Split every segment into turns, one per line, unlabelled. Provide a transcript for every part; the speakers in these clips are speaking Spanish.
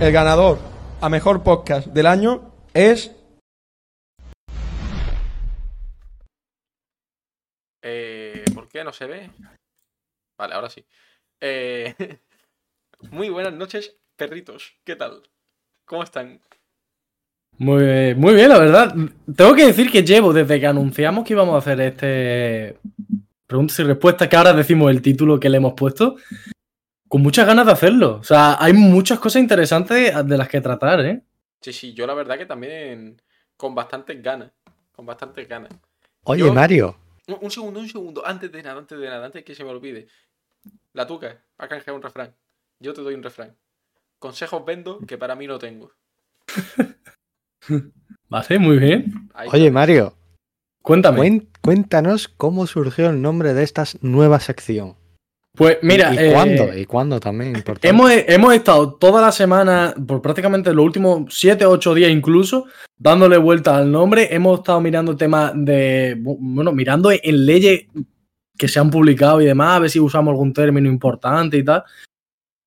El ganador a mejor podcast del año es.
Eh, ¿Por qué no se ve? Vale, ahora sí. Eh, muy buenas noches, perritos. ¿Qué tal? ¿Cómo están?
Muy, bien, muy bien, la verdad. Tengo que decir que llevo desde que anunciamos que íbamos a hacer este preguntas y respuestas, que ahora decimos el título que le hemos puesto, con muchas ganas de hacerlo. O sea, hay muchas cosas interesantes de las que tratar, ¿eh?
Sí, sí, yo la verdad que también con bastantes ganas. Con bastantes ganas.
Oye,
Yo-
Mario,
Un, un segundo, un segundo. Antes de nada, antes de nada, antes que se me olvide. La tuca, ha canjeado un refrán. Yo te doy un refrán. Consejos vendo que para mí no tengo.
Vale, muy bien.
Ahí
oye,
está.
Mario,
Cuéntame.
cuen- cuéntanos cómo surgió el nombre de esta nueva sección.
pues mira,
¿Y, y
eh,
cuándo? ¿Y cuándo también? Importante.
hemos, hemos estado toda la semana, por prácticamente los últimos 7, 8 días incluso, dándole vuelta al nombre. Hemos estado mirando temas de, bu- bueno, mirando en leyes que se han publicado y demás, a ver si usamos algún término importante y tal.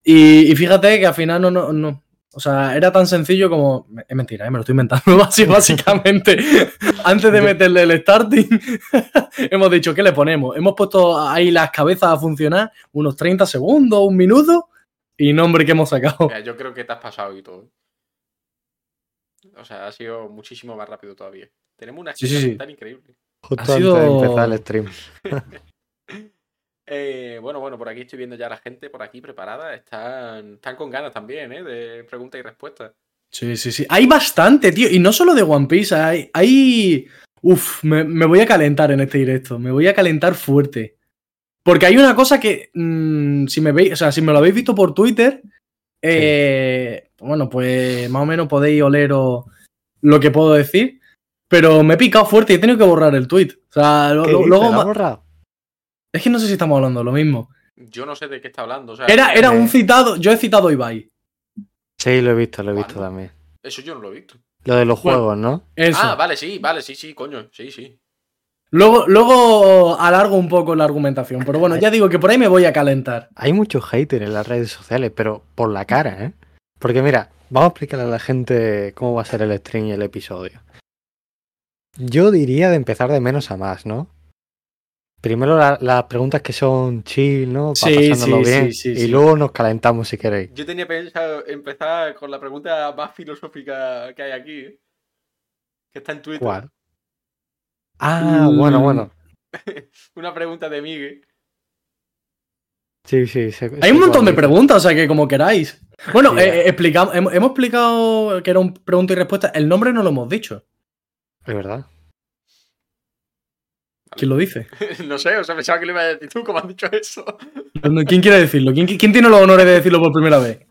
Y, y fíjate que al final no, no, no. O sea, era tan sencillo como. Es mentira, ¿eh? me lo estoy inventando. Así básicamente, antes de meterle el starting, hemos dicho, ¿qué le ponemos? Hemos puesto ahí las cabezas a funcionar unos 30 segundos, un minuto, y nombre que hemos sacado.
Mira, yo creo que te has pasado y todo. O sea, ha sido muchísimo más rápido todavía. Tenemos una
Sí, sí,
agenda
sí.
tan increíble.
Justo
ha
antes
sido-
de empezar el stream.
Eh, bueno, bueno, por aquí estoy viendo ya a la gente por aquí preparada. Están, están con ganas también, ¿eh? De preguntas y respuestas.
Sí, sí, sí. Hay bastante, tío. Y no solo de One Piece, hay. hay... Uf, me, me voy a calentar en este directo. Me voy a calentar fuerte. Porque hay una cosa que. mm, si me veis, o sea, si me lo habéis visto por Twitter. eh, Bueno, pues más o menos podéis oleros lo que puedo decir. Pero me he picado fuerte y he tenido que borrar el tweet. O sea, lo-
¿Qué
lo-
dices?
luego.
¿La
ma-
has borrado?
Es que no sé si estamos hablando de lo mismo.
Yo no sé de qué está hablando. O sea,
Era, era un
Eh.
citado. Yo he citado a Ibai.
Sí, lo he visto, lo he visto
¿Cuándo?
también.
eso yo no lo he visto.
Lo de los
Bueno.
juegos, ¿no?
Eso.
Ah, vale, sí, vale, sí, sí, coño. Sí, sí.
Luego, luego alargo un poco la argumentación, pero bueno, ya digo que por ahí me voy a calentar.
Hay muchos haters en las redes sociales, pero por la cara, ¿eh? Porque mira, vamos a explicarle a la gente cómo va a ser el stream y el episodio. Yo diría de empezar de menos a más, ¿no? Primero la- las preguntas que son chill, ¿no? Para
Sí,
pasándolo
sí,
bien.
sí, sí,
y
sí.
luego nos calentamos si queréis.
Yo tenía pensado empezar con la pregunta más filosófica que hay aquí. ¿eh? Que está en Twitter.
¿Cuál? Ah, bueno,
Mm.
bueno.
Una pregunta de Miguel.
Sí, sí. sé- sé
Hay un montón
cuál
de
dices.
preguntas, o sea que como queráis. Bueno,
Sí,
eh, eh, explicam- hemos, hemos explicado que era un pregunta y respuesta. El nombre no lo hemos dicho.
Es verdad.
¿Quién lo dice?
no sé, o sea, pensaba que lo iba a decir tú, como has dicho eso.
No, ¿Quién quiere decirlo? ¿Quién, quién tiene los honores de decirlo por primera vez?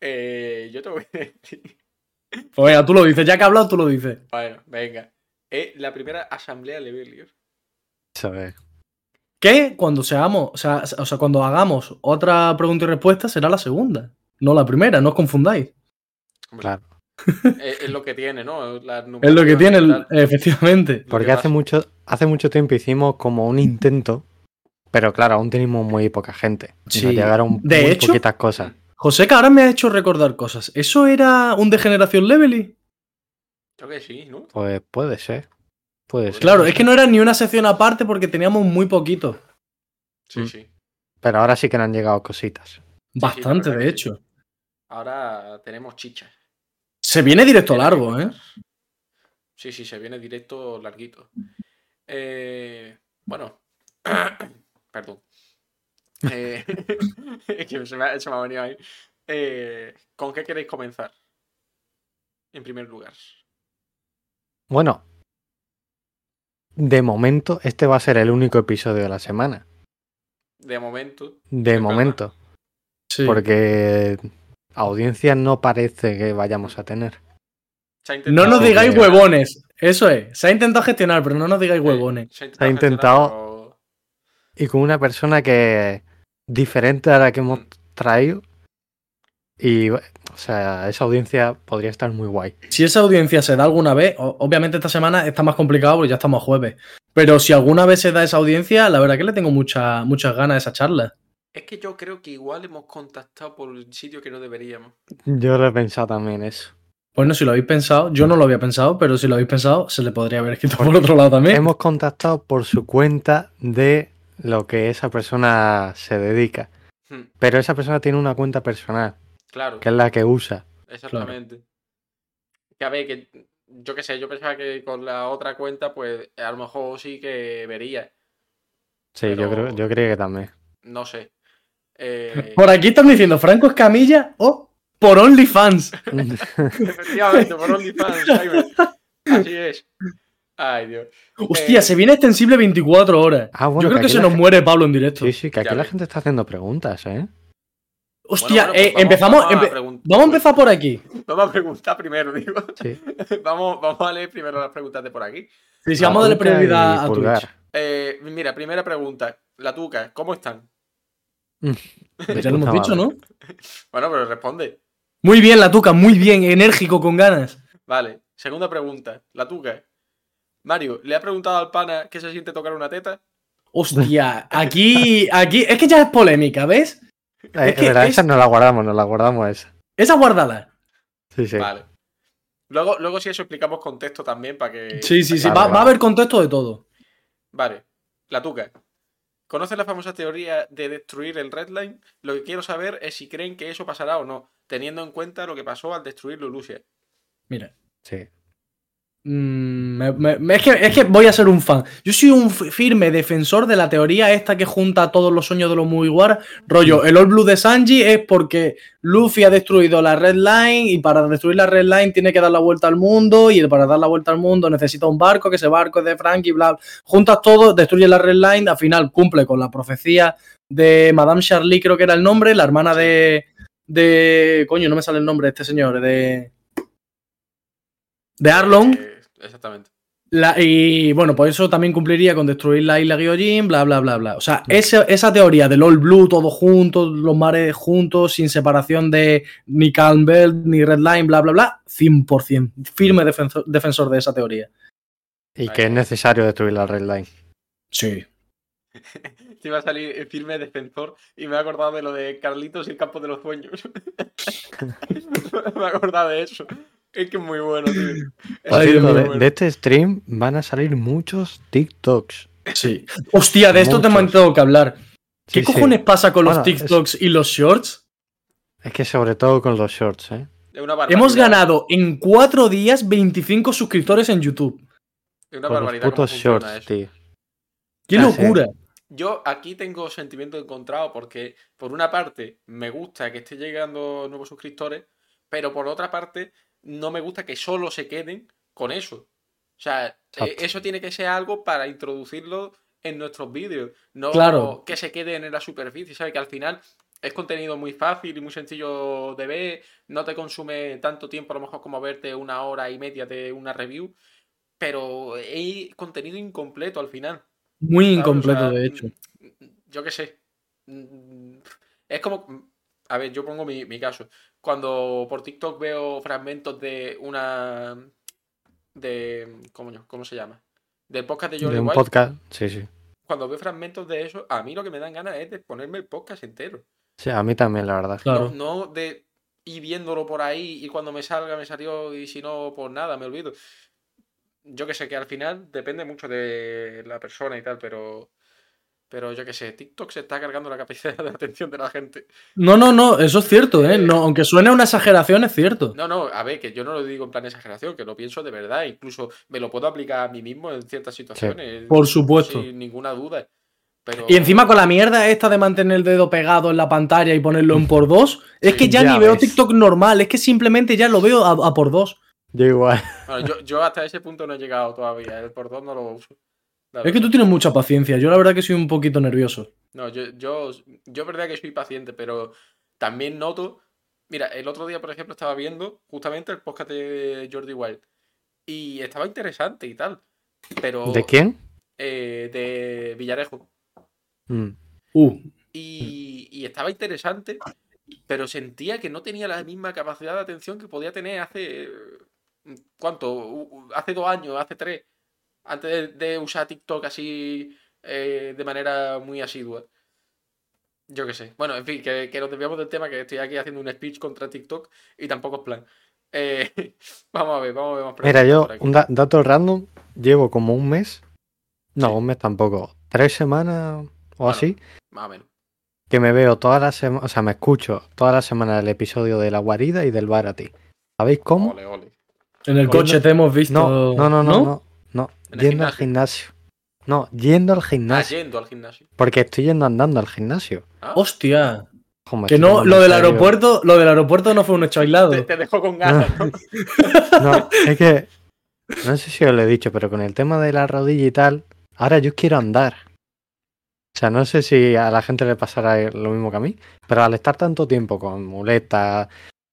Eh, yo te voy a decir.
Pues venga, tú lo dices, ya que ha hablado, tú lo dices.
Bueno, venga. Es la primera asamblea Levelier.
Eso es.
Que cuando seamos, o sea, o sea, cuando hagamos otra pregunta y respuesta será la segunda, no la primera, no os confundáis.
Claro.
Eh, es, es lo que tiene, ¿no? La
Es lo que
numeración
tiene,
y
el-
tal.
efectivamente.
Lo
Porque
que
hace
pasa.
mucho, hace mucho tiempo hicimos como un intento, pero claro, aún teníamos muy poca gente. Y nos
Sí.
llegaron
De
muy
hecho-
poquitas cosas.
Joseca ahora me ha hecho recordar cosas. ¿Eso era un degeneración levely?
Creo que sí, ¿no?
Pues puede ser. Puede ser.
Claro, es que no era ni una sección aparte porque teníamos muy poquito.
Sí,
Mm.
sí.
Pero ahora sí que nos han llegado cositas.
Bastante,
la verdad
de
que
hecho.
Ahora tenemos chicha.
Se viene directo largo, ¿eh?
Sí, sí, se viene directo larguito. Eh, bueno. Perdón. Eh, es que se me, ha, se me ha venido ahí. Eh, ¿Con qué queréis comenzar? En primer lugar.
Bueno, de momento, este va a ser el único episodio de la semana.
De momento.
De
Es verdad.
momento.
Sí.
Porque audiencia no parece que vayamos a tener.
se ha
No nos
intentado-
digáis
Porque-
huevones. Eso es. Se ha intentado gestionar, pero no nos digáis
Sí,
huevones.
Se ha
Se ha
gestionar, pero-
Y con una persona que diferente a la que hemos traído. Y, o sea, esa audiencia podría estar muy guay.
Si esa audiencia se da alguna vez, o- obviamente esta semana está más complicado porque ya estamos a jueves. Pero si alguna vez se da esa audiencia, la verdad que le tengo mucha, muchas ganas a esa charla.
Es que yo creo que igual hemos contactado por el sitio que no deberíamos.
Yo lo he pensado también eso.
Bueno, si lo habéis pensado, yo no lo había pensado, pero si lo habéis pensado, se le podría haber escrito por otro lado también.
Hemos contactado por su cuenta de lo que esa persona se dedica.
Hmm,
Pero esa persona tiene una cuenta personal,
Claro,
que es la que usa.
exactamente. Que a ver, que yo qué sé, yo pensaba que con la otra cuenta, pues a lo mejor sí que vería.
Sí, yo
Pero-
creo, yo creo que también.
No sé. Eh,
Por aquí están diciendo Franco Escamilla o por OnlyFans.
Efectivamente, por OnlyFans, Jaime. Así es. Ay, Dios. Eh.
Hostia, se viene extensible 24 horas.
Ah, bueno,
Yo creo que
aquí
se
la
nos
gen-
muere Pablo en directo.
Sí, sí, que aquí
Ya
la
ves.
gente está haciendo preguntas, ¿eh?
Hostia,
Bueno, bueno, pues
eh,
vamos-
empezamos.
Vamos a,
empe-
pregun-
vamos a empezar por aquí.
vamos a preguntar primero, digo.
Sí.
Vamos, vamos a leer primero las preguntas de por aquí.
Sí, sí, vamos a darle
Tuca y
prioridad a
Pulgar.
Twitch.
Eh, mira, primera pregunta. La tuca, ¿cómo están?
De
Ya lo hemos
puta
dicho,
madre.
¿no?
Bueno, pero responde.
Muy bien, la tuca, muy bien, enérgico, con ganas.
Vale. Segunda pregunta. La tuca. Mario, ¿le ha preguntado al pana qué se siente tocar una teta?
Hostia, aquí, aquí. Es que ya es polémica, ¿ves?
Eh,
Es que
verdad,
es-
esa no la guardamos, no la guardamos esa.
Esa guárdala.
Sí, sí.
Vale. Luego, luego si eso explicamos contexto también para que...
Sí, sí, sí.
Vale,
Va,
vale.
va a haber contexto de todo.
Vale, la tuca. ¿Conoces la famosa teoría de destruir el Redline? Lo que quiero saber es si creen que eso pasará o no, teniendo en cuenta lo que pasó al destruir Lulusia.
Mira.
Sí.
Mm, me- me- me- es, que, es que voy a ser un fan. Yo soy un f- firme defensor de la teoría esta que junta todos los sueños de los Mugiwara. Rollo, el All Blue de Sanji es porque Luffy ha destruido la Red Line y para destruir la Red Line tiene que dar la vuelta al mundo y para dar la vuelta al mundo necesita un barco, que ese barco es de Frank y bla. Juntas todo, destruye la Red Line, al final cumple con la profecía de Madame Charlie, creo que era el nombre, la hermana de... de coño, no me sale el nombre de este señor, de... De Arlong.
Eh, exactamente.
La- y bueno, pues eso también cumpliría con destruir la isla Gyojin, bla, bla, bla, bla. O sea, esa, esa teoría del All Blue, todos juntos, los mares juntos, sin separación de ni Calm Belt, ni Red Line, bla, bla, bla, 100%. Firme defensor, defensor de esa teoría.
Y que es necesario destruir la red line.
Sí.
Te iba a salir eh, firme defensor y me he acordado de lo de Carlitos y el campo de los sueños. me he acordado de eso. Es que es muy bueno, tío. Es
Por
Ay,
que es
cierto,
muy
de,
bueno.
de este stream van a salir muchos TikToks.
Sí. Hostia, de esto te
Muchos.
hemos tenido que hablar. ¿Qué
Sí, sí.
cojones pasa con los
Bueno, es-
TikToks y los shorts?
Es que sobre todo con los shorts, ¿eh?
Es una barbaridad.
Hemos ganado en cuatro días 25 suscriptores en YouTube.
Es una
Con los
barbaridad. cómo
putos
funciona
shorts,
eso.
tío.
¡Qué
Ah, sí.
locura!
Yo aquí tengo sentimiento encontrado porque, por una parte, me gusta que esté llegando nuevos suscriptores, pero por otra parte, no me gusta que solo se queden con eso. O sea, eh,
Exacto.
eso tiene que ser algo para introducirlo en nuestros vídeos, no
Claro.
que se queden en la superficie, ¿sabes? Que al final es contenido muy fácil y muy sencillo de ver, no te consume tanto tiempo a lo mejor como verte una hora y media de una review, pero es contenido incompleto al final.
Muy
¿sabes? O
incompleto,
sea,
de hecho.
Yo qué sé. Mm, Es como. A ver, yo pongo mi, mi caso. Cuando por TikTok veo fragmentos de una. de. ¿Cómo, yo- cómo se llama? Del podcast de Jordi
De un
White.
podcast. Sí, sí.
Cuando veo fragmentos de eso, a mí lo que me dan ganas es de ponerme el podcast entero.
Sí, a mí también, la verdad.
Claro.
No, no de ir viéndolo por ahí y cuando me salga me salió y si no, por nada, me olvido. Yo que sé, que al final depende mucho de la persona y tal, pero. Pero yo que sé, TikTok se está cargando la capacidad de atención de la gente.
No, no, no, eso es cierto, ¿eh? No, aunque suene una exageración, es cierto.
No, no, a ver, que yo no lo digo en plan exageración, que lo pienso de verdad, incluso me lo puedo aplicar a mí mismo en ciertas situaciones.
Por supuesto.
Sin ninguna duda. Pero...
Y encima con la mierda esta de mantener el dedo pegado en la pantalla y ponerlo en por dos, es que ya,
Ya
ni veo
ves.
TikTok normal, es que simplemente ya lo veo a, a por dos.
Yo igual.
Bueno, yo, yo hasta ese punto no he llegado todavía, el por dos no lo uso. La
Es que
verdad.
tú tienes mucha paciencia, yo la verdad que soy un poquito nervioso.
No, yo, yo, yo es verdad que soy paciente, pero también noto. Mira, el otro día, por ejemplo, estaba viendo justamente el podcast de Jordi Wild. Y estaba interesante y tal. Pero.
¿De quién?
eh, de Villarejo.
Mm.
Uh,
Y, y estaba interesante, pero sentía que no tenía la misma capacidad de atención que podía tener hace. eh, ¿Cuánto? U- u- Hace dos años, hace tres. Antes de, de usar TikTok así eh, de manera muy asidua. Yo qué sé. Bueno, en fin, que, que nos desviamos del tema, que estoy aquí haciendo un speech contra TikTok y tampoco es plan. Eh, vamos a ver, vamos a ver más
Mira,
preguntas
yo,
por aquí.
un da- dato random, llevo como un mes, no,
Sí.
un mes tampoco, tres semanas o
Bueno.
así,
Más o menos.
que me veo todas las semanas, o sea, me escucho todas las semanas el episodio de La Guarida y del Bar a ti. ¿Sabéis cómo?
Ole, ole.
En el
Coño.
coche te hemos visto.
No, no, no, no, no, no,
En el
yendo al gimnasio. No, yendo al
Ah,
gimnasio,
yendo al gimnasio.
porque estoy yendo andando al gimnasio.
Ah,
Hostia.
Jo, me
Que
estoy
no,
tomando
lo
en
del
serio.
aeropuerto, lo del aeropuerto no fue un hecho aislado.
te, te dejo con ganas. ¿no?
No, es que, no sé si os lo he dicho, pero con el tema de la rodilla y tal, ahora yo quiero andar. O sea, no sé si a la gente le pasará lo mismo que a mí, pero al estar tanto tiempo con muletas,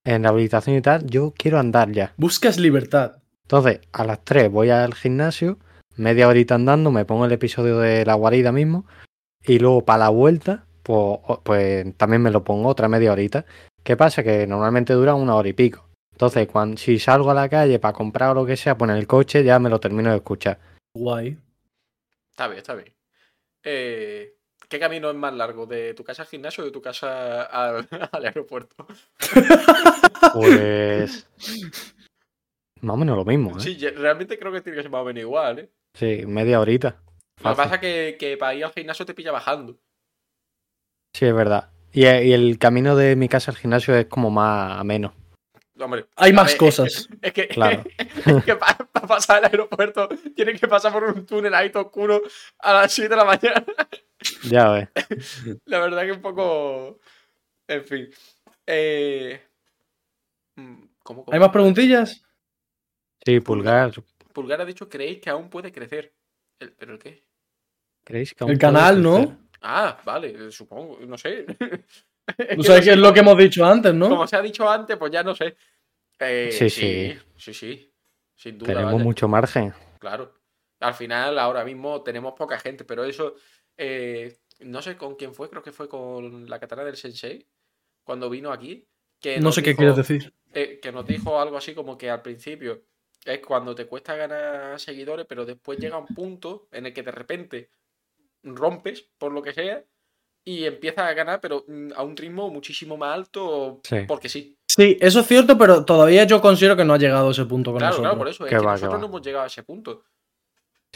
en rehabilitación y tal, yo quiero andar ya.
Buscas libertad.
Entonces, a las 3 voy al gimnasio, media horita andando, me pongo el episodio de la guarida mismo, y luego para la vuelta, pues, o- pues también me lo pongo otra media horita. ¿Qué pasa? Que normalmente dura una hora y pico. Entonces, cuando, si salgo a la calle para comprar o lo que sea, pues en el coche ya me lo termino de escuchar.
Guay.
está bien, está bien. Eh, ¿Qué camino es más largo? ¿De tu casa al gimnasio o de tu casa al, al aeropuerto?
Pues... Más o menos lo mismo, ¿eh?
Sí, yo realmente creo que tiene que ser más o menos igual, ¿eh?
Sí, media horita.
Lo que
Fácil.
pasa es que, que para ir al gimnasio te pilla bajando.
Sí, es verdad. Y, y el camino de mi casa al gimnasio es como más ameno.
Hombre,
Hay
A
más
ver,
cosas.
es que,
Claro.
es que para pasar al aeropuerto tienes que pasar por un túnel ahí todo oscuro a las 7 de la mañana.
Ya ves.
La verdad que un poco... En fin. Eh... mm, ¿Cómo, cómo?
¿Hay más preguntillas?
Sí, pulgar.
Pulgar ha dicho, creéis que aún puede crecer. El- ¿Pero el qué?
¿Creéis que aún
El
puede
canal,
crecer?
¿no?
Ah, vale, eh, supongo, no sé. Es que
O sea,
no
que
sé
es lo que hemos dicho antes, ¿no?
Como se ha dicho antes, pues ya no sé. Eh,
Sí,
sí, sí, sí. Sin duda.
Tenemos
vaya,
mucho margen.
Claro. Al final, ahora mismo tenemos poca gente, pero eso. eh, no sé con quién fue, creo que fue con la katana del Sensei, cuando vino aquí. Que
No
nos
sé qué
dijo-
quieres decir.
eh, que nos dijo algo así como que al principio es cuando te cuesta ganar seguidores, pero después llega un punto en el que de repente rompes por lo que sea y empiezas a ganar, pero mm, a un ritmo muchísimo más alto
Sí.
porque sí.
Sí, eso es cierto, pero todavía yo considero que no ha llegado a ese punto con
claro,
nosotros.
claro, por eso. Es
Qué
que
va, qué
nosotros
va.
no hemos llegado a ese punto.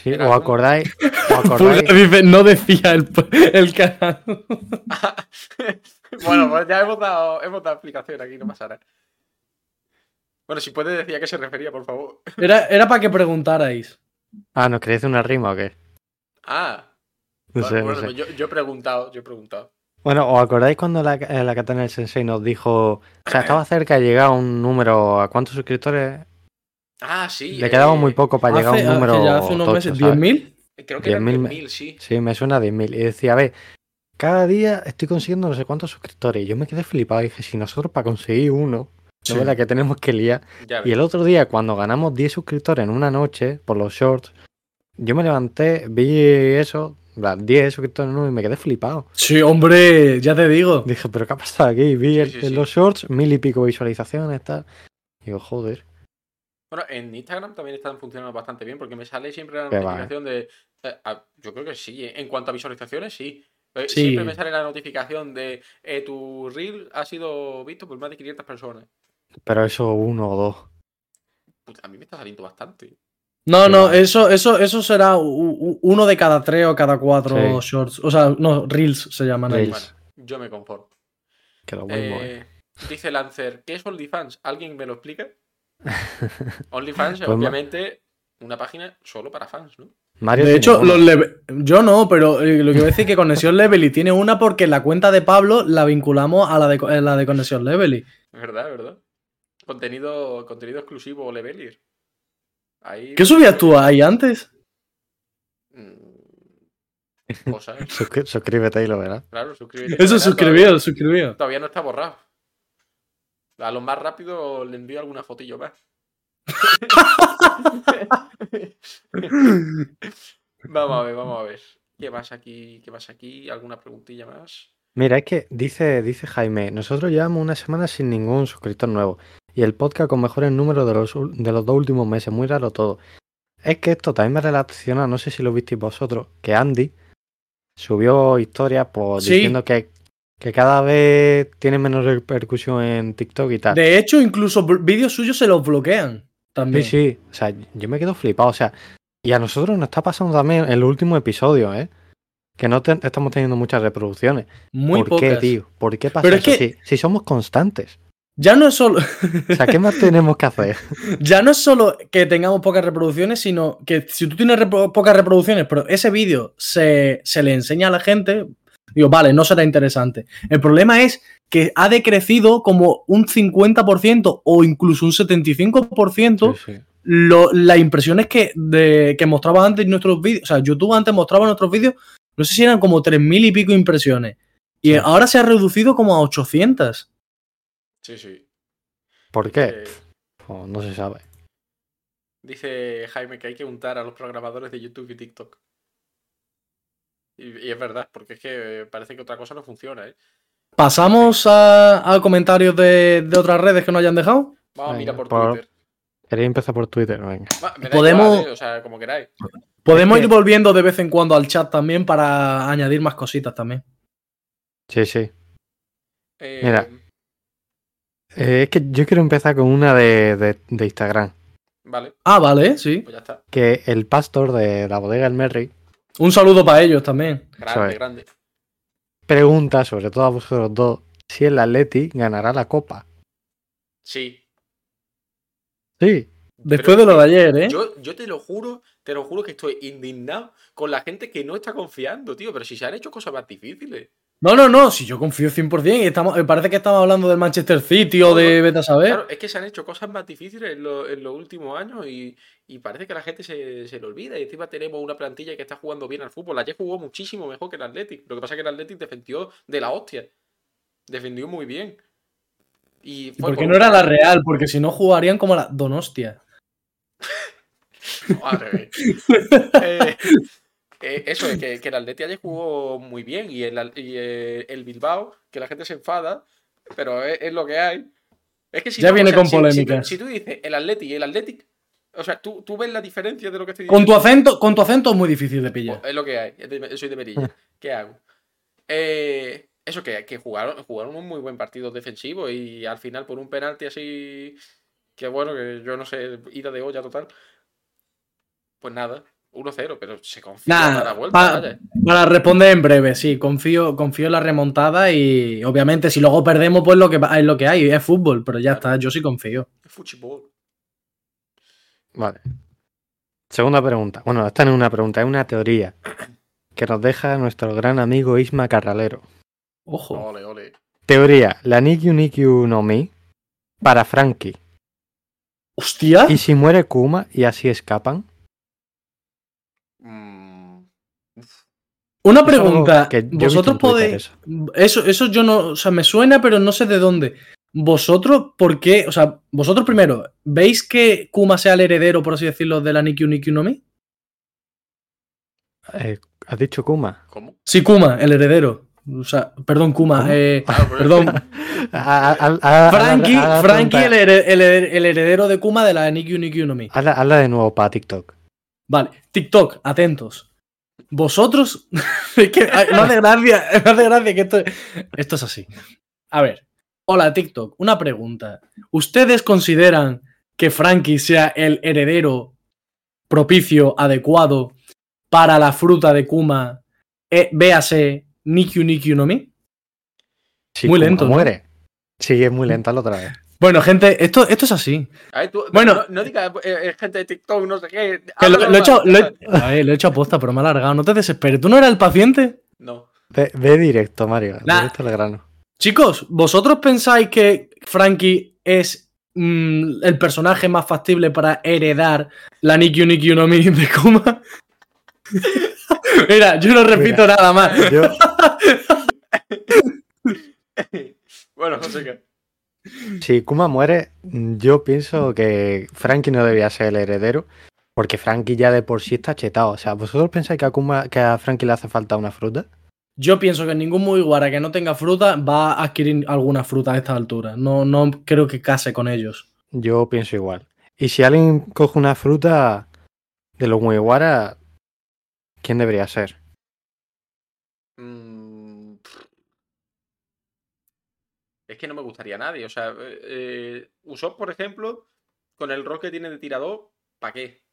Sí,
Era
¿Os
como-
acordáis? ¿Os acordáis?
Pulgar dice, no decía el, el canal.
bueno, pues ya hemos dado, hemos dado explicación aquí, no pasa nada. Bueno, si puedes decir a qué se refería, por favor.
Era, era para que preguntarais.
Ah, ¿nos queréis una rima o qué?
Ah,
No sé, no
bueno, pues
sé.
yo, yo he preguntado, yo he preguntado.
Bueno, ¿os acordáis cuando la, eh, la katana del sensei nos dijo... O sea, estaba cerca de llegar a un número... ¿A cuántos suscriptores?
Ah, sí.
Le quedaba muy
eh,
poco para llegar a
Hace-
un número
hace ya hace unos
tocho,
meses,
¿sabes?
10.000.
Creo que eran
10.000 me-
10.000, sí.
Sí, me suena a 10.000. Y decía, a ver, cada día estoy consiguiendo no sé cuántos suscriptores. Y yo me quedé flipado. Y dije, si nosotros para conseguir uno,
Sí.
no es la que tenemos que liar.
Ya
Y
ves.
el otro día, cuando ganamos 10 suscriptores en una noche por los shorts, yo me levanté, vi eso, en plan, 10 suscriptores en uno y me quedé flipado.
Sí, hombre, ya te digo.
Dije, ¿pero qué ha pasado aquí? Vi el-
Sí, sí,
en
sí.
los shorts mil y pico visualizaciones, tal. Digo, joder.
Bueno, en Instagram también están funcionando bastante bien porque me sale siempre la
Qué va,
notificación de. eh, ah, yo creo que sí, eh. en cuanto a visualizaciones, sí. Eh,
Sí.
Siempre me sale la notificación de eh, tu reel ha sido visto por más de 500 personas.
Pero eso uno o dos.
Pues a mí me está saliendo bastante.
No,
Sí.
no, eso, eso, eso será u- u- uno de cada tres o cada cuatro
Sí.
shorts. O sea, no, reels se llaman ahí.
Reels.
Bueno, yo me conformo.
Que lo mismo es.
Eh, dice Lancer, ¿qué es OnlyFans? ¿Alguien me lo explica? OnlyFans es
Pues ma-
obviamente una página solo para fans, ¿no?
Mario
De
tiene
hecho,
uno.
los leve- yo no, pero eh, lo que voy a decir es que Conexión Levely tiene una porque la cuenta de Pablo la vinculamos a la de, co- eh, la de Conexión Levely.
¿Verdad, verdad? Contenido, contenido exclusivo o Levelir. Ahí
¿Qué subías tú ahí antes?
Mm, Cosas.
Suscri- suscríbete y lo verás.
Claro, suscríbete.
Eso
Todavía-
suscribió, suscribió.
Todavía no está borrado. A lo más rápido le envío alguna fotillo más. vamos a ver, vamos a ver. ¿Qué más aquí? ¿Qué más aquí? ¿Alguna preguntilla más?
Mira, es que dice, dice Jaime, nosotros llevamos una semana sin ningún suscriptor nuevo y el podcast con mejores números de los, ul- de los dos últimos meses, muy raro todo. Es que esto también me relaciona, no sé si lo visteis vosotros, que Andy subió historias pues,
Sí.
diciendo que, Que cada vez tiene menos repercusión en TikTok y tal.
De hecho, incluso br- vídeos suyos se los bloquean
Sí,
también.
sí. O sea, yo me quedo flipado. O sea, y a nosotros nos está pasando también en el último episodio, ¿eh? Que no te- estamos teniendo muchas reproducciones.
Muy
¿Por
pocas.
qué, tío? ¿Por qué pasa
Pero es que-
eso? Si, si somos constantes.
Ya no es solo,
O sea, ¿qué más tenemos que hacer?
ya no es solo que tengamos pocas reproducciones, sino que si tú tienes repro- pocas reproducciones, pero ese vídeo se, se le enseña a la gente, digo, vale, no será interesante. El problema es que ha decrecido como un 50% o incluso un 75% lo- las impresiones que, de- que mostraba antes nuestros vídeos. O sea, YouTube antes mostraba nuestros vídeos, no sé si eran como 3.000 y pico impresiones. Y
Sí.
ahora se ha reducido como a 800.
Sí, sí.
¿Por qué?
Eh,
Pues no se sabe.
dice Jaime que hay que untar a los programadores de YouTube y TikTok. Y, y es verdad, porque es que eh, parece que otra cosa no funciona, ¿eh?
Pasamos a, a comentarios de, de otras redes que nos hayan dejado.
Vamos a mirar por
Venga, por-
Twitter.
Quería empezar por Twitter, venga.
Va, me da
podemos-
igual, ¿eh? O sea, como queráis.
Podemos
Es que-
ir volviendo de vez en cuando al chat también para añadir más cositas también.
Sí, sí.
Eh,
Mira. Eh, es que yo quiero empezar con una de, de- de Instagram.
Vale,
Ah, vale, sí.
pues ya está.
Que el pastor de la bodega El Merry
Un saludo para ellos también.
Grande,
es.
grande.
pregunta, sobre todo a vosotros dos, si el Atleti ganará la Copa.
Sí.
Sí,
Pero
Después de lo de
es que
ayer, ¿eh?
Yo, yo te lo juro, te lo juro que estoy indignado con la gente que no está confiando, tío. Pero si se han hecho cosas más difíciles.
No, no, no, si yo confío 100%. y Estamos, me parece que estamos hablando del Manchester City o de Beta Saber.
Claro, es que se han hecho cosas más difíciles en, lo- en los últimos años y, y parece que la gente se, se lo olvida. Y encima tenemos una plantilla que está jugando bien al fútbol. Ayer jugó muchísimo mejor que el Athletic. Lo que pasa es que el Athletic defendió de la hostia. Defendió muy bien. ¿Y,
¿Y
fue
por qué
por
no
un-
era la Real? Porque si no jugarían como la Donostia.
No, al revés. Eh, eh, eso es que, que el Atleti ayer jugó muy bien y el, Al- y, eh, el Bilbao, que la gente se enfada, pero es, es lo que hay. Es que si
Ya
no,
viene con
si- si tú-
polémicas.
Si, tú dices el Atleti y el Athletic, o sea, tú, tú ves la diferencia de lo que estoy
Con
diciendo.
tu acento, con tu acento es muy difícil de pillar.
Pues es lo que hay. es de- soy de Merilla. ¿Qué hago? Eh, eso que, que jugaron, jugaron un muy buen partido defensivo y al final por un penalti así. Que bueno, que yo no sé, ida de olla total. Pues nada, 1-0, pero se confía
Nah,
a la vuelta.
pa-
vaya.
Para responder en breve, sí, confío, confío en la remontada y obviamente si luego perdemos, pues lo que va- es lo que hay, es fútbol, pero ya está, yo sí confío.
Fútbol.
vale. Segunda pregunta. Bueno, esta no es una pregunta, es una teoría que nos deja nuestro gran amigo Isma Carralero.
Ojo.
Ole, ole.
Teoría, la Nikyu Nikyu no Mi para Frankie.
Hostia.
¿Y si muere Kuma y así escapan?
Mm,
Una
es algo
pregunta.
que yo he visto
Vosotros
en Twitter
podéis.
eso.
Eso, eso yo no. O sea, me suena, pero no sé de dónde. Vosotros, ¿por qué? O sea, vosotros primero, ¿veis que Kuma sea el heredero, por así decirlo, de la Nikyu Nikyu no Mi?
Eh, ¿Has dicho Kuma?
¿Cómo?
Sí, Kuma, el heredero. O sea, perdón, Kuma.
¿Cómo?
eh,
Claro, pero-
perdón,
Ah, ah, ah, ah,
Frankie,
ah, ah,
Frankie
tonta.
el, hered- el hered- el heredero de Kuma de la Nikyu Nikyu no Mi.
Hazla, hazla de nuevo para TikTok.
Vale, TikTok, atentos. Vosotros. es que ay, me hace gracia, me hace gracia que esto, esto es así. A ver. Hola, TikTok. Una pregunta. ¿Ustedes consideran que Frankie sea el heredero propicio, adecuado para la fruta de Kuma? Eh, véase Nikyu Nikyu no Mi.
Si
Muy
Kuma
lento, ¿no?
Muere. Sí, es muy lenta la otra vez.
Bueno, gente, esto, esto es así.
A ver, tú-
Bueno.
no, no digas eh, eh, gente de TikTok, no sé qué.
Que lo,
habla
lo he hecho,
más.
lo he- a ver, lo he hecho aposta, pero me ha alargado. No te desesperes. ¿Tú no eras el paciente?
No.
Ve, ve directo, Mario.
Nah.
Directo al grano.
Chicos, ¿vosotros pensáis que Frankie es mm, el personaje más factible para heredar la Nikyu Nikyu no Mi de Kuma? Mira, yo no repito nada más.
Yo,
Bueno, no sé qué.
si Kuma muere, yo pienso que Frankie no debía ser el heredero. Porque Frankie ya de por sí está chetado. O sea, ¿vosotros pensáis que a, Kuma, que a Frankie le hace falta una fruta?
Yo pienso que ningún Mugiwara que no tenga fruta va a adquirir alguna fruta a esta altura. No, no creo que case con ellos.
Yo pienso igual. Y si alguien coge una fruta de los Mugiwara, ¿quién debería ser?
Mm, Es que no me gustaría a nadie. O sea, eh, eh, Usopp, por ejemplo, con el rol que tiene de tirador, ¿para qué?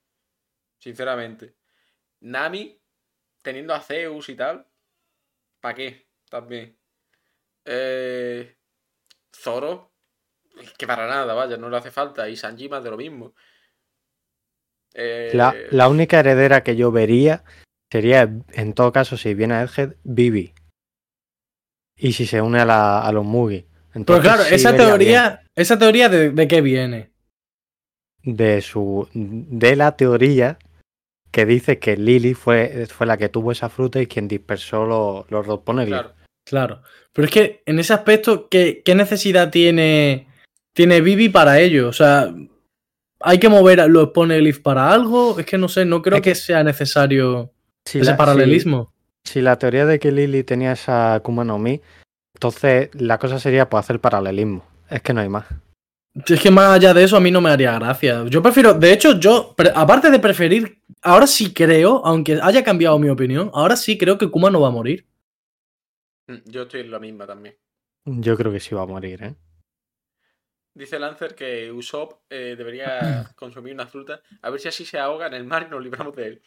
Sinceramente. Nami, teniendo a Zeus y tal, ¿para qué? También. Eh, Zoro, es que para nada, vaya, no le hace falta. Y Sanji más de lo mismo. Eh,
La, la única heredera que yo vería sería, en todo caso, si viene a Edhead, Vivi. Y si se une a, la- a los Mugi.
Pero
Entonces,
Pues claro,
sí
esa
vería
teoría, esa teoría de, de qué viene.
bien De, su, de la teoría que dice que Lily fue, fue la que tuvo esa fruta y quien dispersó los, los dos
claro.
Claro. Pero es que en ese aspecto, ¿qué, qué necesidad tiene, tiene Vivi para ello? O sea, ¿hay que mover a los poneglyphs para algo? Es que no sé, no creo
Es
que, sea necesario ese paralelismo.
Si la teoría de que Lily tenía esa Akuma no Mi, entonces la cosa sería pues, hacer paralelismo. Es que no hay más.
Es que más allá de eso, a mí no me haría gracia. Yo prefiero, de hecho, yo, pre- aparte de preferir, ahora sí creo, aunque haya cambiado mi opinión, ahora sí creo que Kuma no va a morir.
Mm, Yo estoy en la misma también.
Yo creo que sí va a morir, ¿eh?
Dice Lancer que Usopp eh, debería consumir una fruta. A ver si así se ahoga en el mar y nos libramos de él.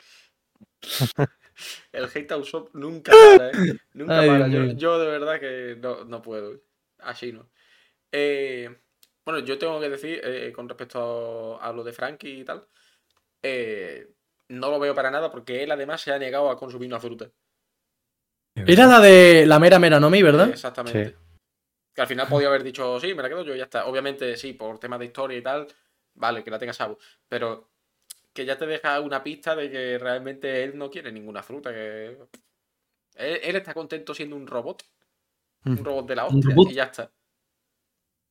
El hate a Usopp nunca para, ¿eh? Nunca
Ay,
para.
Dios
Yo,
mío.
yo de verdad que no, no puedo. Así no. Eh, bueno, yo tengo que decir, eh, con respecto a lo de Frankie y tal, eh, no lo veo para nada porque él además se ha negado a consumir una fruta.
Era la de la mera mera Nomi, ¿verdad?
Exactamente.
Sí.
Que al final podía haber dicho, sí, me la quedo yo y ya está. Obviamente, sí, por temas de historia y tal, vale, que la tenga Sabu. Pero que ya te deja una pista de que realmente él no quiere ninguna fruta. Que... Él, él está contento siendo un robot. Un
Mm.
robot de la
Un
hostia.
robot.
Y ya está.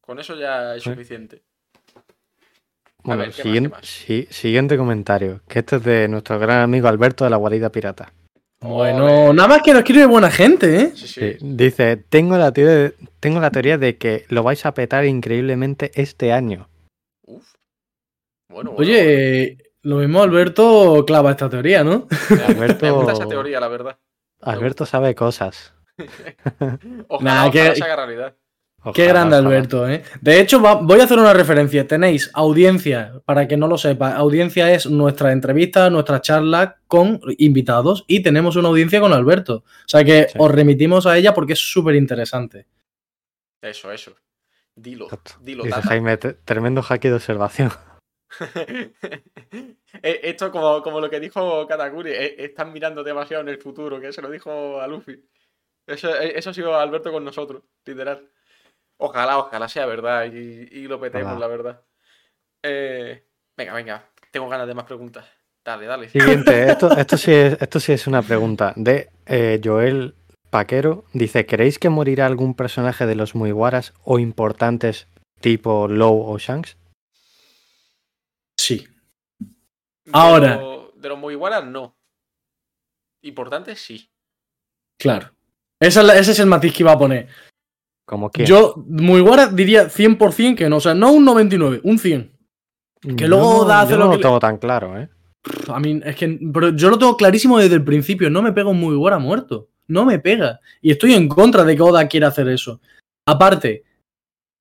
Con eso ya es
Sí.
suficiente.
Bueno,
ver, ¿qué más,
siguien-
qué más?
sí- siguiente comentario, que este es de nuestro gran amigo Alberto de la Guarida Pirata.
Bueno, nada más que nos quiere buena gente, ¿eh?
Sí,
Sí,
sí.
Dice, tengo la, teoría, tengo la teoría de que lo vais a petar increíblemente este año.
Uf. Bueno, bueno, bueno.
Oye, lo mismo Alberto clava esta teoría,
me
¿no?
gusta esa
Alberto-
teoría, la verdad.
Alberto sabe cosas.
Ojalá,
Nah, que-
ojalá se haga realidad.
Qué
Ojalá,
grande
ojalá.
Alberto, ¿eh? De hecho, va- voy a hacer una referencia. Tenéis audiencia, para que no lo sepa. Audiencia es nuestra entrevista, nuestra charla con invitados y tenemos una audiencia con Alberto. O sea que
Sí.
os remitimos a ella porque es súper interesante.
Eso, eso. Dilo.
Exacto.
Dilo,
Dice
Tata.
Jaime, "Tre- tremendo jaque de observación.
Eh, Esto como, como lo que dijo Katakuri, eh, están mirando demasiado en el futuro, que se lo dijo a Luffy. Eso, eh, eso ha sido Alberto con nosotros, literal. Ojalá, ojalá sea verdad y, y lo petemos,
Ojalá.
la verdad. Eh, venga, venga, tengo ganas de más preguntas. Dale, dale.
Siguiente, esto, esto, sí es, esto sí es una pregunta de eh, Joel Paquero. Dice, ¿creéis que morirá algún personaje de los Muiguaras o importantes tipo Low o Shanks?
Sí. Ahora.
De, lo- de los muy igualas, no. Importante, sí.
Claro. Esa es la- ese es el matiz que iba a poner.
Como que
Yo, muy guara, diría 100% que no. O sea, no un 99, un 100. que luego
yo no,
da- hace
yo
lo
no
que le-
tengo tan claro, ¿eh?
Pff, A mí, es que pero yo lo tengo clarísimo desde el principio. No me pega un muy Mugiwara muerto. No me pega. Y estoy en contra de que Oda quiera hacer eso. Aparte,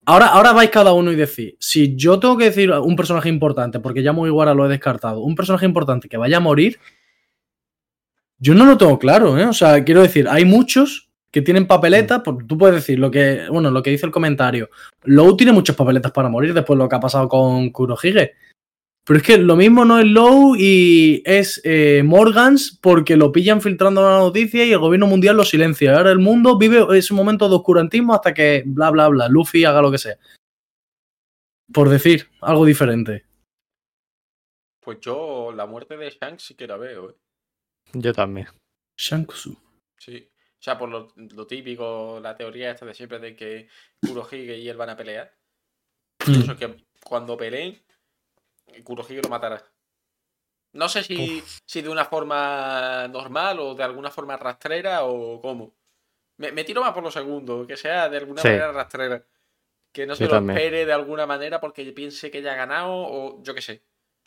ahora, ahora vais cada uno y decís: si yo tengo que decir un personaje importante, porque ya Mugiwara lo he descartado, un personaje importante que vaya a morir, yo no lo tengo claro, ¿eh? O sea, quiero decir, hay muchos que tienen papeletas. por- Tú puedes decir lo que, bueno, lo que dice el comentario. Low tiene muchas papeletas para morir después de lo que ha pasado con Kurohige. Pero es que lo mismo no es Low y es eh, Morgans porque lo pillan filtrando la noticia y el gobierno mundial lo silencia. Ahora el mundo vive ese momento de oscurantismo hasta que bla bla bla, Luffy haga lo que sea. Por decir algo diferente.
Pues yo la muerte de Shanks sí que la veo, ¿eh?
Yo también.
Shanksu.
Sí. O sea, por lo, lo típico, la teoría esta de siempre de que Kurohige y él van a pelear. Eso es que cuando peleen, Kurohige lo matará. No sé si, si de una forma normal o de alguna forma rastrera o cómo. Me, me tiro más por lo segundo, que sea de alguna
Sí.
manera rastrera. Que no se
Yo
lo
también.
espere de alguna manera porque piense que ya ha ganado o yo qué sé.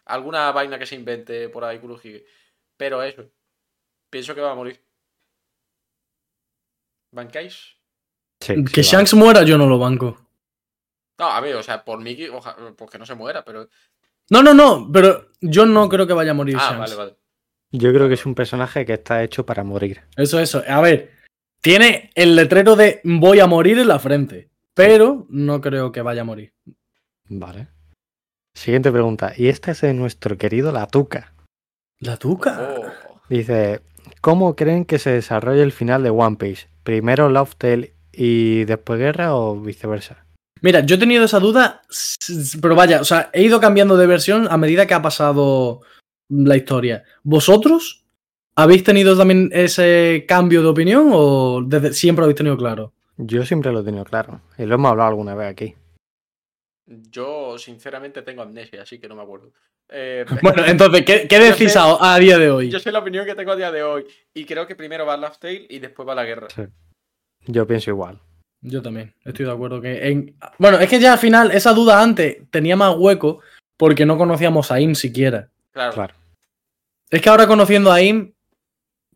Alguna vaina que se invente por ahí Kurohige. Pero eso. Pienso que va a morir. ¿Bancáis?
Sí,
que
sí,
Shanks muera yo no lo banco.
No, a ver, o sea, por Mickey, oja- pues que no se muera, pero.
No, no, no, pero yo no creo que vaya a morir
Ah,
Shanks.
vale, vale.
Yo creo que es un personaje que está hecho para morir.
Eso, eso. A ver, tiene el letrero de voy a morir en la frente, pero no creo que vaya a morir.
Vale. Siguiente pregunta. Y esta es de nuestro querido Latuca.
¿La tuca?
Oh.
Dice, ¿cómo creen que se desarrolle el final de One Piece? ¿Primero Love Tale y después guerra o viceversa?
Mira, yo he tenido esa duda, s- s- pero vaya, o sea, he ido cambiando de versión a medida que ha pasado la historia. ¿Vosotros habéis tenido también ese cambio de opinión o desde siempre lo habéis tenido claro?
Yo siempre lo he tenido claro. Y lo hemos hablado alguna vez aquí.
Yo, sinceramente, tengo amnesia, así que no me acuerdo. Eh,
Bueno, entonces, ¿qué, qué
Yo
decís
sé-
a, a día de hoy?
yo sé la opinión que tengo a día de hoy. Y creo que primero va Laugh Tale y después va la guerra.
Yo pienso igual.
Yo también, estoy de acuerdo que en... Bueno, es que ya al final esa duda antes tenía más hueco porque no conocíamos a Im siquiera.
Claro.
Claro.
Es que ahora conociendo a Im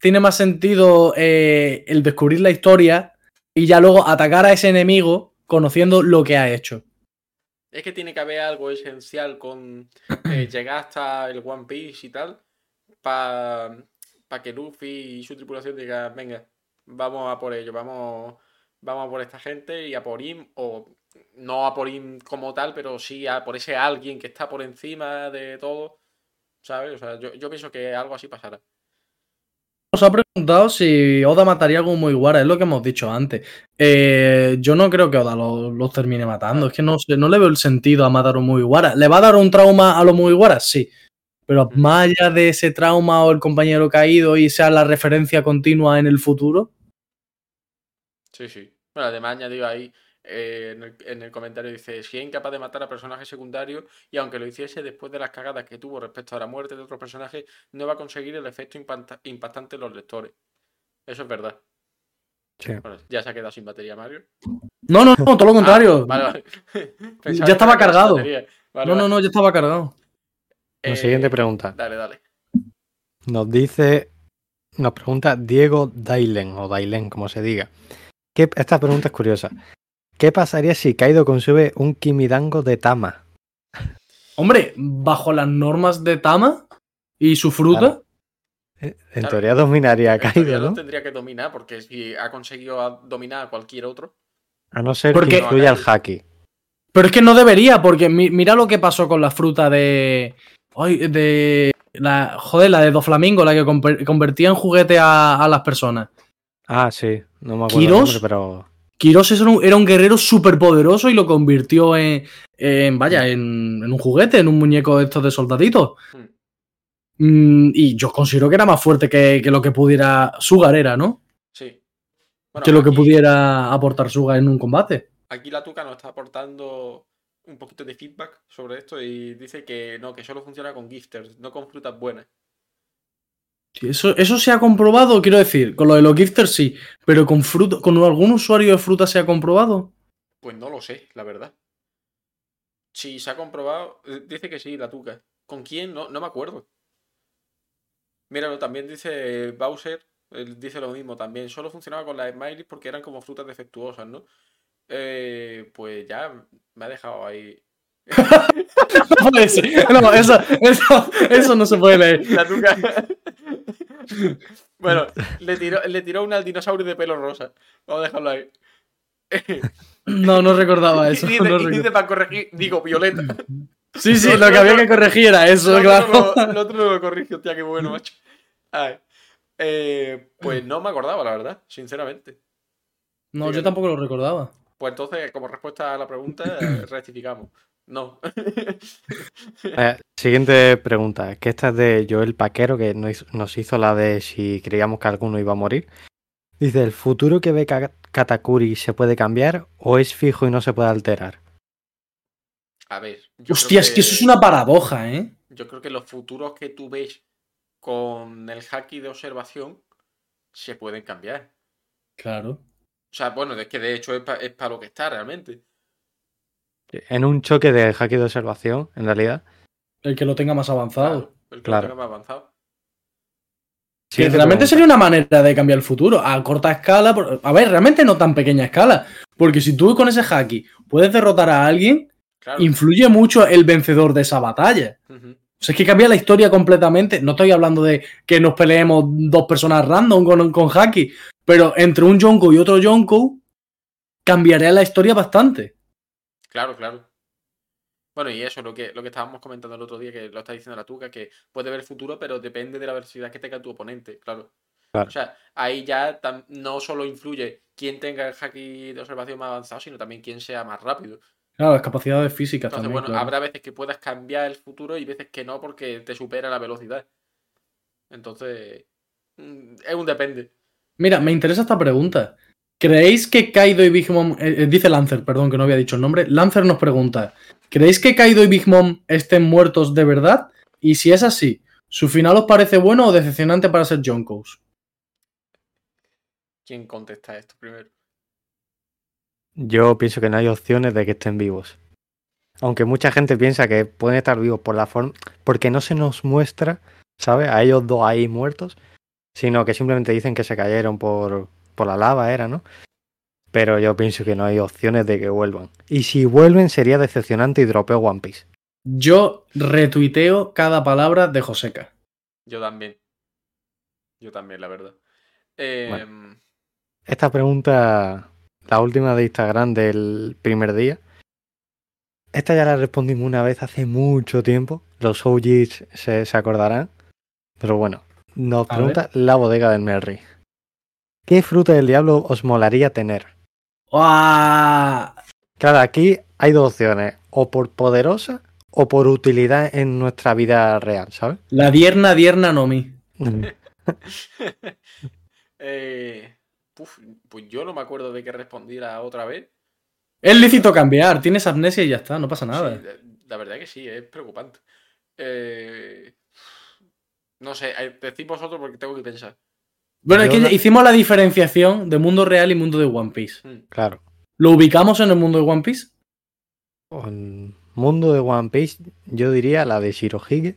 tiene más sentido eh, el descubrir la historia y ya luego atacar a ese enemigo conociendo lo que ha hecho.
Es que tiene que haber algo esencial con eh, llegar hasta el One Piece y tal. Para que Luffy y su tripulación digan, venga, vamos a por ello, vamos, vamos a por esta gente y a por Im. O no a por Im como tal, pero sí a por ese alguien que está por encima de todo. ¿Sabes? O sea, yo, yo pienso que algo así pasará.
Os ha preguntado si Oda mataría a Gumo Iguara, es lo que hemos dicho antes. Eh, yo no creo que Oda lo- los termine matando, es que no, sé, no le veo el sentido a matar a Gumo Iguara. ¿Le va a dar un trauma a los Gumo Iguara? Sí. Pero
Mm.
más allá de ese trauma o el compañero caído y sea la referencia continua en el futuro,
Sí, sí. Bueno, además añadido ahí eh, en, el, en el comentario dice, si es incapaz de matar a personajes secundarios y aunque lo hiciese después de las cagadas que tuvo respecto a la muerte de otros personajes, no va a conseguir el efecto impacta- impactante en los lectores. Eso es verdad.
Sí.
Bueno, ya se ha quedado sin batería Mario.
No, no, no, todo lo
Ah,
contrario.
vale, vale. Pensaba
Ya
que
estaba
se había quedado sin
cargado.
batería. Vale,
no, no,
vale.
no, ya estaba cargado.
La
Eh,
siguiente pregunta.
Dale, dale.
Nos dice, nos pregunta Diego Dailen, o Dailen, como se diga. ¿Qué- esta pregunta es curiosa. ¿Qué pasaría si Kaido consume un Kimidango de Tama?
Hombre, bajo las normas de Tama y su fruta,
Claro. Eh, En
Claro.
teoría dominaría a
En teoría
Kaido,
lo
¿no?
tendría que dominar porque si ha conseguido a- dominar a cualquier otro.
A no ser
Porque-
que incluya al Haki.
pero es que no debería, porque mi- mira lo que pasó con la fruta de. Ay, de. La, joder, la de Doflamingo, la que comper- convertía en juguete a, a las personas.
Ah, sí. No me acuerdo el
¿Kiros?
nombre, pero...
Kiros era un, era un guerrero superpoderoso y lo convirtió en. en, vaya, en, en un juguete, en un muñeco de estos de soldaditos.
Hmm.
Mm, y yo considero que era más fuerte que, que lo que pudiera Sugar era, ¿no?
Sí. Bueno,
que lo que
aquí-
pudiera aportar Suga en un combate.
Aquí la Tuca nos está aportando un poquito de feedback sobre esto y dice que no, que solo funciona con gifters, no con frutas buenas.
Eso, eso se ha comprobado, quiero decir, con lo de los gifters sí, pero con fruta, con algún usuario de fruta se ha comprobado.
Pues no lo sé, la verdad. Si se ha comprobado, eh, dice que sí, la Tuca. ¿Con quién? No, no me acuerdo. Míralo, también dice Bowser, él dice lo mismo también. Solo funcionaba con las Smileys porque eran como frutas defectuosas, ¿no? Eh, pues ya me ha dejado ahí.
No puede ser. Pues, No, eso, eso, eso no se puede leer.
La nuca. bueno, le tiró, le tiró una al dinosaurio de pelo rosa. Vamos a dejarlo ahí.
No, no recordaba Ah, eso.
Y dice,
no
y dice
recordaba.
para corregir, digo, Violeta.
Sí, sí, lo que había que corregir era eso,
el, otro no lo,
claro.
el otro no lo corrigió, tía, qué bueno, macho. Ay. Eh, pues no me acordaba, la verdad, sinceramente.
No, yo tampoco lo recordaba.
Pues entonces, como respuesta a la pregunta, eh, rectificamos. No.
Eh, siguiente pregunta, que esta es de Joel Paquero, que nos hizo, nos hizo la de si creíamos que alguno iba a morir. Dice, ¿el futuro que ve Ka- Katakuri se puede cambiar o es fijo y no se puede alterar?
a ver. yo creo
Hostia, es que eso es una paradoja, ¿eh?
Yo creo que los futuros que tú ves con el haki de observación se pueden cambiar.
Claro.
O sea, bueno, es que de hecho es para lo que está realmente.
En un choque de haki de observación, en realidad.
El que lo tenga más avanzado.
el que
Claro.
lo tenga más avanzado.
Que realmente sería una manera de cambiar el futuro a corta escala. por- A ver, realmente no tan pequeña escala. Porque si tú con ese haki puedes derrotar a alguien,
Claro.
influye mucho el vencedor de esa batalla.
Ujú.
O sea, es que cambia la historia completamente. No estoy hablando de que nos peleemos dos personas random con, con Haki, pero entre un Yonko y otro Yonko cambiaría la historia bastante.
Claro, claro. Bueno, y eso, lo que, lo que estábamos comentando el otro día, que lo está diciendo la Tuca, que puede ver futuro, pero depende de la velocidad que tenga tu oponente, claro.
Claro.
O sea, ahí ya tam- no solo influye quién tenga el haki de observación más avanzado, sino también quién sea más rápido.
Claro, las capacidades físicas
Entonces,
también.
bueno,
claro.
habrá veces que puedas cambiar el futuro y veces que no porque te supera la velocidad. Entonces, mm, es un depende.
Mira, me interesa esta pregunta. ¿Creéis que Kaido y Big Mom. eh, eh, dice Lancer, perdón, que no había dicho el nombre. Lancer nos pregunta: ¿Creéis que Kaido y Big Mom estén muertos de verdad? Y si es así, ¿su final os parece bueno o decepcionante para ser Jonkos?
¿Quién contesta esto primero?
Yo pienso que no hay opciones de que estén vivos. Aunque mucha gente piensa que pueden estar vivos por la forma. Porque no se nos muestra, ¿sabes? A ellos dos ahí muertos. Sino que simplemente dicen que se cayeron por, por la lava, era, ¿no? Pero yo pienso que no hay opciones de que vuelvan. Y si vuelven sería decepcionante y dropeo One Piece.
Yo retuiteo cada palabra de Joseca.
Yo también. Yo también, la verdad. Em,
Esta pregunta, la última de Instagram del primer día. Esta ya la respondimos una vez hace mucho tiempo. Los OGs se, se acordarán. Pero bueno, nos
A
pregunta la bodega del Merry. ¿Qué fruta del diablo os molaría tener?
¡Ah!
Claro, aquí hay dos opciones. O por poderosa o por utilidad en nuestra vida real, ¿sabes?
La dierna, dierna Nomi.
Eh, puf, pues yo no me acuerdo de que respondiera otra vez.
Es lícito cambiar, tienes amnesia y ya está, no pasa nada.
Sí, la, la verdad que sí, es preocupante. Eh, no sé, eh, decid vosotros porque tengo que pensar.
Bueno, es
Yo
que
no-
hicimos la diferenciación de mundo real y mundo de One Piece.
Mm,
Claro.
¿Lo ubicamos en el mundo de One Piece?
El mundo de One Piece, yo diría la de Shirohige,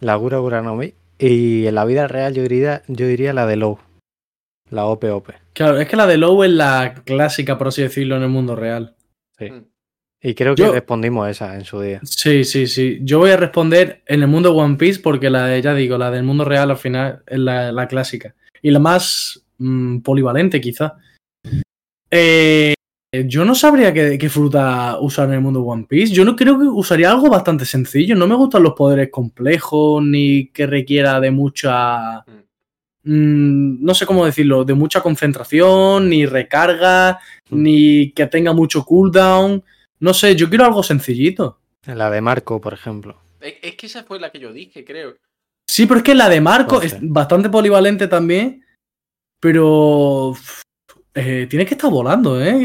la Gura Gura no Mi, y en la vida real yo diría, yo diría la de Low, la OP OP.
Claro, es que la de Lowe es la clásica, por así decirlo, en el mundo real.
Sí.
mm.
Y creo que
Yo-
respondimos esa en su día.
Sí, sí, sí. Yo voy a responder en el mundo One Piece porque la de, ya digo, la del mundo real al final es la, la clásica. Y la más mm, polivalente, quizá. Eh, yo no sabría qué, qué fruta usar en el mundo One Piece. Yo no creo que usaría algo bastante sencillo. No me gustan los poderes complejos ni que requiera de mucha... mm, no sé cómo decirlo, de mucha concentración, ni recarga,
Mm.
ni que tenga mucho cooldown. No sé, yo quiero algo sencillito.
La de Marco, por ejemplo.
Es, es que esa fue la que yo dije, creo.
Sí, pero es que la de Marco
Puede
es
ser.
bastante polivalente también, pero uf, eh, tienes que estar volando, ¿eh?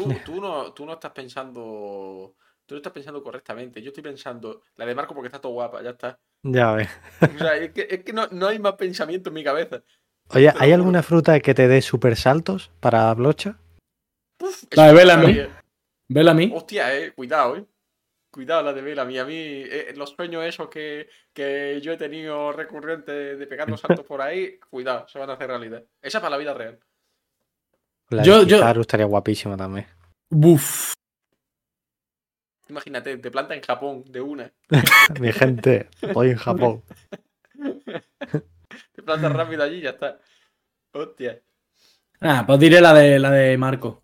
Pero
Eh,
Tú, tú no, tú no estás pensando. Tú no estás pensando correctamente. Yo estoy pensando la de Marco porque está todo guapa, ya está.
Ya ves.
O sea, es que, es que no, no hay más pensamiento en mi cabeza.
Oye, ¿hay
lo
Ah.
alguna fruta que te dé super saltos para Blocha?
Puf, eso
La de
no
Bellamy.
sabía.
Vela a mí.
Hostia, eh, cuidado, eh. Cuidado la de Bellamy. A mí, eh, los sueños esos que, que yo he tenido recurrentes de pegando saltos por ahí, cuidado, se van a hacer realidad. Esa es para la vida real.
La
Yo-
de
yo-
Kizaru estaría guapísima también.
Buf.
Imagínate, te planta en Japón de una.
Mi gente, estoy en Japón.
Te plantas rápido allí y ya está. Hostia.
Ah, pues diré la de, la de Marco.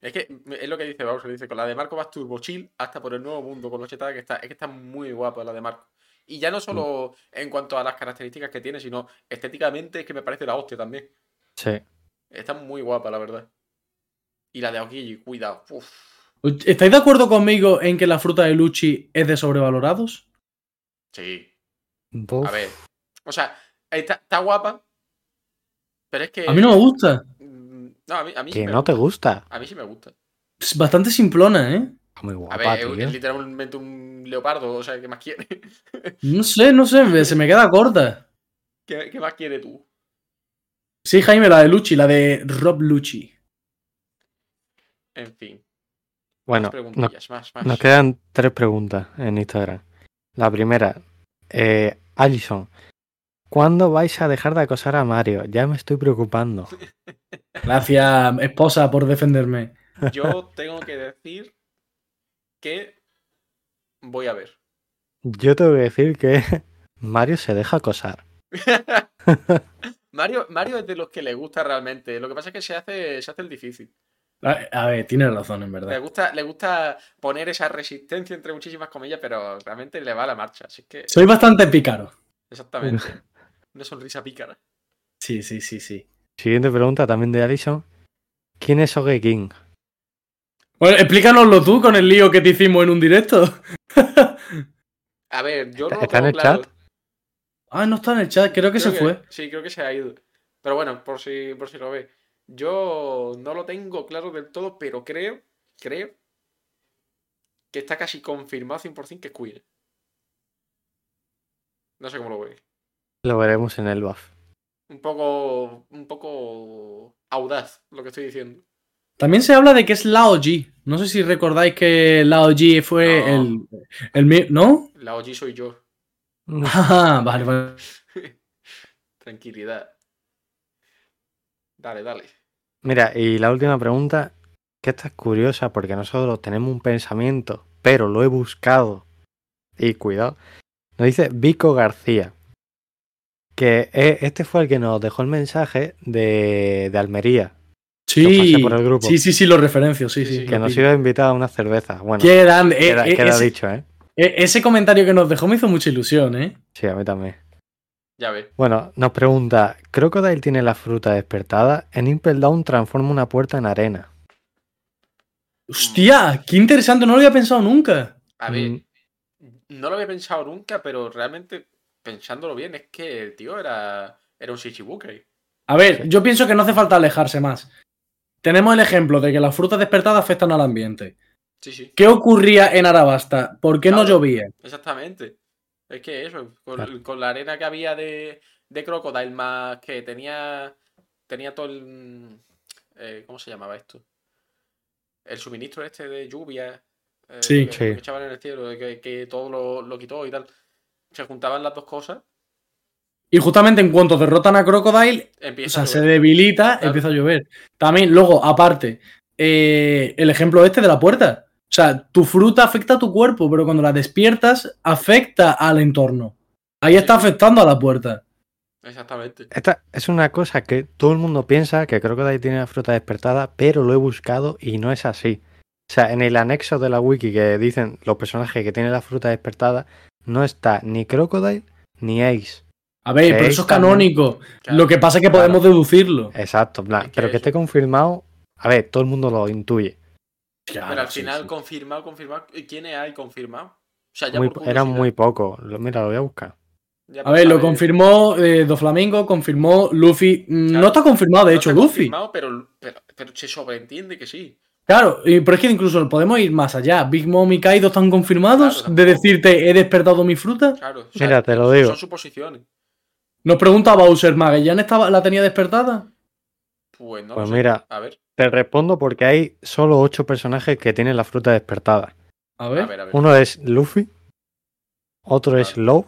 Es que mm, es lo que dice Bowser, dice, con la de Marco vas turbo chill hasta por el nuevo mundo, con lo chetada que está. Es que está muy guapa la de Marco. Y ya no solo en cuanto a las características que tiene, sino estéticamente es que me parece la hostia también.
Sí.
Está muy guapa, la verdad. Y la de Aokiji, cuidado. Uf.
¿Estáis de acuerdo conmigo en que la fruta de Luchi es de sobrevalorados?
Sí.
Uf,
A ver. O sea, está, está guapa. Pero es que.
A mí no me gusta.
Mm, No, a mí, a mí sí
que
me
no te
gusta.
gusta.
A mí sí me gusta.
Es bastante simplona, ¿eh?
Está muy
A
guapa,
ver, es,
tío.
un- es literalmente un leopardo. O sea, ¿qué más quiere?
No sé, no sé, me- se me queda corta.
¿Qué, qué más quiere tú?
Sí, Jaime, la de Luchi, la de Rob Luchi.
En fin.
Bueno, no-
preguntillas, más, más.
Nos quedan tres preguntas en Instagram. La primera, eh, Alison, ¿cuándo vais a dejar de acosar a Mario? Ya me estoy preocupando.
Gracias, esposa, por defenderme.
Yo tengo que decir que voy a ver.
Yo tengo que decir que Mario se deja acosar.
Mario, Mario es de los que le gusta realmente. Lo que pasa es que se hace, se hace el difícil.
A, a ver, tienes razón, en
Le
verdad.
gusta, le gusta poner esa resistencia entre muchísimas comillas, pero realmente le va a la marcha. Así que,
Soy bastante pícaro.
exactamente. Una sonrisa pícara.
Sí, sí, sí, sí.
Siguiente pregunta también de Alison. ¿Quién es Oge King?
Bueno, explícanoslo tú con el lío que te hicimos en un directo.
A ver, yo
¿Está-
no lo
está en
tengo
el
claro.
chat?
Ah, no está en el chat, creo que
Creo que-
se fue.
Sí, creo que se ha ido. Pero bueno, por si, por si lo ve. Yo no lo tengo claro del todo, pero creo, creo que está casi confirmado 100% que es queer. No sé cómo lo veis.
Lo veremos en el buff.
Un poco, un poco audaz lo que estoy diciendo.
También se habla de que es Lao G. No sé si recordáis que Lao G fue
No.
el, el. mi- ¿No?
La OG soy yo.
Ah, vale, vale.
Tranquilidad. Dale, dale.
Mira, y la última pregunta, que esta es curiosa porque nosotros tenemos un pensamiento, pero lo he buscado. Y cuidado. Nos dice Vico García. Que eh, este fue el que nos dejó el mensaje de, de Almería,
Sí,
pasé por el grupo.
sí, sí, sí, lo referencio, sí,
Sí,
sí.
sí.
que
lo
nos
pillo.
iba a invitar a unas cervezas. Bueno,
Qué grande. eh,
queda,
eh,
queda
ese,
dicho, ¿eh?
eh, ese comentario que nos dejó me hizo mucha ilusión, ¿eh?
Sí, a mí también.
Ya ve.
Bueno, nos pregunta, ¿Crocodile tiene la fruta despertada? En Impel Down transforma una puerta en arena.
Hostia, qué interesante, no lo había pensado nunca.
A ver,
Mm.
no lo había pensado nunca, pero realmente pensándolo bien, es que el tío era, era un Shichibukai.
A ver, yo pienso que no hace falta alejarse más. Tenemos el ejemplo de que las frutas despertadas afectan al ambiente.
Sí, sí,
¿Qué ocurría en Arabasta? ¿Por qué no
Claro.
llovía?
exactamente. Es que eso, con,
Claro.
con la arena que había de, de Crocodile, más que tenía, tenía todo el... eh, ¿Cómo se llamaba esto? El suministro este de lluvia. eh,
Sí.
que,
Sí.
que echaban en el cielo, que, que todo lo, lo quitó y tal. Se juntaban las dos cosas.
Y justamente en cuanto derrotan a Crocodile, o
Empieza
sea,
a
se
llover.
debilita,
Claro.
empieza a llover. También, luego, aparte, eh, el ejemplo este de la puerta. O sea, tu fruta afecta a tu cuerpo, pero cuando la despiertas, afecta al entorno. Ahí está afectando a la puerta.
Exactamente.
Esta es una cosa que todo el mundo piensa que Crocodile tiene la fruta despertada, pero lo he buscado y no es así. O sea, en el anexo de la wiki que dicen los personajes que tienen la fruta despertada, no está ni Crocodile ni Ace.
A ver,
Sí,
pero eso es
también.
canónico.
Claro.
Lo que pasa es que
Claro.
podemos deducirlo.
Exacto, en plan,
Es que
pero que
eso-
esté confirmado, a ver, todo el mundo lo intuye.
Pero al
sí,
final,
sí.
confirmado, confirmado. ¿Y quién es ahí confirmado? O sea, ya
Muy,
por
era
curiosidad,
muy poco. Lo- Mira, lo voy a buscar.
ya
A
por
ver, lo
saber.
confirmó eh, Doflamingo, confirmó Luffy. Mm,
Claro.
No está confirmado, de
No
hecho,
está
Luffy.
confirmado, pero, pero, pero se sobreentiende que sí.
Claro, y- pero es que incluso podemos ir más allá. Big Mom y Kaido están confirmados
Claro,
de
tampoco.
decirte he despertado mi fruta.
Claro. o sea,
Mira, te lo
son-
digo.
Son suposiciones.
Nos pregunta Bowser, ¿Magellan estaba, la tenía despertada?
Pues no. lo
Pues
sé.
mira,
A ver,
te respondo porque hay solo ocho personajes que tienen la fruta despertada.
A
a
ver.
ver, a ver.
Uno es Luffy, otro es
Vale.
Law,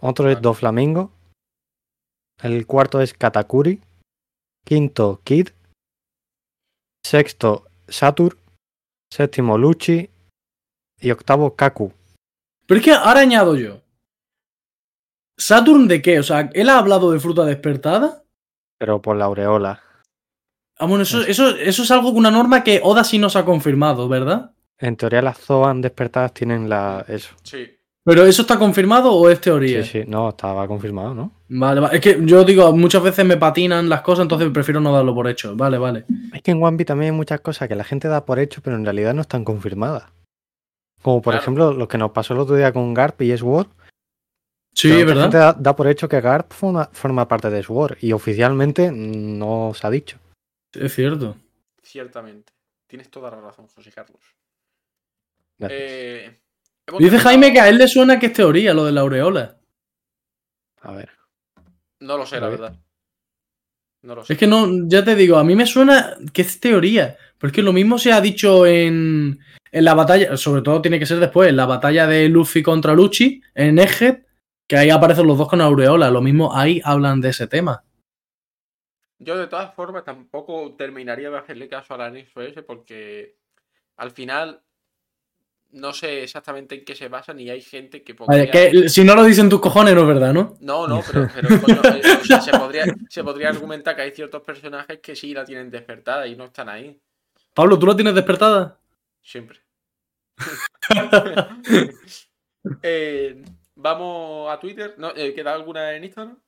otro es
Vale.
Doflamingo, el cuarto es Katakuri, quinto Kid, sexto Satur, séptimo Luchi y octavo Kaku.
Pero es que ahora añado yo. ¿Saturn de qué? O sea, ¿él ha hablado de fruta despertada?
Pero por la aureola.
Ah, bueno, eso, eso, eso es algo, una norma que Oda sí nos ha confirmado, ¿verdad?
En teoría las Zoan despertadas tienen la... eso.
Sí.
¿Pero eso está confirmado o es
Sí,
teoría?
sí, no, estaba confirmado, ¿no?
Vale, vale. Es que yo digo, muchas veces me patinan las cosas, entonces prefiero no darlo por hecho. Vale, vale.
Es que en One Piece también hay muchas cosas que la gente da por hecho, pero en realidad no están confirmadas. Como por
Claro.
ejemplo lo que nos pasó el otro día con Garp y Sword.
Sí,
Pero mucha
¿verdad?
gente da, da por hecho que Garp forma, forma parte de Sword y oficialmente no se ha dicho.
Es cierto.
Ciertamente. Tienes toda la razón, José Carlos.
Gracias.
Eh, hemos
Dice
terminado-
Jaime que a él le suena que es teoría lo de la aureola.
A ver.
No lo sé,
A
la
ver.
verdad. No lo sé.
Es que no, ya te digo, a mí me suena que es teoría. Pero es que lo mismo se ha dicho en, en la batalla, sobre todo tiene que ser después, en la batalla de Luffy contra Luchi, en Egghead, que ahí aparecen los dos con aureola. Lo mismo ahí hablan de ese tema.
Yo de todas formas tampoco terminaría de hacerle caso al anexo ese porque al final no sé exactamente en qué se basa ni hay gente que podría...
Vaya, que si no lo dicen tus cojones, no es verdad, ¿no?
No, no, pero, pero, coño, eh, o sea, se, podría, se podría argumentar que hay ciertos personajes que sí la tienen despertada y no están ahí
Pablo, ¿tú la tienes despertada?
siempre. Eh, Vamos a Twitter. No, eh, ¿Queda alguna en Instagram?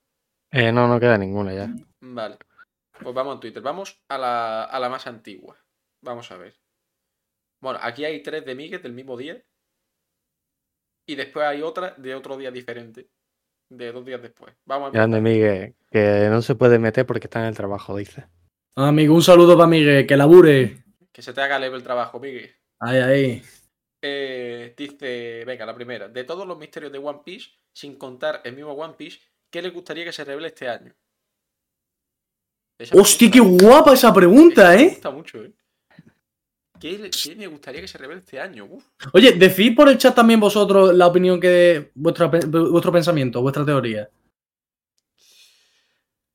Eh, no, no queda ninguna ya.
Vale. Pues vamos a Twitter. Vamos a la, a la más antigua. Vamos a ver. Bueno, aquí hay tres de Miguel del mismo día. Y después hay otra de otro día diferente. De dos días después. Vamos a
Grande Miguel, que no se puede meter porque está en el trabajo, dice.
Amigo, un saludo para Miguel, que labure.
Que se te haga leve el trabajo, Miguel.
Ahí, ahí.
Eh, dice, venga, la primera. De todos los misterios de One Piece, sin contar el mismo One Piece, ¿qué le gustaría que se revele este año? Esa
Hostia, qué
pregunta-
guapa esa pregunta,
Esa Me
¿eh?
gusta mucho, ¿eh? ¿Qué, le- qué me gustaría que se revele este año? Uf.
Oye, decid por el chat también vosotros la opinión que. vuestra pe- vuestro pensamiento, vuestra teoría.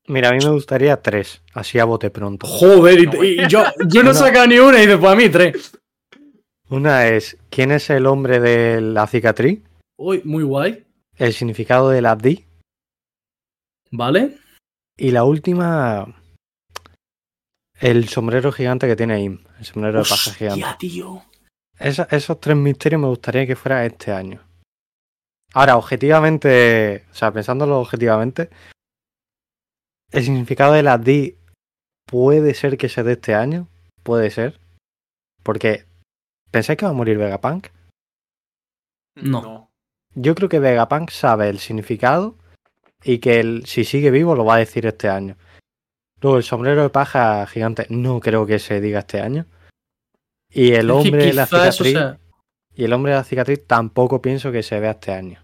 Mira, a mí me gustaría tres, así a bote pronto.
Joder, y,
No,
y yo, yo no he
No.
sacado ni una y después a mí tres.
Una es, ¿quién es el hombre de la cicatriz?
Uy, muy guay.
El significado de la D.
¿Vale?
Y la última, el sombrero gigante que tiene Im, el sombrero de paja gigante.
Hostia, tío.
Esa- esos tres misterios me gustaría que fuera este año. Ahora, objetivamente, o sea, pensándolo objetivamente, el significado de la D puede ser que se dé este año, puede ser, porque ¿pensáis que va a morir Vegapunk?
No.
Yo creo que Vegapunk sabe el significado y que él, si sigue vivo lo va a decir este año. Luego, el sombrero de paja gigante no creo que se diga este año. Y el
Es que
hombre de la
quizás, o
cicatriz...
sea,
Y el hombre de la cicatriz tampoco pienso que se vea este año.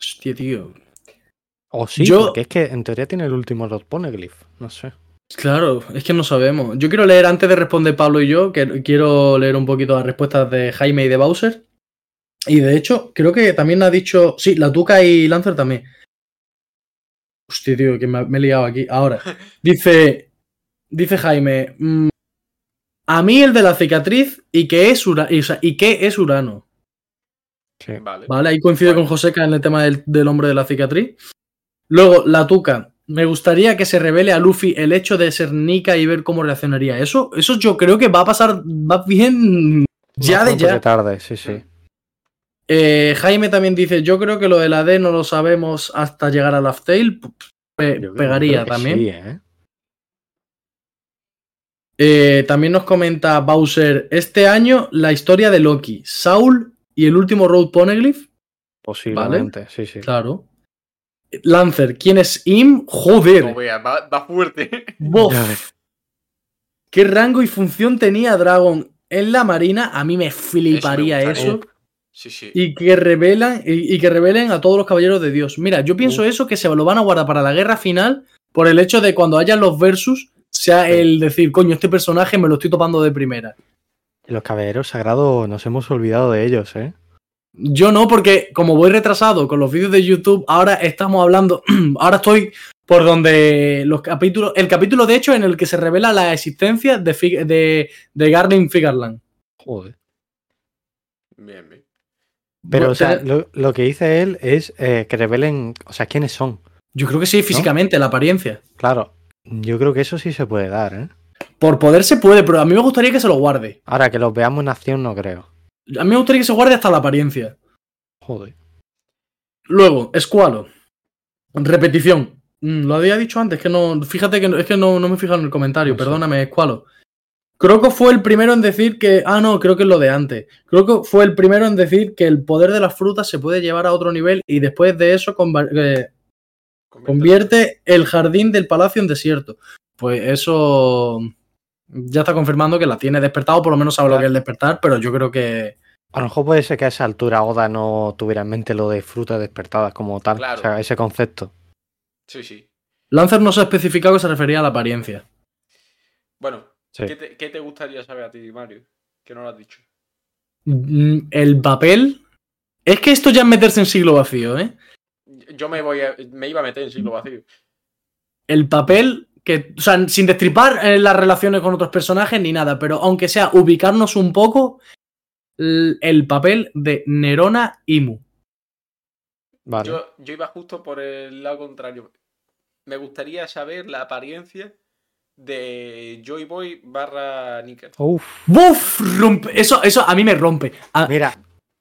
Hostia, tío.
O sí,
Yo-
porque es que en teoría tiene el último Rod Poneglyph. No sé.
Claro, es que no sabemos. Yo quiero leer, antes de responder Pablo y yo, que quiero leer un poquito las respuestas de Jaime y de Bowser. Y de hecho, creo que también ha dicho. Sí, la Tuca y Lancer también. Hostia, tío, que me, me he liado aquí. Ahora. Dice. Dice Jaime. mm, a mí el de la cicatriz y que es Urano. Y, o sea, y que es Urano.
Vale.
Vale, ahí coincido con Joseca en el tema del, del hombre de la cicatriz. Luego, la tuca. Me gustaría que se revele a Luffy el hecho de ser Nika y ver cómo reaccionaría. Eso, eso yo creo que va a pasar más bien ya
Más
de
pronto que
ya.
tarde, sí, sí.
Eh, Jaime también dice, yo creo que lo de la D no lo sabemos hasta llegar a Laugh Tale. P- pe-
Yo creo-
pegaría
creo que
también.
sí, ¿eh?
Eh, también nos comenta Bowser, este año la historia de Loki, Saul y el último Road Poneglyph.
Posiblemente, sí, sí.
Claro. Lancer, ¿quién es Im? Joder.
No veas, va, va fuerte.
Bof.
Ya ves.
¿Qué rango y función tenía Dragon en la Marina? A mí me fliparía
gustaría.
eso.
Sí, sí.
Y que revelan, y, y que revelen a todos los caballeros de Dios. Mira, yo pienso eso que se lo van a guardar para la guerra final por el hecho de cuando hayan los versus, sea
Sí.
el decir, coño, este personaje me lo estoy topando de primera.
Los caballeros sagrados nos hemos olvidado de ellos, ¿eh?
Yo no, porque como voy retrasado con los vídeos de YouTube, ahora estamos hablando, ahora estoy por donde los capítulos, el capítulo de hecho en el que se revela la existencia de, Fig- de, de Garden Figarland.
Joder.
Bien, bien.
Pero,
Bueno,
o sea,
te-
lo, lo que dice él es eh, que revelen, o sea, quiénes son.
Yo creo que sí, físicamente, la apariencia.
Claro, yo creo que eso sí se puede dar, ¿eh?
Por poder se puede, pero a mí me gustaría que se lo guarde.
Ahora, que los veamos en acción no creo.
A mí me gustaría que se guarde hasta la apariencia.
Joder.
Luego, escualo. Repetición. Mm, lo había dicho antes, que no. Fíjate que no- es que no, no me he fijado en el comentario,
No sé.
perdóname, escualo. Croco fue el primero en decir que. Ah, no, creo que es lo de antes. Croco fue el primero en decir que el poder de las frutas se puede llevar a otro nivel y después de eso conva- eh, Convierte el jardín del palacio en desierto. Pues eso ya está confirmando que la tiene despertado, por lo menos sabe lo
Claro.
que es despertar, pero yo creo que.
A lo mejor puede ser que a esa altura Oda no tuviera en mente lo de frutas despertadas como tal,
Claro.
o sea, ese concepto.
Sí, sí.
Lancer no se ha especificado que se refería a la apariencia.
Bueno,
Sí.
¿qué, te, qué te gustaría saber a ti, Mario? Que no lo has dicho.
Mm, El papel. Es que esto ya es meterse en siglo vacío, ¿eh?
Yo me voy a- me iba a meter en siglo vacío.
el papel que, o sea, sin destripar eh, las relaciones con otros personajes ni nada, pero aunque sea ubicarnos un poco l- el papel de Nerona Imu.
Vale.
Yo, yo iba justo por el lado contrario. Me gustaría saber la apariencia de Joy Boy barra Nickel.
Oh.
Uf.
¡Buf! Rompe- Eso, eso a mí me rompe. A-
Mira,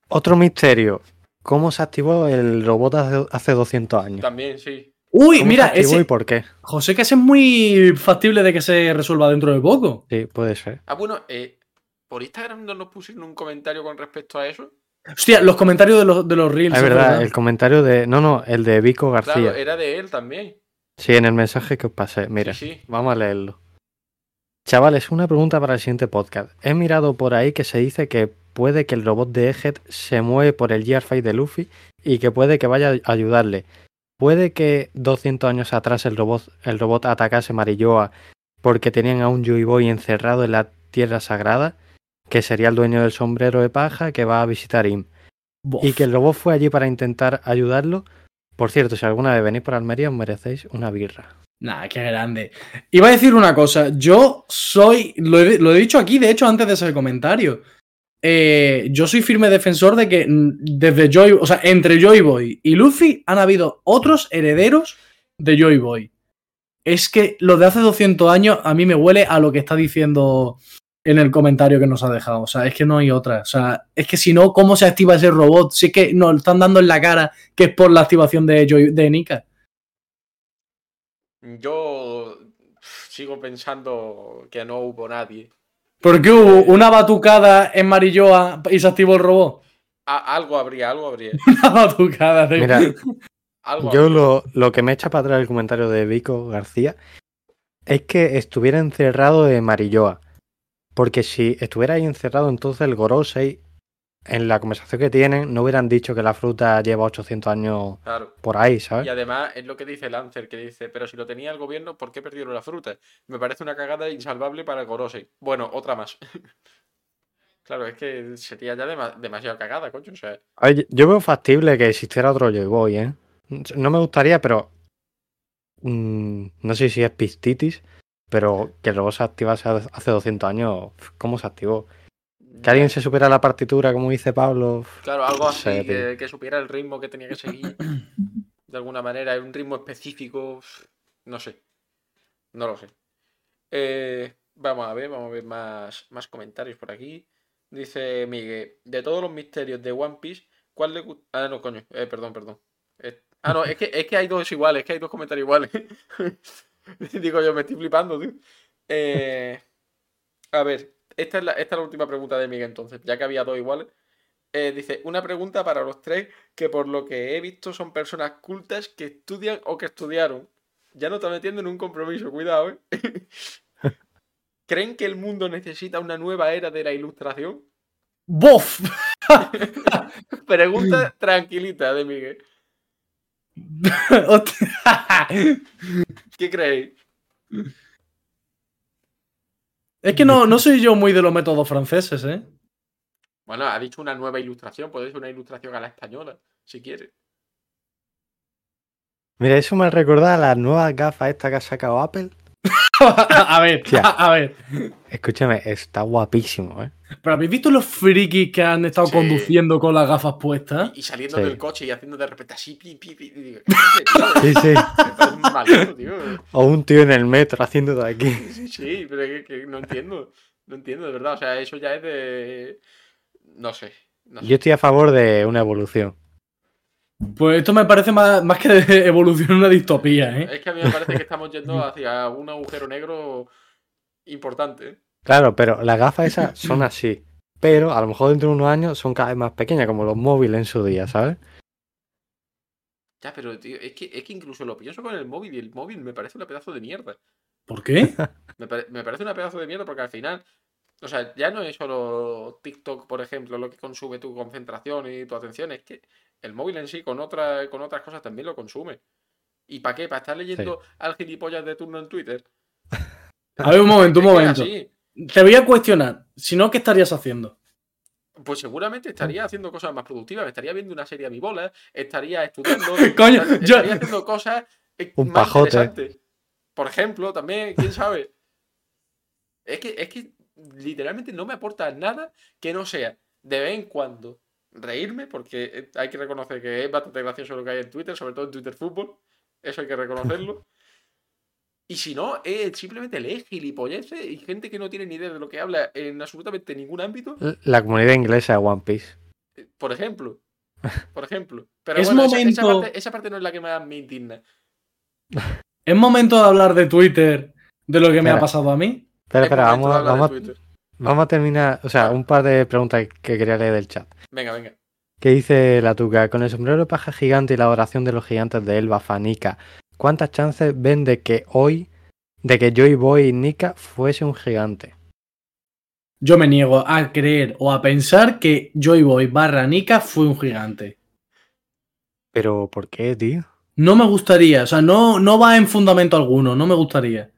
otro misterio. ¿Cómo se activó el robot hace, hace 200 años?
También, sí.
uy,
¿Cómo
mira,
se activó
ese,
y por qué?
José, que ese es muy factible de que se resuelva dentro de poco.
Sí, puede ser.
Ah, bueno, eh, por Instagram no nos pusieron un comentario con respecto a eso.
Hostia, los comentarios de los, de los reels.
es verdad, el comentario de. No, no, el de Vico
Claro,
García.
era de él también.
Sí, en el mensaje que os pasé. Mira,
Sí, sí.
vamos a leerlo. Chavales, una pregunta para el siguiente podcast. He mirado por ahí que se dice que puede que el robot de Ejet se mueve por el Gear Fight de Luffy y que puede que vaya a ayudarle. ¿Puede que 200 años atrás el robot, el robot atacase Marilloa porque tenían a un Yui Boy encerrado en la Tierra Sagrada, que sería el dueño del sombrero de paja que va a visitar Im? Y que el robot fue allí para intentar ayudarlo. Por cierto, si alguna vez venís por Almería, os merecéis una birra.
Nah, qué grande. Iba a decir una cosa. Yo soy. Lo he, lo he dicho aquí, de hecho, antes de ese comentario. Eh, yo soy firme defensor de que mm, desde Joy. O sea, entre Joy Boy y Luffy han habido otros herederos de Joy Boy. Es que lo de hace 200 años a mí me huele a lo que está diciendo en el comentario que nos ha dejado. O sea, es que no hay otra. O sea, es que si no, ¿cómo se activa ese robot? Si es que nos lo están dando en la cara que es por la activación de, Joy, de Nika.
Yo sigo pensando que no hubo nadie.
¿Por qué hubo una batucada en Marilloa y se activó el robot?
A- algo habría, algo habría.
Una batucada. de-
Mira,
Algo
yo
habría.
lo, lo que me echa para atrás el comentario de Vico García es que estuviera encerrado de Marilloa. Porque si estuviera ahí encerrado, entonces el Gorosei, en la conversación que tienen, no hubieran dicho que la fruta lleva 800 años
Claro.
por ahí,
Y
¿sabes?
además es lo que dice Lancer, que dice, pero si lo tenía el gobierno, ¿por qué perdieron la fruta? Me parece una cagada insalvable para Gorosei. Bueno, otra más. claro, es que sería ya dema- demasiado cagada, coño. O sea,
Ay, yo veo factible que existiera otro Joy Boy, ¿eh? No me gustaría, pero. mm, no sé si es pistitis, pero que el robot se activase hace hace 200 años, pf, ¿cómo se activó? Que alguien se supera la partitura, como dice Pablo. pf,
claro, algo
no
así, eh,
sé, tío.
que, que supiera el ritmo que tenía que seguir. De alguna manera, un ritmo específico. No sé. No lo sé. Eh, vamos a ver, vamos a ver más, más comentarios por aquí. Dice Miguel, de todos los misterios de One Piece, ¿cuál le gusta? Ah, no, coño, eh, perdón, perdón. Eh, ah, no, es que, es que hay dos iguales, es que hay dos comentarios iguales. Digo yo, me estoy flipando, tío. Eh, a ver, esta es, la, esta es la última pregunta de Miguel entonces, ya que había dos iguales. Eh, dice, una pregunta para los tres que por lo que he visto son personas cultas que estudian o que estudiaron. Ya no te metiendo en un compromiso, cuidado, ¿eh? ¿Creen que el mundo necesita una nueva era de la ilustración?
¡Bof!
Pregunta tranquilita de Miguel.
Hostia.
¿Qué creéis?
es que no, no soy yo muy de los métodos franceses, ¿eh?
Bueno, ha dicho una nueva ilustración, puede ser una ilustración a la española, si quiere.
Mira, eso me recuerda a las nuevas gafas estas que ha sacado Apple.
a ver,
Hostia.
a, a ver.
Escúchame, está guapísimo, ¿eh?
¿Pero habéis visto los frikis que han estado
Sí.
conduciendo con las gafas puestas?
Y, y saliendo
Sí.
del coche y haciendo de repente así, pi, pi, pi, y digo, ¿qué haces, tío?
Sí, sí.
Me parece un maldito, tío.
O un tío en el metro haciendo de aquí.
Sí, sí, pero es que, que no entiendo. No entiendo, de verdad. O sea, eso ya es de. No sé. No sé.
Yo estoy a favor de una evolución.
Pues esto me parece más, más que de evolución una distopía, ¿eh?
Es que a mí me parece que estamos yendo hacia un agujero negro importante. ¿eh?
Claro, pero las gafas esas son así. Pero a lo mejor dentro de unos años son cada vez más pequeñas, como los móviles en su día, ¿sabes?
Ya, pero tío, es que, es que incluso lo pienso con el móvil y el móvil me parece una pedazo de mierda.
¿Por qué?
Me, pare- me parece una pedazo de mierda porque al final, o sea, ya no es solo TikTok, por ejemplo, lo que consume tu concentración y tu atención, es que el móvil en sí con, otra, con otras cosas también lo consume. ¿Y para qué? ¿Para estar leyendo al gilipollas de turno en Twitter?
A ver, un momento, un
Es que es
momento.
así.
Te voy a cuestionar. Si no, ¿qué estarías haciendo?
Pues seguramente estaría haciendo cosas más productivas, estaría viendo una serie a mi bola, estaría estudiando,
Coño,
estar-
yo-
estaría haciendo cosas eh,
Un
más
pajote.
interesantes. por ejemplo, también, quién sabe. Es que, es que literalmente no me aporta nada que no sea de vez en cuando reírme, porque eh, hay que reconocer que es bastante gracioso lo que hay en Twitter, sobre todo en Twitter Fútbol. Eso hay que reconocerlo. Y si no, es simplemente leer gilipolleces y gente que no tiene ni idea de lo que habla en absolutamente ningún ámbito.
La comunidad inglesa de One Piece.
Eh, Por ejemplo. Por ejemplo. Pero
Es
bueno, esa- esa,
momento-
parte, esa parte no es la que más me indigna.
Es momento de hablar de Twitter, de lo que me
Espera.
ha pasado a mí.
Espera,
Es
espera,
momento
vamos,
de
a-
hablar de
vamos, a-
Twitter.
vamos a terminar. O sea, un par de preguntas que quería leer del chat.
Venga, venga.
¿Qué dice la Tuca? Con el sombrero de paja gigante y la oración de los gigantes de Elba Fanica, ¿cuántas chances ven de que hoy, de que Joy Boy y Nika fuese un gigante?
Yo me niego a creer o a pensar que Joy Boy barra Nika fue un gigante.
Pero, ¿por qué, tío?
No me gustaría, o sea, no, no va en fundamento alguno, no me gustaría.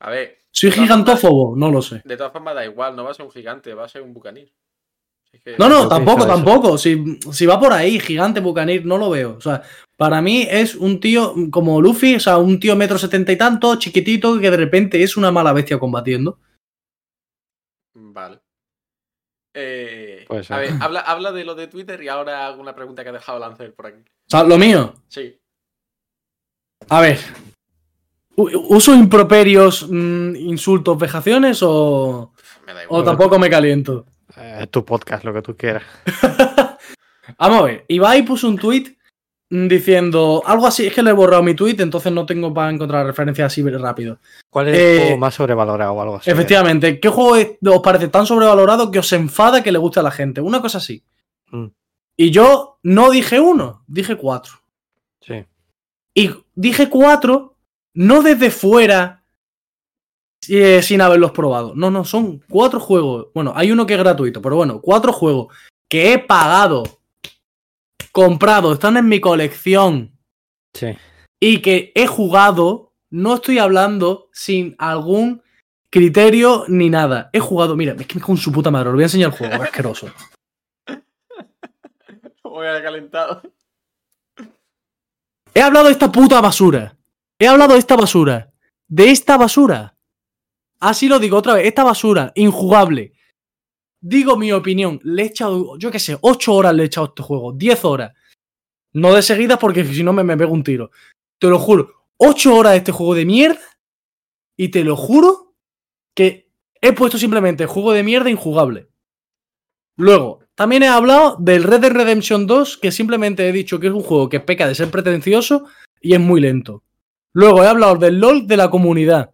A ver,
¿Soy
No, no,
gigantófobo? No lo sé.
de todas formas da igual, no va a ser un gigante, va a ser un bucanir. Así que-
No,
Yo
no, tampoco,
pienso eso.
tampoco. Si, si va por ahí, gigante bucanir, no lo veo. O sea, para mí es un tío como Luffy, o sea, un tío metro setenta y tanto, chiquitito, que de repente es una mala bestia combatiendo.
Vale. Eh,
Puede ser.
a ver, habla, habla de lo de Twitter y ahora hago una pregunta que ha dejado Lancer por aquí.
O sea, lo mío.
Sí.
A ver. U- ¿Uso improperios, mm, insultos, vejaciones o,
Me da
o
igual.
tampoco me caliento?
Eh, Es tu podcast, lo que tú quieras.
Vamos a ver, Ibai puso un tuit mm, diciendo algo así, es que le he borrado mi tuit, entonces no tengo para encontrar referencias así rápido.
¿Cuál es
Eh,
el juego más sobrevalorado o algo así?
Efectivamente, ¿qué juego es- os parece tan sobrevalorado que os enfada que le guste a la gente? Una cosa así.
Mm.
Y yo no dije uno, dije cuatro.
Sí.
Y dije cuatro, no desde fuera, eh, sin haberlos probado. No, no, son cuatro juegos. Bueno, hay uno que es gratuito, pero bueno, cuatro juegos que he pagado, comprado, están en mi colección
Sí.
y que he jugado. No estoy hablando sin algún criterio ni nada. He jugado, mira, es que me con su puta madre, os voy a enseñar el juego, qué asqueroso.
Voy a calentado.
He hablado de esta puta basura. He hablado de esta basura. De esta basura. Así lo digo otra vez. Esta basura, injugable. Digo mi opinión. Le he echado, yo qué sé, 8 horas le he echado a este juego. 10 horas. No de seguidas porque si no me, me pego un tiro. Te lo juro. 8 horas de este juego de mierda. Y te lo juro que he puesto simplemente juego de mierda injugable. Luego, también he hablado del Red Dead Redemption 2, que simplemente he dicho que es un juego que peca de ser pretencioso y es muy lento. Luego he hablado del LOL de la comunidad.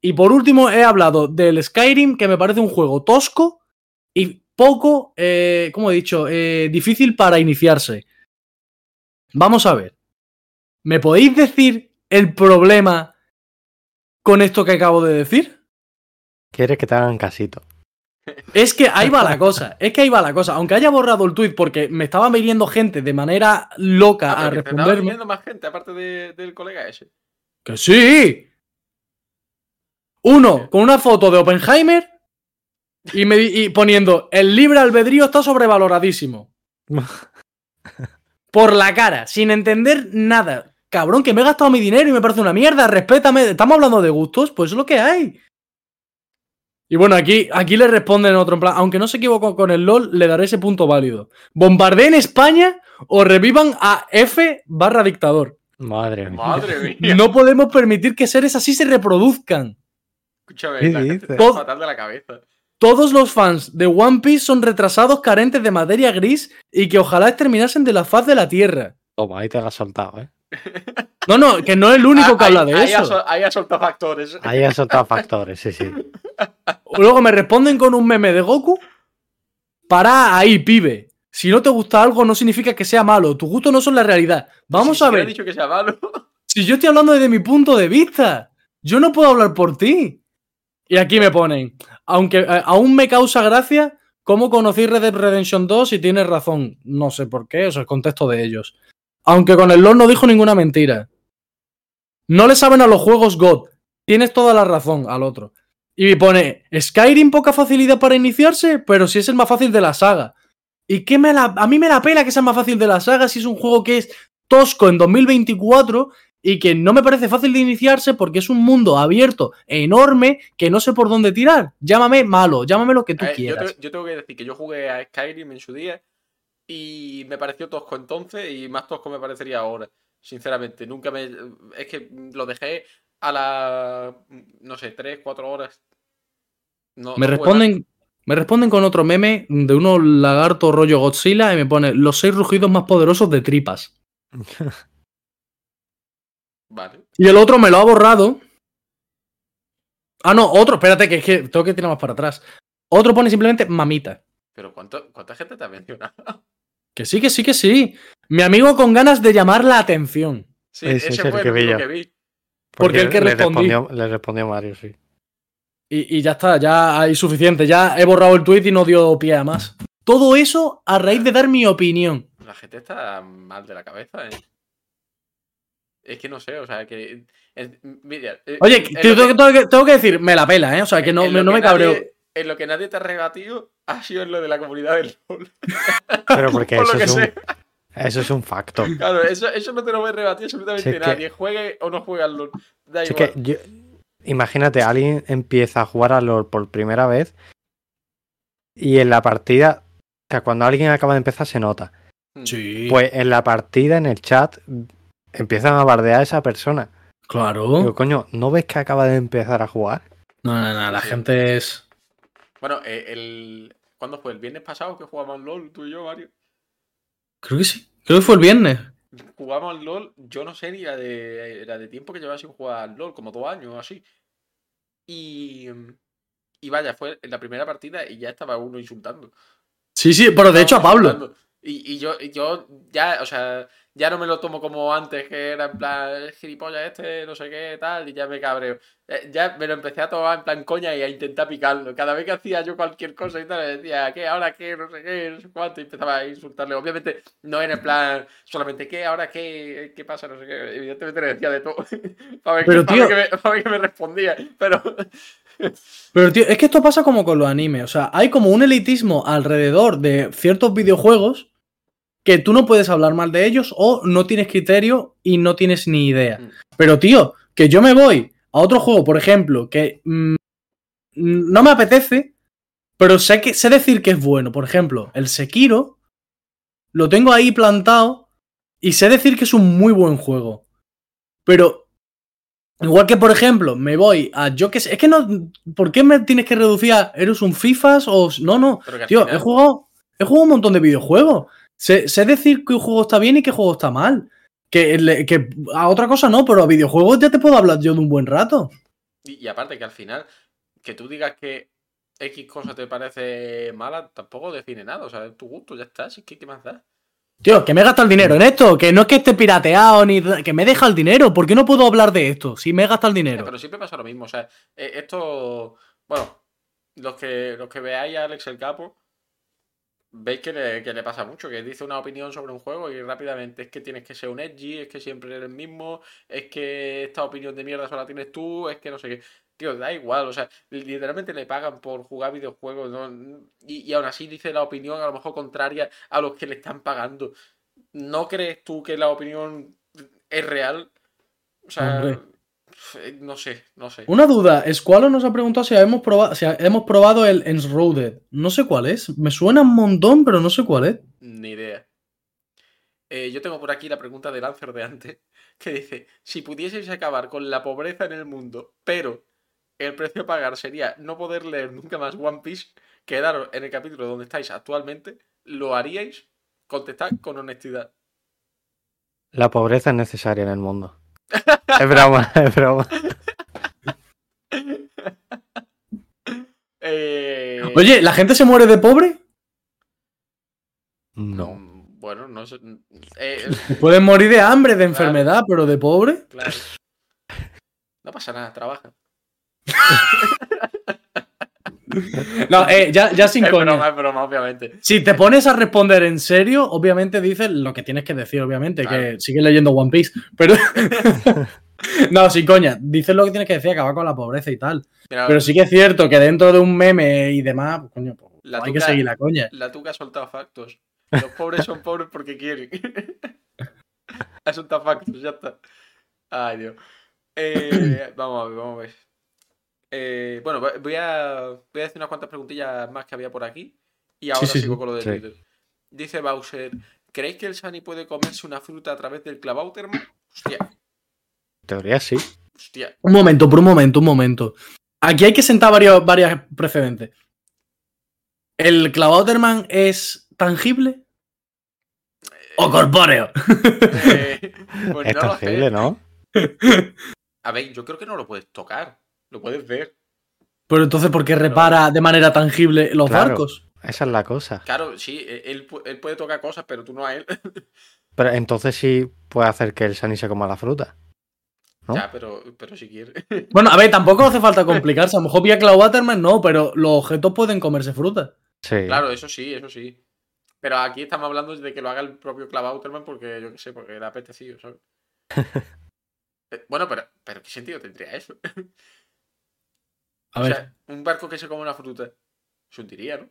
Y por último he hablado del Skyrim, que me parece un juego tosco y poco, eh, como he dicho, eh, difícil para iniciarse. Vamos a ver. ¿Me podéis decir el problema con esto que acabo de decir?
Quieres que te hagan casito.
Es que ahí va la cosa, es que ahí va la cosa. Aunque haya borrado el tuit porque me estaba viniendo gente de manera loca
Ah, pero
a
que te estaba
responderme.
viniendo más gente, aparte de- del colega ese.
¡Que sí! Uno, con una foto de Oppenheimer y, me, di- y poniendo el libre albedrío está sobrevaloradísimo. Por la cara, sin entender nada. Cabrón, que me he gastado mi dinero y me parece una mierda, respétame. Estamos hablando de gustos, pues es lo que hay. Y bueno, aquí, aquí le responden otro en plan, aunque no se equivocó con el LOL, le daré ese punto válido. Bombardeen España o revivan a F barra dictador.
Madre mía.
Madre mía.
No podemos permitir que seres así se reproduzcan.
Escúchame,
¿Qué
la gente
dices?
está fatal de la cabeza.
Todos los fans de One Piece son retrasados carentes de materia gris y que ojalá exterminasen de la faz de la Tierra.
Toma, ahí te la has soltado, ¿eh?
No, no, que no es el único que
Ah,
habla
ahí-
de
ahí ha
eso.
sol- Ahí ha soltado factores.
Ahí has soltado factores, sí, sí.
Luego me responden con un meme de Goku. Para ahí, pibe. Si no te gusta algo no significa que sea malo. Tus gustos no son la realidad. Vamos
Si
a
siquiera
ver.
he dicho que sea malo.
Si yo estoy hablando desde mi punto de vista, yo no puedo hablar por ti. Y aquí me ponen, aunque eh, aún me causa gracia, ¿cómo conocí Red Dead Redemption 2 y tienes razón? No sé por qué, eso es contexto de ellos. Aunque con el LOL no dijo ninguna mentira. No le saben a los juegos God. Tienes toda la razón al otro. Y pone, Skyrim poca facilidad para iniciarse, pero si es el más fácil de la saga. ¿Y qué me la- a mí me la pela que sea el más fácil de la saga si es un juego que es tosco en 2024 y que no me parece fácil de iniciarse porque es un mundo abierto, enorme, que no sé por dónde tirar. Llámame malo, llámame lo que tú
A ver, eh, yo,
quieras.
te- yo tengo que decir que yo jugué a Skyrim en su día y me pareció tosco entonces y más tosco me parecería ahora. Sinceramente, nunca me. Es que lo dejé a las. No sé, 3, 4 horas. No- no jugué
Me
más.
responden, me responden con otro meme de unos lagarto rollo Godzilla y me pone los seis rugidos más poderosos de tripas.
Vale.
Y el otro me lo ha borrado. Ah, no, otro, espérate, que es que tengo que tirar más para atrás. Otro pone simplemente mamita.
Pero ¿cuánto, ¿cuánta gente te ha mencionado?
Que sí, que sí, que sí. Mi amigo con ganas de llamar la atención.
Sí,
Ese es el que vi
primero
yo.
vi.
Porque el que
le
respondí-
respondió, le respondió Mario, sí.
Y, y ya está, ya hay suficiente. Ya he borrado el tweet y no dio pie a más. Todo eso a raíz de dar mi opinión.
La gente está mal de la cabeza, ¿eh? Es que no sé, o sea, que. es- mira, eh,
Oye,
es
tengo,
lo que-
que- tengo que, tengo que decir, me la pela, ¿eh? O sea, que no,
en lo
me, no me
nadie-
cabreo.
En lo que nadie te ha rebatido ha sido en lo de la comunidad del LOL.
Pero porque
Por lo
eso
que
es, un,
sé.
eso es absoluto.
Claro, eso, eso no te lo voy a rebatir absolutamente
Si es que-
nadie. Juegue o no juegue al LOL. Da
Así
igual.
que yo- imagínate, alguien empieza a jugar a LOL por primera vez y en la partida, o sea, cuando alguien acaba de empezar se nota.
Mm.
Sí,
Pues en la partida, en el chat, empiezan a bardear a esa persona. Digo,
claro.
coño, ¿no ves que acaba de empezar a jugar?
No, no, no, la gente es.
Bueno, eh, el. ¿Cuándo fue? ¿El viernes pasado que jugamos al LOL, tú y yo, Mario?
Creo que sí. Creo que fue el viernes.
Jugamos al LOL, yo no sé ni la de, la de tiempo que llevaba sin jugar al LOL, como dos años o así. Y. Y vaya, fue en la primera partida y ya estaba uno insultando.
Sí, sí, pero de hecho a Pablo.
Hablando. Y, y yo, y yo ya, o sea, ya no me lo tomo como antes, que era en plan, "El gilipollas este, no sé qué, tal, y ya me cabreo. Eh, Ya me lo empecé a tomar en plan coña y a intentar picarlo. Cada vez que hacía yo cualquier cosa y tal, le decía, ¿qué? ¿Ahora qué? No sé qué, no sé cuánto, y empezaba a insultarle. Obviamente no era en plan, solamente ¿qué? ¿Ahora qué? ¿Qué pasa? No sé qué. Evidentemente le decía de todo. para ver,
Pero,
qué- para ver
tío-
qué me- para ver qué me respondía. Pero
Pero, tío, es que esto pasa como con los animes. O sea, hay como un elitismo alrededor de ciertos videojuegos que tú no puedes hablar mal de ellos o no tienes criterio y no tienes ni idea.
Mm.
Pero, tío, que yo me voy a otro juego, por ejemplo, que mm, no me apetece, pero sé, que, sé decir que es bueno. Por ejemplo, el Sekiro lo tengo ahí plantado y sé decir que es un muy buen juego. Pero Igual que, por ejemplo, me voy a yo que sé. Es que no. ¿Por qué me tienes que reducir a. ¿Eres un FIFAs o.? s- No, no.
Pero que al
Tío,
final-
he jugado. He jugado un montón de videojuegos. Sé, sé decir qué juego está bien y qué juego está mal. Que, le- que a otra cosa no, pero a videojuegos ya te puedo hablar yo de un buen rato.
Y, y aparte que al final, que tú digas que X cosa te parece mala, tampoco define nada. O sea, es tu gusto, ya está. Si es que, ¿qué más da?
Tío, que me he gastado el dinero en esto. Que no es que esté pirateado ni. ra- Que me deja el dinero. ¿Por qué no puedo hablar de esto si me he gastado el
Eh,
dinero?
Pero siempre pasa lo mismo. O sea, eh, esto. Bueno, los que, los que veáis a Alex el Capo, veis que le, que le pasa mucho, que dice una opinión sobre un juego y rápidamente es que tienes que ser un edgy, es que siempre eres el mismo, es que esta opinión de mierda solo la tienes tú, es que no sé qué. Tío, da igual, o sea, literalmente le pagan por jugar videojuegos ¿no? y, y aún así dice la opinión a lo mejor contraria a los que le están pagando. ¿No crees tú que la opinión es real? O sea,
Hombre.
eh, no sé, no sé.
Una duda, Squalo nos ha preguntado si hemos probado, si hemos probado el Enshrouded. No sé cuál es. Me suena un montón, pero no sé cuál es.
Ni idea. Eh, yo tengo por aquí la pregunta del Lancer de antes, que dice, si pudieseis acabar con la pobreza en el mundo, pero el precio a pagar sería no poder leer nunca más One Piece, quedaros en el capítulo donde estáis actualmente, ¿lo haríais? Contestad con honestidad.
La pobreza es necesaria en el mundo. Es broma, es broma.
Eh,
Oye, ¿la gente se muere de pobre?
No.
mm, Bueno, no sé... mm, eh,
Pueden morir de hambre, de enfermedad, pero de pobre.
claro. No pasa nada, trabaja.
No, eh, ya, ya sin
Es broma,
coña.
es broma, obviamente.
Si te pones a responder en serio, obviamente dices lo que tienes que decir, obviamente,
Claro.
que sigues leyendo One Piece, pero... no, sin coña, dices lo que tienes que decir, acabar con la pobreza y tal.
Mira,
Pero sí que es cierto que dentro de un meme y demás, pues, coño, pues,
La
hay que
tuca-
seguir la coña.
La tuca ha soltado factos. Los pobres son pobres porque quieren. ha soltado factos, ya está. Ay, Dios. Eh, vamos a ver, vamos a ver. Eh, bueno, va- voy a, voy a hacer unas cuantas preguntillas más que había por aquí. Y ahora
sí,
sigo
sí.
con lo de
Sí.
Twitter. Dice Bowser, ¿creéis que el Sunny puede comerse una fruta a través del clavauterman? Hostia,
En teoría sí.
hostia.
Un momento, por un momento, un momento. Aquí hay que sentar varios, varios precedentes. ¿El Clavauterman es tangible o corpóreo?
Eh, pues
es
no lo sé.
tangible, ¿no?
A ver, yo creo que no lo puedes tocar. Lo puedes ver.
Pero entonces, ¿por qué repara de manera tangible los
Claro.
barcos?
Esa es la cosa.
Claro, sí, eh, él, pu- él puede tocar cosas, pero tú no a él.
Pero entonces sí puede hacer que el Sani se coma la fruta. ¿No?
Ya, pero, pero si quiere.
Bueno, a ver, tampoco hace falta complicarse. A lo mejor vía Clavauterman no, pero los objetos pueden comerse fruta.
Sí.
Claro, eso sí, eso sí. Pero aquí estamos hablando de que lo haga el propio Clavauterman porque yo qué sé, porque era apetecido, ¿sabes? Eh, bueno, pero, pero ¿qué sentido tendría eso?
A
o
ver,
sea, un barco que se come una fruta se hundiría, ¿no?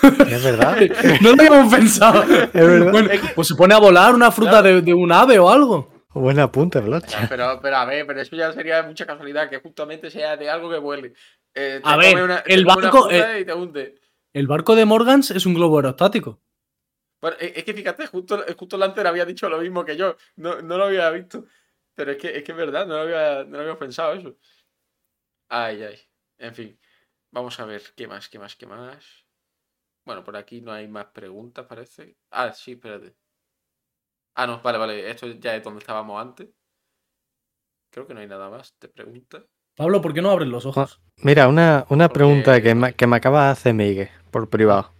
Es verdad.
no lo habíamos pensado.
verdad.
Bueno, pues se pone a volar una fruta de, de un ave o algo.
Buen apunte, Bloch.
Ya, Pero, pero a ver, pero eso ya sería mucha casualidad que justamente sea de algo que vuele. Eh, te
A
come
ver,
una- te
el
come una
barco, eh,
fruta y te hunde.
El barco de Morgans es un globo aerostático.
Bueno, e, es es que fíjate, justo, justo Lancer había dicho lo mismo que yo. No, no lo había visto. Pero es que es, que es verdad, no lo, había, no lo había pensado eso. Ay, ay. En fin. Vamos a ver, ¿qué más, qué más, qué más? Bueno, por aquí no hay más preguntas, parece. Ah, sí, espérate. Ah, no, vale, vale. Esto ya es donde estábamos antes. Creo que no hay nada más de preguntas.
Pablo, ¿por qué no abres los ojos?
Mira, una, una
Porque-
pregunta que me, que me acaba de hacer Miguel por privado.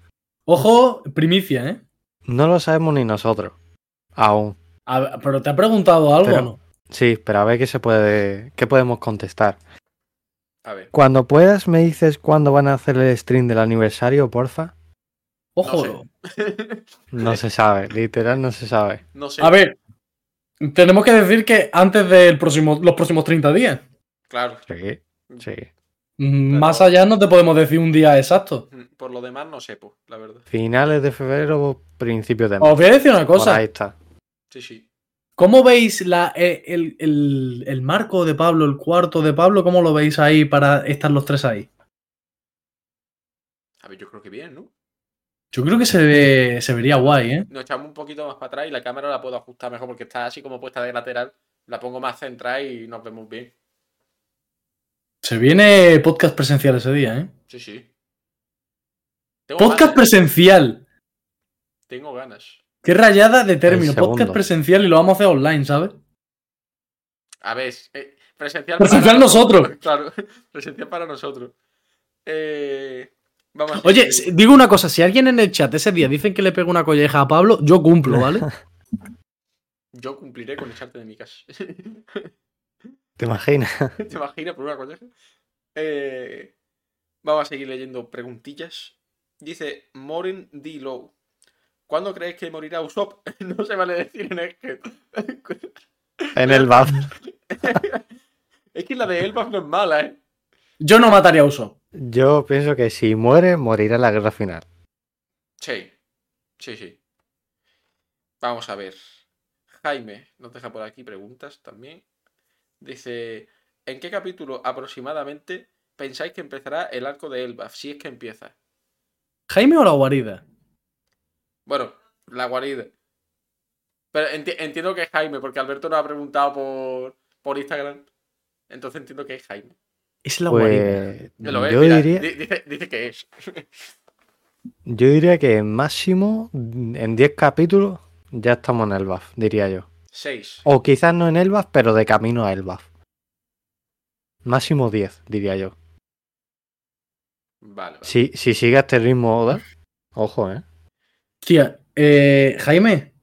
Ojo, primicia, ¿eh?
No lo sabemos ni nosotros. Aún.
A ver, pero te ha preguntado algo
Pero-
o no?
Sí, pero a ver qué se puede. qué podemos contestar.
A ver.
Cuando puedas, me dices cuándo van a hacer el stream del aniversario, porfa.
Ojo.
No
No se sabe, literal no se sabe.
No sé.
A ver, tenemos que decir que antes de los próximos 30 días.
Claro.
Sí, sí.
Mm,
Pero-
Más allá no te podemos decir un día exacto.
Por lo demás, no sé, pues, la verdad.
Finales de febrero, principios de marzo.
Os voy a decir una
Por
cosa.
Ahí está.
Sí, sí.
¿Cómo veis la, eh, el, el- el marco de Pablo, el cuarto de Pablo? ¿Cómo lo veis ahí para estar los tres ahí?
A ver, yo creo que bien, ¿no?
Yo creo que se, ve- se vería guay, ¿eh?
nos echamos un poquito más para atrás y la cámara la puedo ajustar mejor porque está así como puesta de lateral. La pongo más central y nos vemos bien.
Se viene podcast presencial ese día, ¿eh?
Sí, sí. Tengo
Podcast
ganas.
presencial.
Tengo ganas.
Qué rayada de término. Podcast
segundo.
presencial y lo vamos a hacer online, ¿sabes?
A ver, eh, presencial.
Presencial nosotros.
Claro, presencial para nosotros. Eh, vamos a
Oye,
seguir.
si- digo una cosa, si alguien en el chat ese día dicen que le pego una colleja a Pablo, yo cumplo, ¿vale?
yo cumpliré con echarte de mi casa.
¿Te imaginas?
¿Te imaginas por una colleja? Eh, vamos a seguir leyendo preguntillas. Dice Morin D. Low. ¿Cuándo crees que morirá Usopp? No se vale decir en este. el que.
En el bath.
Es que la de Elbaf no es mala, ¿eh?
Yo no mataría a Uso.
Yo pienso que si muere, morirá en la guerra final.
Sí. Sí, sí. Vamos a ver. Jaime nos deja por aquí preguntas también. Dice: ¿En qué capítulo aproximadamente pensáis que empezará el arco de Elbaf? Si es que empieza.
¿Jaime o la guarida?
Bueno, la guarida. Pero enti- entiendo que es Jaime, porque Alberto nos ha preguntado por, por Instagram. Entonces entiendo que es Jaime.
Es la guarida.
Pues
Yo lo veo,
yo
mira,
diría,
di- dice, dice que es.
yo diría que máximo mm, en 10 capítulos ya estamos en el buff, diría yo.
6.
O quizás no en el buff, pero de camino a el buff. Máximo 10, diría yo.
Vale, vale.
Si, si sigue a este ritmo Oda, ojo, ¿eh?
Hostia, eh, Jaime,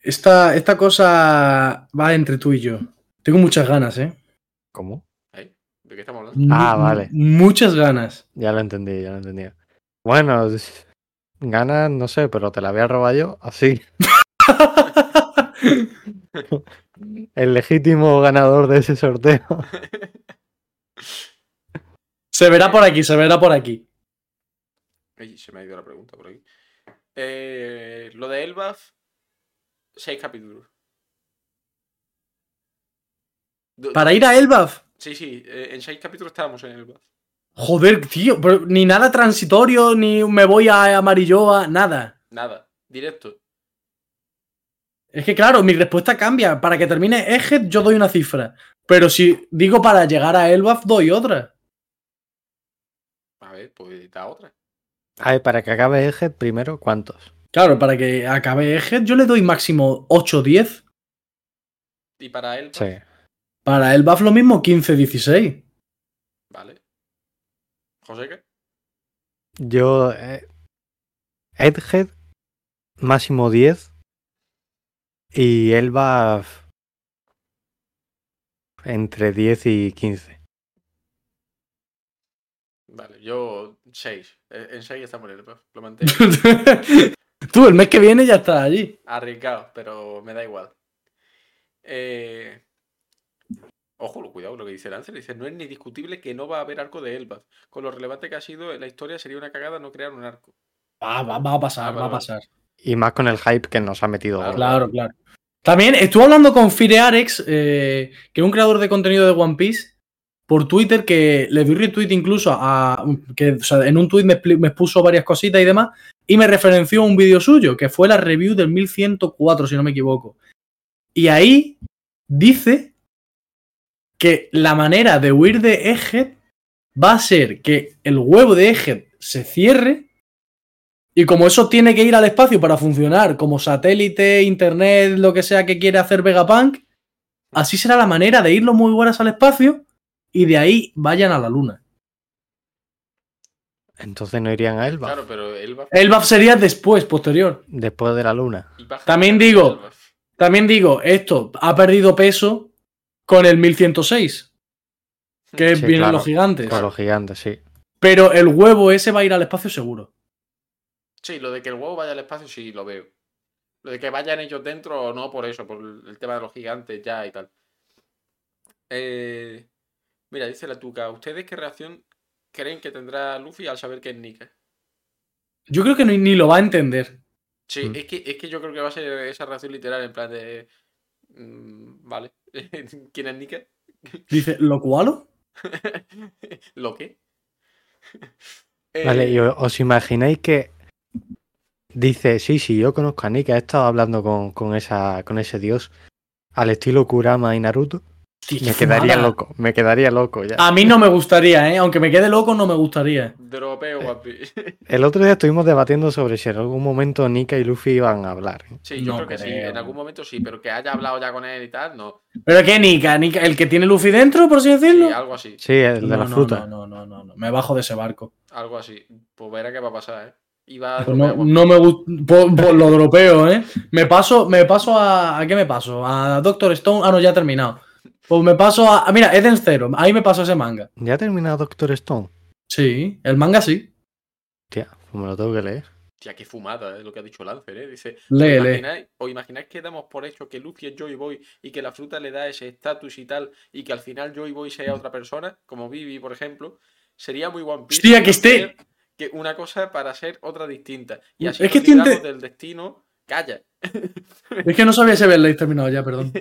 esta, esta cosa va entre tú y yo. Tengo muchas ganas, ¿eh?
¿Cómo?
¿De qué estamos hablando?
Mu-
Ah, vale.
Muchas ganas.
Ya lo entendí, ya lo entendí. Bueno, es- ganas, no sé, pero te la voy a robar yo así. El legítimo ganador de ese sorteo.
se verá por aquí, se verá por aquí.
Ay, se me ha ido la pregunta por aquí. Eh, lo de Elbaf, 6 capítulos. Do-
Para ir a Elbaf.
Sí, sí, eh, en seis capítulos estábamos en el Bath.
Joder, tío, pero ni nada transitorio, ni me voy a Amarilloa, nada.
Nada, directo.
Es que claro, mi respuesta cambia. Para que termine Ejet, yo doy una cifra. Pero si digo para llegar a Elbaf, doy otra.
A ver, pues da otra.
A ver, para que acabe eje, primero, ¿cuántos?
Claro, para que acabe Ejet, yo le doy máximo 8, 10.
Y para él,
Sí.
Para Elbaf lo mismo, 15, 16.
vale. José, ¿qué?
Yo. eh, Edhead, máximo 10. Y Elba. Entre 10 y 15.
Vale, yo seis. Eh, En seis estamos en el Bath. Lo mantengo.
Tú, el mes que viene ya estás allí.
Arriesgado, pero me da igual. Eh, Ojo, lo- cuidado con lo que dice Lancer. Dice, no es ni discutible que no va a haber arco de Elbaf. Con lo relevante que ha sido en la historia, sería una cagada no crear un arco.
Va, va, va a pasar, va a pasar.
Y más con el hype que nos ha metido.
Claro.
Gordo.
Claro, claro. También estuve hablando con Firearex, eh, que es un creador de contenido de One Piece, por Twitter, que le di retweet incluso a. que o sea, en un tweet me, expli- me expuso varias cositas y demás, y me referenció a un vídeo suyo, que fue la review del 1104, si no me equivoco. Y ahí dice que la manera de huir de Egghead va a ser que el huevo de Egghead se cierre y como eso tiene que ir al espacio para funcionar, como satélite, internet, lo que sea que quiere hacer Vegapunk, así será la manera de ir los muy buenas al espacio y de ahí vayan a la luna.
Entonces no irían a Elba.
Claro, pero Elbaf...
El BAF sería después, posterior.
Después de la luna.
y baja-
También digo-
Elbaf.
También digo, esto ha perdido peso con el 1106, que
Sí,
vienen
claro,
los gigantes.
Con los gigantes, sí.
Pero el huevo ese va a ir al espacio seguro.
Sí, lo de que el huevo vaya al espacio sí lo veo. Lo de que vayan ellos dentro, no por eso, por el tema de los gigantes ya y tal. Eh, mira, dice la tuca, ¿ustedes qué reacción creen que tendrá Luffy al saber que es Nika?
Yo creo que ni, ni lo va a entender.
Sí,
Mm.
es que, es que yo creo que va a ser esa reacción literal en plan de... mm, vale, ¿quién es Nika?
Dice, ¿lo cualo?
¿Lo qué?
Vale,
Eh,
y o- os imagináis que dice, sí, sí, yo conozco a Nika, he estado hablando con, con esa, con ese dios, al estilo Kurama y Naruto.
Hostia,
Me
qué
quedaría
fumada.
loco, me quedaría loco ya.
A mí no me gustaría, ¿eh? Aunque me quede loco, no me gustaría.
Dropeo, guapi.
El otro día estuvimos debatiendo sobre si en algún momento Nika y Luffy iban a hablar. ¿eh?
Sí, yo
No
creo que sí, en
creo.
algún momento sí, pero que haya hablado ya con él y tal, no.
¿Pero qué, Nika? Nika- ¿El que tiene Luffy dentro, por así
Sí,
decirlo?
algo así.
Sí, el de
no,
la
no,
fruta.
No, no, no, no, no. Me bajo de ese barco.
Algo así. Pues verá qué va a pasar, ¿eh? Y va a
Pues no,
dropear, guapo.
no me gusta. lo dropeo, ¿eh? Me paso, me paso a. ¿A qué me paso? A Doctor Stone. Ah, no, ya he terminado. Pues me paso a. a- Mira, Eden Zero. Ahí me paso ese manga.
¿Ya ha terminado Doctor Stone?
Sí, el manga sí.
Tía, pues me lo tengo que leer.
Tía, qué fumada, es lo que ha dicho Lancer, ¿eh? Dice,
Lee,
¿os
lee.
imagináis- ¿os imagináis que damos por hecho que Luffy es Joy Boy y que la fruta le da ese estatus y tal y que al final Joy Boy sea otra persona, como Vivi, por ejemplo? Sería muy One Piece.
Hostia, que
hacer
esté-
Que una cosa para ser otra distinta. Y
Mm,
así
es
nos
que tiene-
libramos del destino... Calla.
Es que no sabía si habéis terminado ya, perdón.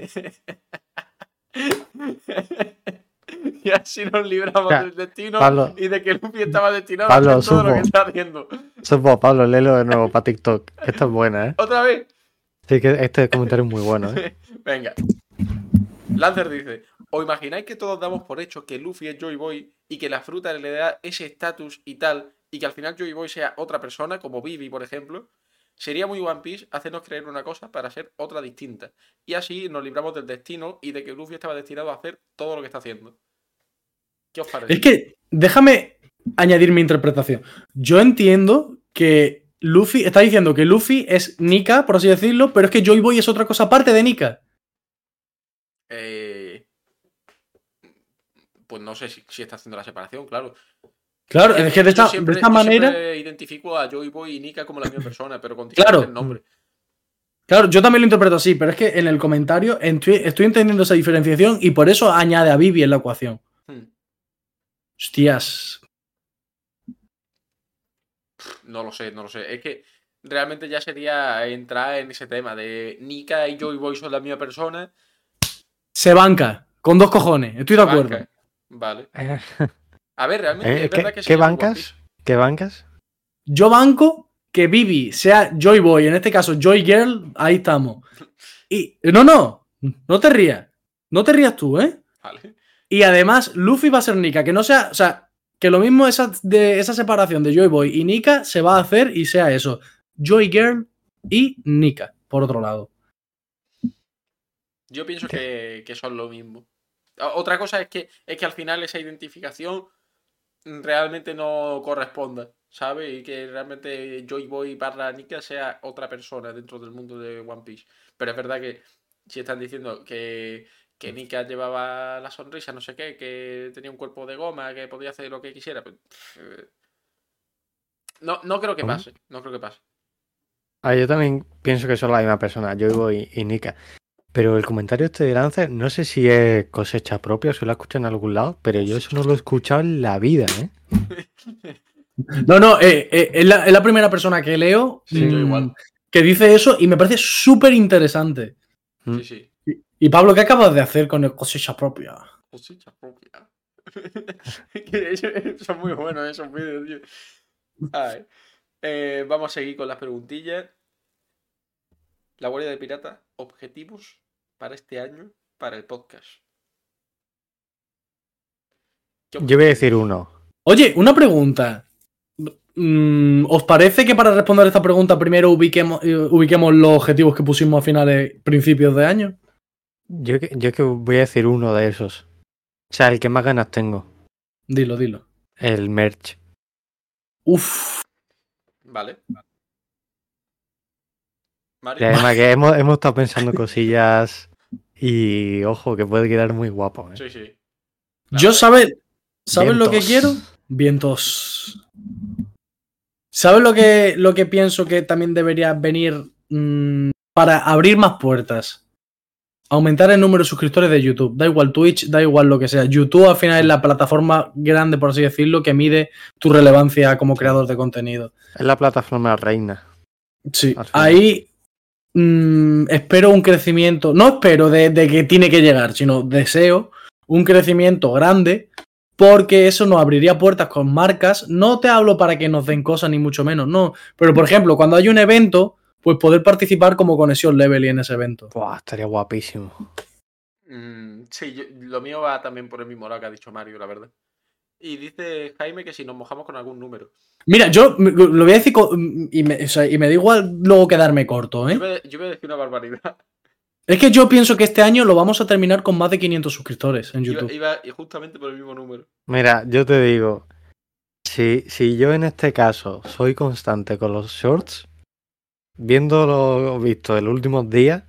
y así nos libramos
O sea,
del destino
Pablo-
y de que Luffy estaba destinado
Pablo,
a hacer todo lo que
sumo.
está haciendo.
Sopo, Pablo, léelo de nuevo para TikTok. Esta es buena, ¿eh?
Otra vez.
Sí que este comentario es muy bueno, ¿eh?
Venga. Lancer dice: ¿O imagináis que todos damos por hecho que Luffy es Joy Boy y que la fruta le da ese estatus y tal, y que al final Joy Boy sea otra persona, como Vivi, por ejemplo? Sería muy One Piece hacernos creer una cosa para ser otra distinta. Y así nos libramos del destino y de que Luffy estaba destinado a hacer todo lo que está haciendo. ¿Qué os parece?
Es que déjame añadir mi interpretación. Yo entiendo que Luffy está diciendo que Luffy es Nika, por así decirlo, pero es que Joy Boy es otra cosa aparte de Nika.
Eh, Pues no sé si, si está haciendo la separación, claro.
Claro, es que de
Yo
esta,
siempre-
de esta
yo
manera.
siempre identifico a Joy Boy y Nika como la misma persona, pero con
Claro.
diferentes nombres.
Claro, yo también lo interpreto así, pero es que en el comentario en Twi- estoy entendiendo esa diferenciación y por eso añade a Vivi en la ecuación.
Hmm,
Hostias.
No lo sé, no lo sé. Es que realmente ya sería entrar en ese tema de Nika y Joy Boy son la misma persona.
Se banca. Con dos cojones, estoy de acuerdo.
Banca. Vale.
Eh,
A ver, realmente
eh,
es verdad
¿Qué,
que se
qué
llama One Piece.
bancas? ¿Qué bancas?
Yo banco que Vivi sea Joy Boy, en este caso Joy Girl, ahí estamos. Y no, no, no te rías. No te rías tú, ¿eh?
Vale.
Y además, Luffy va a ser Nika, que no sea, o sea, que lo mismo esa, de, esa separación de Joy Boy y Nika se va a hacer y sea eso. Joy Girl y Nika, por otro lado.
Yo pienso que, que son lo mismo. O- Otra cosa es que, es que al final esa identificación realmente no corresponda, ¿sabes? Y que realmente Joy Boy barra Nika sea otra persona dentro del mundo de One Piece. Pero es verdad que si están diciendo que, que
Mm.
Nika llevaba la sonrisa, no sé qué, que tenía un cuerpo de goma, que podía hacer lo que quisiera, pues, pff, eh. No, no creo que
¿Cómo?
pase, no creo que pase.
Ah, yo también pienso que son la misma persona, Joy Boy y Nika. Pero el comentario este de Lance, no sé si es cosecha propia o si lo he escuchado en algún lado, pero yo eso no lo he escuchado en la vida, ¿eh?
No, no, eh, eh, es, la, es la primera persona que leo
Sí, yo
mm,
igual.
que dice eso y me parece súper interesante.
Mm.
Sí, sí.
Y Pablo, ¿qué acabas de hacer con el cosecha propia?
Cosecha propia. Que eso- eso es muy bueno, esos vídeos, tío. A ver, eh, vamos a seguir con las preguntillas. La Guardia de Pirata, objetivos para este año, para el podcast. ¿Qué
Yo voy a
objetivos?
decir uno.
Oye, una pregunta. Mm, ¿Os parece que para responder esta pregunta primero ubiquemos, eh, ubiquemos los objetivos que pusimos a finales, principios de año?
Yo, que- yo que voy a decir uno de esos. O sea, el que más ganas tengo.
Dilo, dilo.
El merch.
Uf,
Vale.
Y
Mario.
además que hemos, hemos estado pensando cosillas y ojo, que puede quedar muy guapo. ¿eh?
Sí, sí. La
yo
verdad-
sabes, ¿sabes lo que
Vientos.
quiero? Vientos. ¿Sabes lo que, lo que pienso que también debería venir mm, para abrir más puertas? Aumentar el número de suscriptores de YouTube. Da igual Twitch, da igual lo que sea. YouTube al final es la plataforma grande, por así decirlo, que mide tu relevancia como creador de contenido.
Es la plataforma reina.
Sí,
Al final.
ahí mm, espero un crecimiento, no espero de, de que tiene que llegar, sino deseo un crecimiento grande porque eso nos abriría puertas con marcas. No te hablo para que nos den cosas ni mucho menos, no. Pero por ejemplo, cuando hay un evento, pues poder participar como conexión level en ese evento.
Buah, estaría guapísimo.
Mm, sí, yo- lo mío va también por el mismo lado que ha dicho Mario, la verdad. Y dice Jaime que si nos mojamos con algún número.
Mira, yo me- lo voy a decir con- y me, o sea, y me da igual luego quedarme corto,
Yo
¿eh?
voy, a- yo voy a decir una barbaridad.
Es que yo pienso que este año lo vamos a terminar con más de 500 suscriptores en
Iba,
YouTube.
iba justamente por el mismo número.
Mira, yo te digo, si, si yo en este caso soy constante con los shorts, viendo lo visto en los últimos días,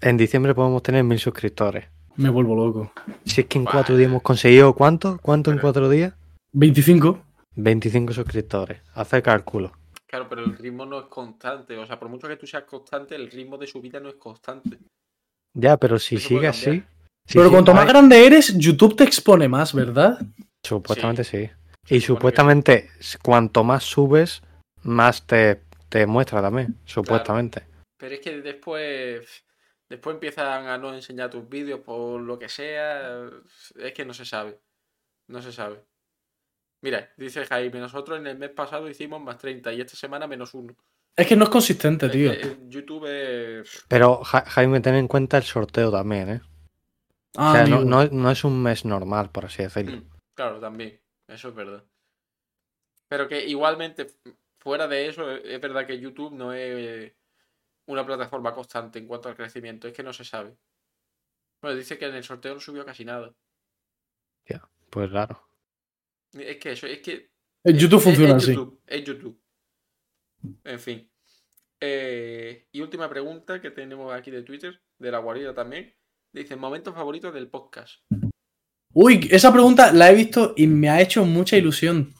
en diciembre podemos tener mil suscriptores.
Me vuelvo loco.
Si es que en
Buah.
cuatro días hemos conseguido, ¿cuánto? ¿Cuánto en
Pero-
cuatro días?
25.
25 suscriptores. Hace cálculo.
Claro, pero el ritmo no es constante. O sea, por mucho que tú seas constante, el ritmo de subida no es constante.
Ya, pero si
Eso puede
sigue así.
cambiar.
si
Pero
sigue-
cuanto más
Ay,
grande eres, YouTube te expone más, ¿verdad?
Supuestamente
Se
sí.
supone que
Y
sí.
supuestamente, s- cuanto más subes, más te, te muestra también. Supuestamente.
Pero es que después, después empiezan a no enseñar tus vídeos por lo que sea. Es que no se sabe. No se sabe. Mira, dice Jaime, nosotros en el mes pasado hicimos más 30 y esta semana menos uno.
Es que no es consistente,
Es
tío.
que, eh, YouTube es...
Pero Ja- Jaime, ten en cuenta el sorteo también, ¿eh?
Ah,
o sea, no,
amigo.
no- no es un mes normal, por así decirlo.
Mm, Claro, también. Eso es verdad. Pero que igualmente, fu- fuera de eso, e- es verdad que YouTube no es una plataforma constante en cuanto al crecimiento. Es que no se sabe. Bueno, dice que en el sorteo no subió casi nada.
Pues raro.
Es que eso, es que.
El YouTube
es- es-
funciona
es
así.
YouTube, Es YouTube. En fin. Eh, y última pregunta que tenemos aquí de Twitter, de la guarida también. Dice, momentos favoritos del podcast.
Uy, esa pregunta la he visto y me ha hecho mucha ilusión.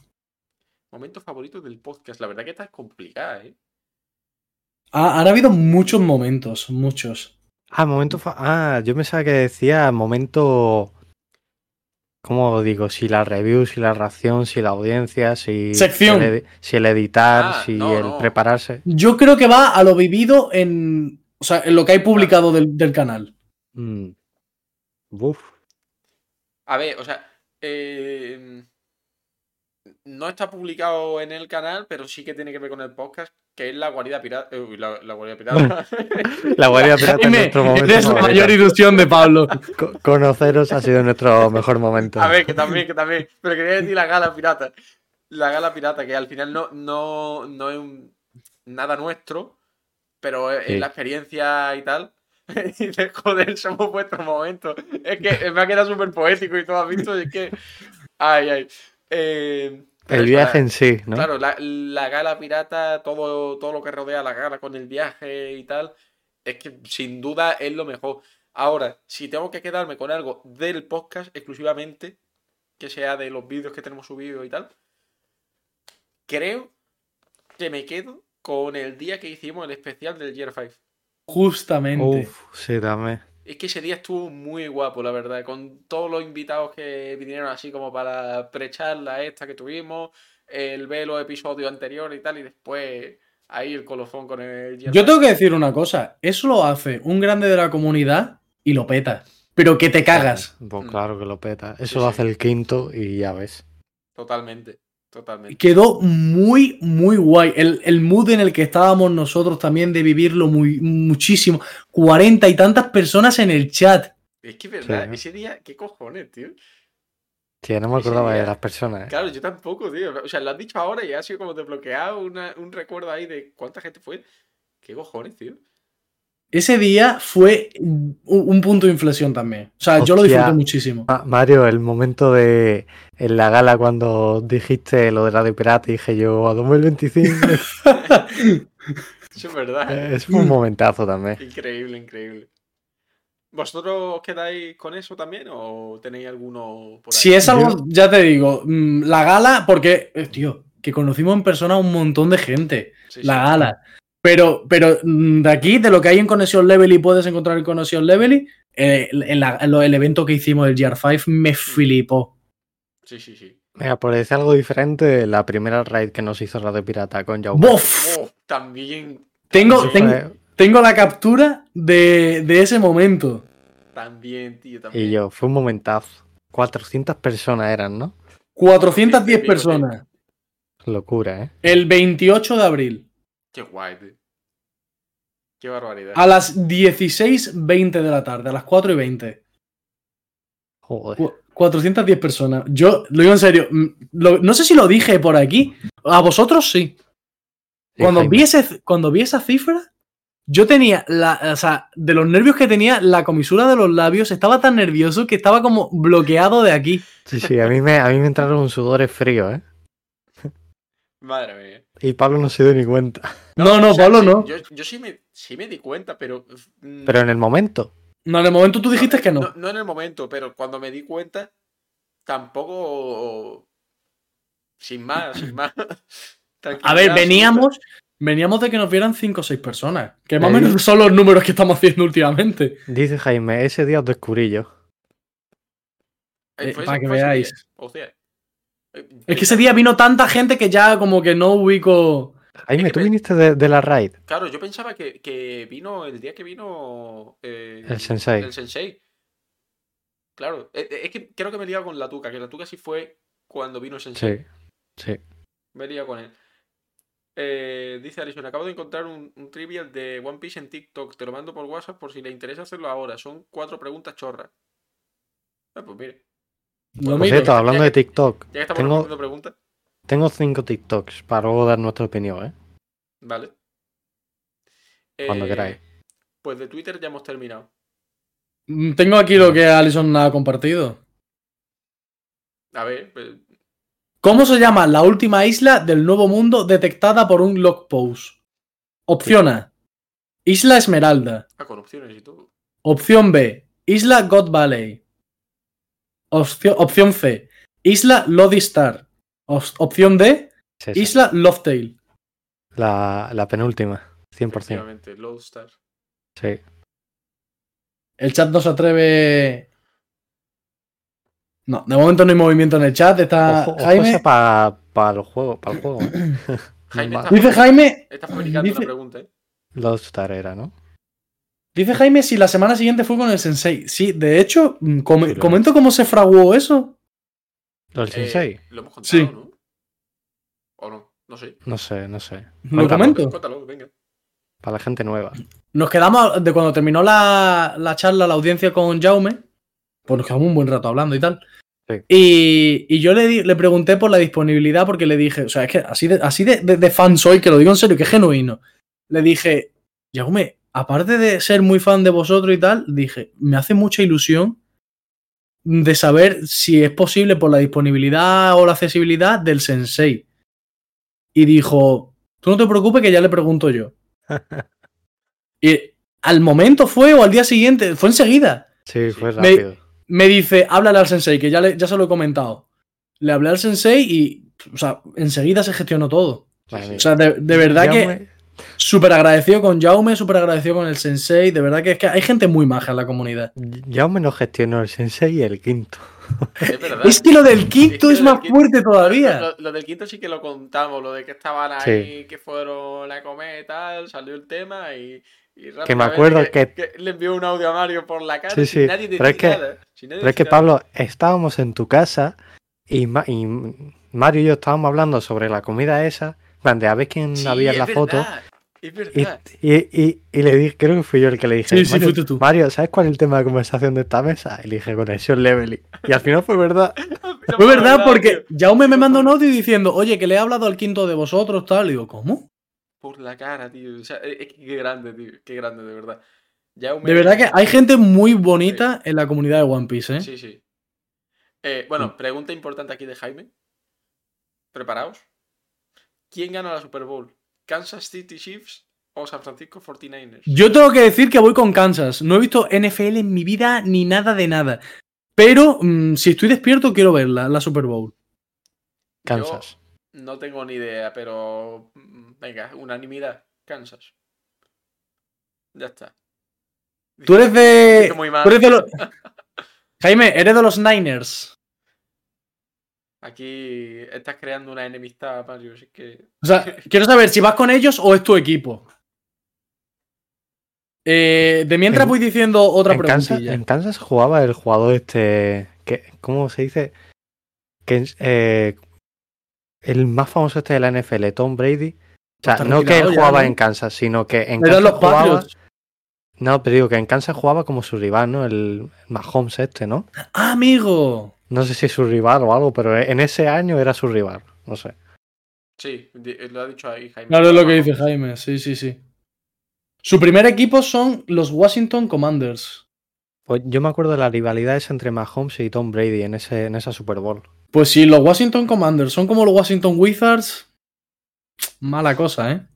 Momentos favoritos del podcast. La verdad que está complicada, ¿eh?
Ha- han habido muchos momentos, muchos.
Ah, momento. fa- Ah, yo pensaba que decía momento. ¿Cómo lo digo? Si la review, si la reacción, si la audiencia, si.
Sección.
El edi- si el editar,
Ah,
si
no,
el
no.
prepararse.
Yo creo que va a lo vivido en. O sea, en lo que hay publicado del, del canal.
Mm, Uf.
A ver, o sea, eh, no está publicado en el canal, pero sí que tiene que ver con el podcast, que es la guarida pirata. Eh, Uy, la, la guarida pirata.
La guardia pirata en nuestro momento.
es la
favorito.
mayor ilusión de Pablo.
Co- Conoceros ha sido nuestro mejor momento.
a ver, que también, que también. Pero quería decir la gala pirata. La gala pirata, que al final no, no, no es un- nada nuestro, pero es, es
Sí.
la experiencia y tal. Y de joder, somos vuestro momento. Es que me ha quedado súper poético y todo, ¿has visto? Y es que. Ay, ay. Eh, pero
El
es
viaje
para-
en sí, ¿no?
Claro, la, la gala pirata, todo, todo lo que rodea a la gala con el viaje y tal, es que sin duda es lo mejor. Ahora, si tengo que quedarme con algo del podcast exclusivamente, que sea de los vídeos que tenemos subidos y tal, creo que me quedo con el día que hicimos el especial del Year 5.
Justamente.
Uf, sí, dame.
Es que ese día estuvo muy guapo, la verdad, con todos los invitados que vinieron así como para precharla esta que tuvimos, el ver los episodios anteriores y tal, y después ahí el colofón con el...
Yo tengo que decir una cosa. Eso lo hace un grande de la comunidad y lo peta. Pero que te cagas.
Pues
Mm.
claro que lo peta. Eso
Sí,
lo
sí.
hace el quinto y ya ves.
Totalmente, totalmente.
Quedó muy, muy guay. El, el mood en el que estábamos nosotros también de vivirlo muy, muchísimo. Cuarenta y tantas personas en el chat.
Es que, ¿verdad?
Sí.
Ese día, ¿qué cojones, tío?
Tío, no me
Ese
acordaba de
día-
las personas. ¿eh?
Claro, yo tampoco, tío. O sea, lo has dicho ahora y ha sido como desbloqueado una- un recuerdo ahí de cuánta gente fue. ¿Qué cojones, tío?
Ese día fue un, un punto de inflexión también. O sea, yo lo
Hostia.
disfruté muchísimo.
Ma- Ah, Mario, el momento de en la gala cuando dijiste lo de la de pirata, dije yo a 2025.
Eso es
Eh.
verdad. ¿eh?
es un momentazo también.
Increíble, increíble. ¿Vosotros os quedáis con eso también o tenéis alguno por ahí?
Si es algo, ya te digo, mm, la gala, porque, eh, tío, que conocimos en persona a un montón de gente.
Sí, sí.
la gala. Pero, pero mm, de aquí, de lo que hay en Conexión Levely, puedes encontrar en Conexión Levely, eh, en la- en lo- el evento que hicimos del GR5 me flipó.
Sí, sí, sí.
Mira, por decir pues, algo diferente, la primera raid que nos hizo la de pirata con Jaume.
¡Bof!
Oh, también,
Tengo,
Sí,
ten-
Fue-
tengo la captura de, de ese momento.
también, tío, también.
Y yo, fue un momentazo. 400 personas eran, ¿no?
410
Sí, sí,
personas.
Locura, ¿eh?
El 28 de abril,
Qué guay, tío. Qué barbaridad.
a las 16.20 de la tarde, a las 4 y 20.
Joder.
Cu- 410 personas. Yo lo digo en serio. mm, lo- no sé si lo dije por aquí. A vosotros sí.
Sí,
Cuando
Jaime.
vi, ese- cuando vi esa cifra, yo tenía, la, o sea, de los nervios que tenía, la comisura de los labios, estaba tan nervioso que estaba como bloqueado de aquí.
Sí, sí, a mí me, a mí me entraron sudores fríos, ¿eh?
Madre mía.
Y Pablo no se dio ni cuenta.
No, no,
O sea,
Pablo,
sí,
no.
Yo, yo sí, me, sí me di cuenta, pero. mm,
Pero en el momento.
No, en el momento tú dijiste que
No,
no.
en el momento, pero cuando me di cuenta, tampoco. Sin más, sin más.
A ver,
Tranquilidad
veníamos, veníamos de que nos vieran 5 o 6 personas. Que más o
Eh.
menos son los números que estamos haciendo últimamente.
Dice Jaime, ese día os descubrí yo.
absoluta. Eh,
Eh,
fue
para
ese-
que
fue ese día,
veáis.
o sea, eh,
Es que ese día vino tanta gente que ya como que no ubico.
Jaime,
que
tú
me-
viniste de, de la raid.
Claro, yo pensaba que, que vino el día que vino eh,
El sensei.
el sensei. Claro, eh, eh, es que creo que me he liado con la tuca, que la tuca sí fue cuando vino el sensei.
Sí, sí.
Me he liado con él. Eh, dice Alison, acabo de encontrar un, un trivial de One Piece en TikTok. Te lo mando por WhatsApp por si le interesa hacerlo ahora. Son cuatro preguntas chorras. Ah, pues mire,
Lo
Por
Mira,
cierto,
ya
miro.
hablando de
que-
TikTok,
ya que estamos
tengo,
respondiendo preguntas.
tengo cinco TikToks para luego dar nuestra opinión, ¿eh?
Vale.
Cuando
Eh,
queráis.
Pues de Twitter ya hemos terminado.
Mm, Tengo aquí lo que Alison ha compartido.
A ver, pues,
¿Cómo se llama la última isla del Nuevo Mundo detectada por un log post? Opción A. Isla Esmeralda.
a corrupciones y todo.
Opción B. Isla God Valley. Opcio- opción C. Isla Lodistar. Os- opción D.
Es esa.
Isla Lovetail.
La, la penúltima, 100%.
Efectivamente, Lodestar.
Sí.
El chat no se atreve. No, de momento no hay movimiento en el chat. Está
Ojo, ojo
Ah, Jaime.
esa para el juego, para el juego. ¿eh?
Jaime
Mal.
está-
Dice Jaime.
Está fabricando
Dice-
una pregunta, ¿eh?
Lodestar era, ¿no?
Dice Jaime si la semana siguiente fue con el Sensei. Sí, de hecho, mm, com-
Pero-
comento cómo se fraguó eso.
¿Lo del
Eh,
sensei?
Lo hemos contado,
Sí.
¿no? O no, no sé.
No sé, no sé.
Lo
Cuéntalo.
comento.
Cuéntalo, venga.
Para la gente nueva.
Nos quedamos de cuando terminó la, la charla, la audiencia con Jaume. Pues nos quedamos un buen rato hablando y tal.
Sí.
Y, y yo le, di- le pregunté por la disponibilidad porque le dije, o sea, es que así de, así de, de- de fan soy, que lo digo en serio, que es genuino. Le dije, Jaume, aparte de ser muy fan de vosotros y tal, dije, me hace mucha ilusión de saber si es posible por la disponibilidad o la accesibilidad del sensei. Y dijo, tú no te preocupes que ya le pregunto yo. Y al momento fue o al día siguiente, fue enseguida.
Sí, fue
Me-
rápido.
Me dice, háblale al sensei, que ya, le- ya se lo he comentado. Le hablé al sensei y, o sea, enseguida se gestionó todo.
Madre mía.
O sea, de, de verdad que
Jaume-
súper agradecido con Jaume, súper agradecido con el sensei. De verdad que es que hay gente muy maja en la comunidad.
Jaume nos gestionó el sensei y el quinto.
Es verdad.
Es que lo del quinto
que
es
lo
más
del quinto-
fuerte todavía.
Lo, lo del quinto sí que lo contamos, lo de que estaban
Sí.
ahí, que fueron a comer, tal, salió el tema y. y
Que me
rápidamente
acuerdo
le envió un audio a Mario por la cara
Sí,
sin
sí,
nadie
pero
decir
es que-
nada, sin nadie
Pero es que
decir nada.
Pablo, estábamos en tu casa y, Ma- y Mario y yo estábamos hablando sobre la comida esa, en plan de a ver quién
Sí,
había en
es
la foto.
verdad, Es
Y,
verdad.
y- y- y le dije, creo que fui yo el que le dije,
Sí, sí,
Mario,
fuiste tú.
Mario, ¿sabes cuál es el tema de conversación de esta mesa? Y le dije, conexión level. Y al final fue verdad.
No,
Fue verdad porque
tío.
Jaume me mandó un audio diciendo, oye, que le he hablado al quinto de vosotros, tal. Y digo, ¿cómo?
Por la cara, tío. O sea, eh, eh, qué grande, tío. Qué grande, de verdad. Ya
De verdad que hay gente muy bonita en la comunidad de One Piece, ¿eh?
Sí, sí. Eh, bueno, pregunta importante aquí de Jaime. ¿Preparaos? ¿Quién gana la Super Bowl? ¿Kansas City Chiefs o San Francisco 49ers?
Yo tengo que decir que voy con Kansas. No he visto NFL en mi vida ni nada de nada. Pero mm, si estoy despierto, quiero verla, la Super Bowl.
Kansas.
No tengo ni idea, pero mm, venga, unanimidad. Kansas. Ya está.
Tú eres de.
Dice muy mal.
tú eres de los- Jaime, eres de los Niners.
Aquí estás creando una enemistad, Mario. Así que...
O sea, quiero saber si vas con ellos o es tu equipo. Eh, de mientras
En-
voy diciendo otra
en, Kansas
preguntilla.
en Kansas jugaba el jugador este, que, ¿cómo se dice? Que, es, eh, el más famoso este de la NFL, Tom Brady. O sea,
Está
no que
retirado
él
ya,
jugaba
¿no?
en Kansas, sino que en
Eran
Kansas
los
jugaba...
Patriots.
No, pero digo que en Kansas jugaba como su rival, ¿no? El Mahomes este, ¿no?
Ah, amigo.
No sé si es su rival o algo, pero en ese año era su rival. No sé.
Sí, di- eh, lo ha dicho ahí Jaime.
Claro, es lo que dice Jaime. Sí, sí, sí. Su primer equipo son los Washington Commanders.
Pues yo me acuerdo de la rivalidad esa entre Mahomes y Tom Brady en, ese, en esa Super Bowl.
Pues si los Washington Commanders son como los Washington Wizards, mala cosa, ¿eh?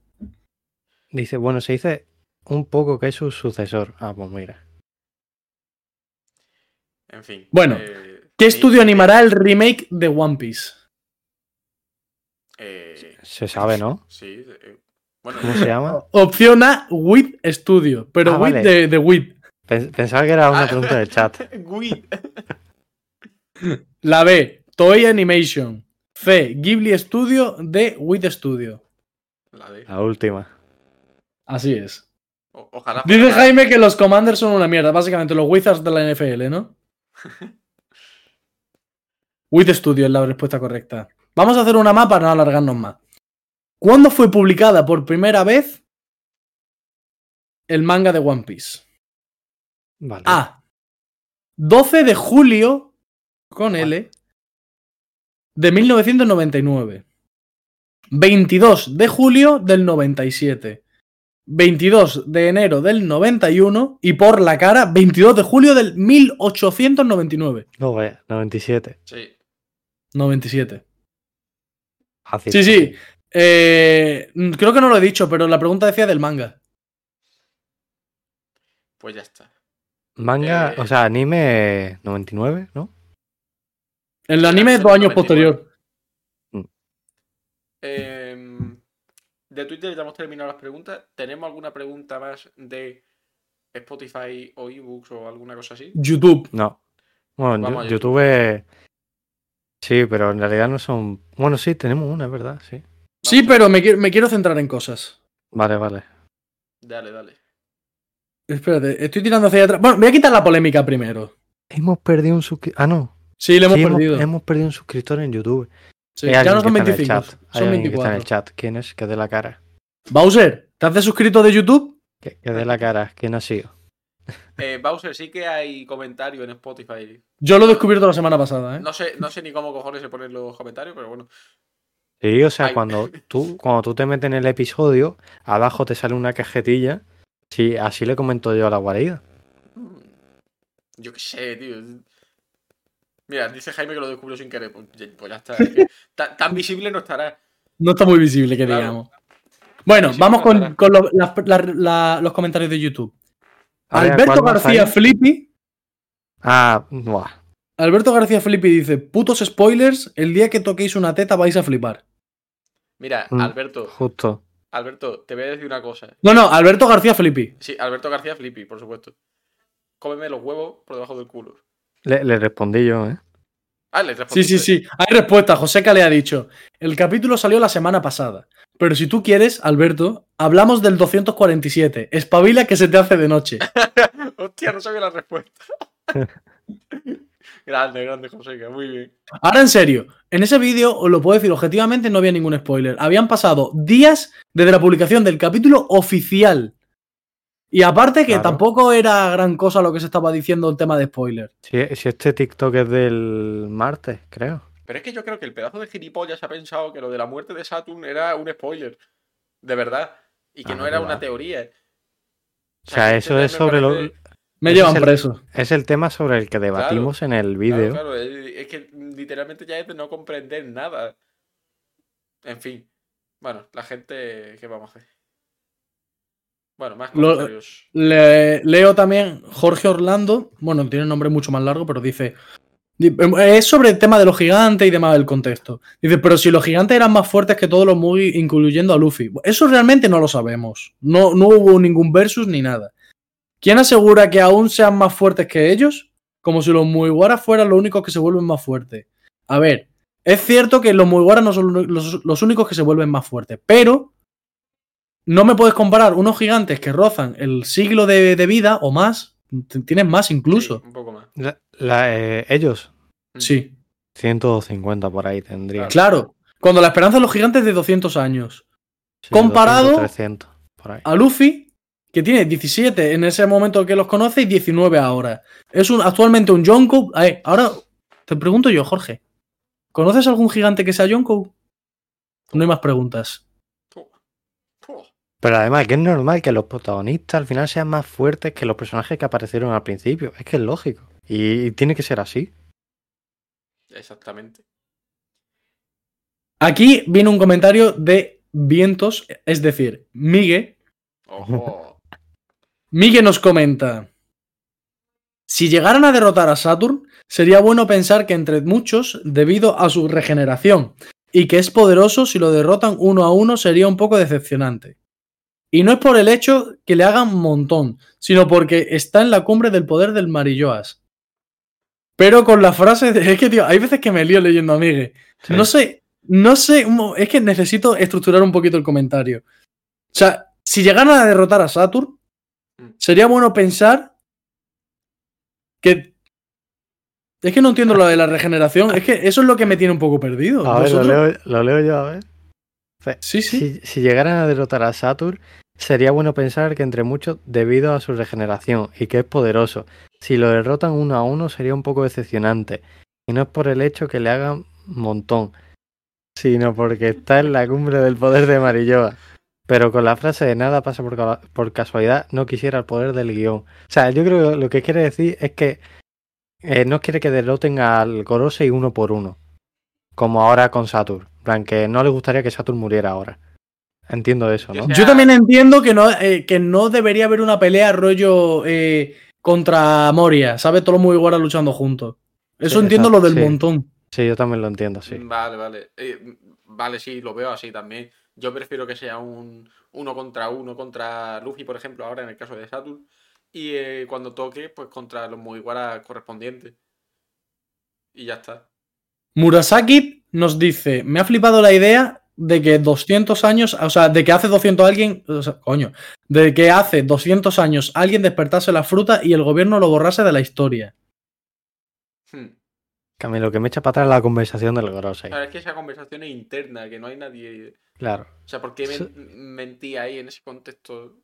Dice, bueno, se dice un poco que es su sucesor. Ah, pues mira.
En fin.
Bueno,
eh,
¿Qué
sí,
estudio
sí,
animará el remake de One Piece?
eh,
Se sabe, ¿no?
Sí, eh, bueno,
¿Cómo se llama?
Opción A, WIT Studio, pero
Ah,
WIT
vale.
de, de WIT.
Pens- Pensaba que era una pregunta del chat.
Gui.
La B, Toei Animation. C, Ghibli Studio de WIT Studio.
La de-
La última.
Así es.
o- ojalá. fuera
Dice
la-
Jaime que los Commanders son una mierda, básicamente los Wizards de la NFL, ¿no? With Studio es la respuesta correcta. Vamos a hacer una más para no alargarnos más. ¿Cuándo fue publicada por primera vez el manga de One Piece?
Vale.
A. 12 Ah, de julio con L de 1999. 22 de julio del 97. 22 de enero del 91 y por la cara 22 de julio del 1899.
No, vaya, 97.
Sí.
97.
Fácil.
Sí, sí. Eh, mm, creo que no lo he dicho, pero la pregunta decía del manga.
Pues ya está.
Manga,
Eh,
o sea, anime 99, ¿no?
El anime es dos años
99.
posterior.
Em, de Twitter ya hemos terminado las preguntas. ¿Tenemos alguna pregunta más de Spotify o ebooks o alguna cosa así?
YouTube.
No. Bueno,
Vamos a
yo- YouTube. Sí, pero en realidad no son. Bueno, sí, tenemos una, es ¿verdad? Sí.
Sí, pero me, qui- me quiero centrar en cosas.
Vale, vale.
Dale, dale.
Espérate, estoy tirando hacia atrás. Bueno, voy a quitar la polémica primero.
Hemos perdido un suscriptor. Ah, no.
Sí, le hemos
Sí, hemos,
perdido.
hemos perdido un suscriptor en YouTube.
Sí,
Hay
ya
alguien
no son
que está en el
25,
chat. Hay
son
alguien que está en el
24.
chat. ¿Quién es? Que dé la cara.
Bowser, ¿te haces suscrito de YouTube?
Que, que dé la cara. ¿Quién ha sido?
Eh, Bowser, sí que hay comentarios en Spotify.
Yo lo he descubierto la semana pasada, ¿eh?
No sé, no sé ni cómo cojones se ponen los comentarios, pero bueno.
Sí, o sea,
Ay.
cuando tú, cuando tú te metes en el episodio, abajo te sale una cajetilla. Sí, así le comento yo a la guarida.
Yo qué sé, tío. Mira, dice Jaime que lo descubrió sin querer. Pues, ya- pues ya está. es que tan, tan visible no estará.
No está muy visible, que
Claro.
digamos. Bueno,
Sí, sí,
vamos con,
claro.
con los- las- la- la- los comentarios de YouTube.
A ver, ¿a
Alberto
cuál vas
García
ahí?
Flippy.
Ah, buah.
Alberto García Flippy dice: putos spoilers, el día que toquéis una teta vais a flipar.
Mira,
Mm.
Alberto,
Justo.
Alberto, te voy a decir una cosa.
No, no, Alberto García Flippy.
Sí, Alberto García Flippy, por supuesto. Cómeme los huevos por debajo del culo.
Le, le respondí yo, ¿eh?
Ah, le
Sí,
respondiste.
sí, sí. Hay respuesta. Joseca le ha dicho: el capítulo salió la semana pasada. Pero si tú quieres, Alberto, hablamos del 247. Espabila que se te hace de noche.
Hostia, no sabía la respuesta. grande, grande, José, que muy bien.
Ahora en serio, en ese vídeo, os lo puedo decir objetivamente, no había ningún spoiler. Habían pasado días desde la publicación del capítulo oficial. Y aparte que
Claro.
tampoco era gran cosa lo que se estaba diciendo el tema de spoiler.
Si, si este TikTok es del martes, creo.
Pero es que yo creo que el pedazo de gilipollas ha pensado que lo de la muerte de Saturn era un spoiler. De verdad. Y que
Ah,
no era
qué
una
va.
teoría. eh.
O sea, eso
este
es sobre lo.
Me
Ese
llevan
es el-
preso.
Es el tema sobre el que debatimos en el vídeo.
Claro, claro, es es que literalmente ya es de no comprender nada. En fin. Bueno, la gente. ¿Qué vamos a hacer? Bueno, más
Lo-
comentarios.
Le- leo también Jorge Orlando. Bueno, tiene un nombre mucho más largo, pero dice. di- em, Es sobre el tema de los gigantes y demás del contexto. Dice, pero si los gigantes eran más fuertes que todos los muy incluyendo a Luffy. Eso realmente no lo sabemos. No, no hubo ningún versus ni nada. ¿Quién asegura que aún sean más fuertes que ellos? Como si los Mugiwara fueran los únicos que se vuelven más fuertes. A ver, es cierto que los Mugiwara no son los- los únicos que se vuelven más fuertes, pero no me puedes comparar unos gigantes que rozan el siglo de, de vida o más, t- tienes más incluso.
Sí, un poco más. Mm.
La- la- eh, ellos,
Sí,
150 por ahí tendrían.
claro. Cuando la esperanza de los gigantes es de 200 años.
Sí,
Comparado-
200, 300 por ahí.
A Luffy, que tiene 17 en ese momento que los conoce y 19 ahora. Es un, actualmente un Yonko. A ver, ahora te pregunto yo, Jorge. ¿Conoces algún gigante que sea Yonko? No hay más preguntas.
Puh. Puh.
Pero además que es normal que los protagonistas al final sean más fuertes que los personajes que aparecieron al principio. Es que es lógico. Y, y tiene que ser así.
Exactamente.
Aquí viene un comentario de Vientos, es decir, Migue,
Ojo.
Miguel nos comenta. Si llegaran a derrotar a Saturn, sería bueno pensar que entre muchos, debido a su regeneración, y que es poderoso si lo derrotan uno a uno, sería un poco decepcionante. Y no es por el hecho que le hagan montón, sino porque está en la cumbre del poder del Marilloas. Pero con la frase de... Es que, tío, hay veces que me lío leyendo a Miguel.
Sí.
No sé, no sé, un mo- es que necesito estructurar un poquito el comentario. O sea, si llegaran a derrotar a Saturn,
Mm.
sería bueno pensar que... Es que no entiendo lo de la regeneración, es que eso es lo que me tiene un poco perdido.
A ver, lo
¿Vosotros?
leo, lo leo yo, a ver.
Sí, sí.
Si, si llegaran a derrotar a Saturn, sería bueno pensar que entre muchos, debido a su regeneración y que es poderoso, si lo derrotan uno a uno sería un poco decepcionante. Y no es por el hecho que le hagan montón, sino porque está en la cumbre del poder de Marilloa. Pero con la frase de nada pasa por, ca- por casualidad, no quisiera el poder del guión. O sea, yo creo que lo que quiere decir es que eh, no quiere que derroten al Gorosei uno por uno. Como ahora con Saturn. En plan, que no le gustaría que Saturn muriera ahora. Entiendo eso,
Yo
¿no?
sé-
Yo también entiendo que no, eh, que no debería haber una pelea rollo eh, contra Moria, ¿sabes? Todos los muy iguales luchando juntos. Eso
Sí,
entiendo lo
exacto,
del
sí.
montón.
Sí, yo también lo entiendo, sí.
Mm, Vale, vale. Eh, vale, sí, lo veo así también. Yo prefiero que sea un uno contra uno contra Luffy, por ejemplo, ahora en el caso de Saturn. Y eh, cuando toque, pues contra los Mugiwara correspondientes. Y ya está.
Murasaki nos dice, me ha flipado la idea de que 200 años, o sea, de que hace 200 alguien, o sea, coño, de que hace 200 años alguien despertase la fruta y el gobierno lo borrase de la historia.
Hmm.
Que a mí lo que me echa para atrás es la conversación del Grosey.
Claro, es que esa conversación es interna, que no hay nadie.
Claro.
O sea, ¿por qué men-
Sí.
mentí ahí en ese contexto?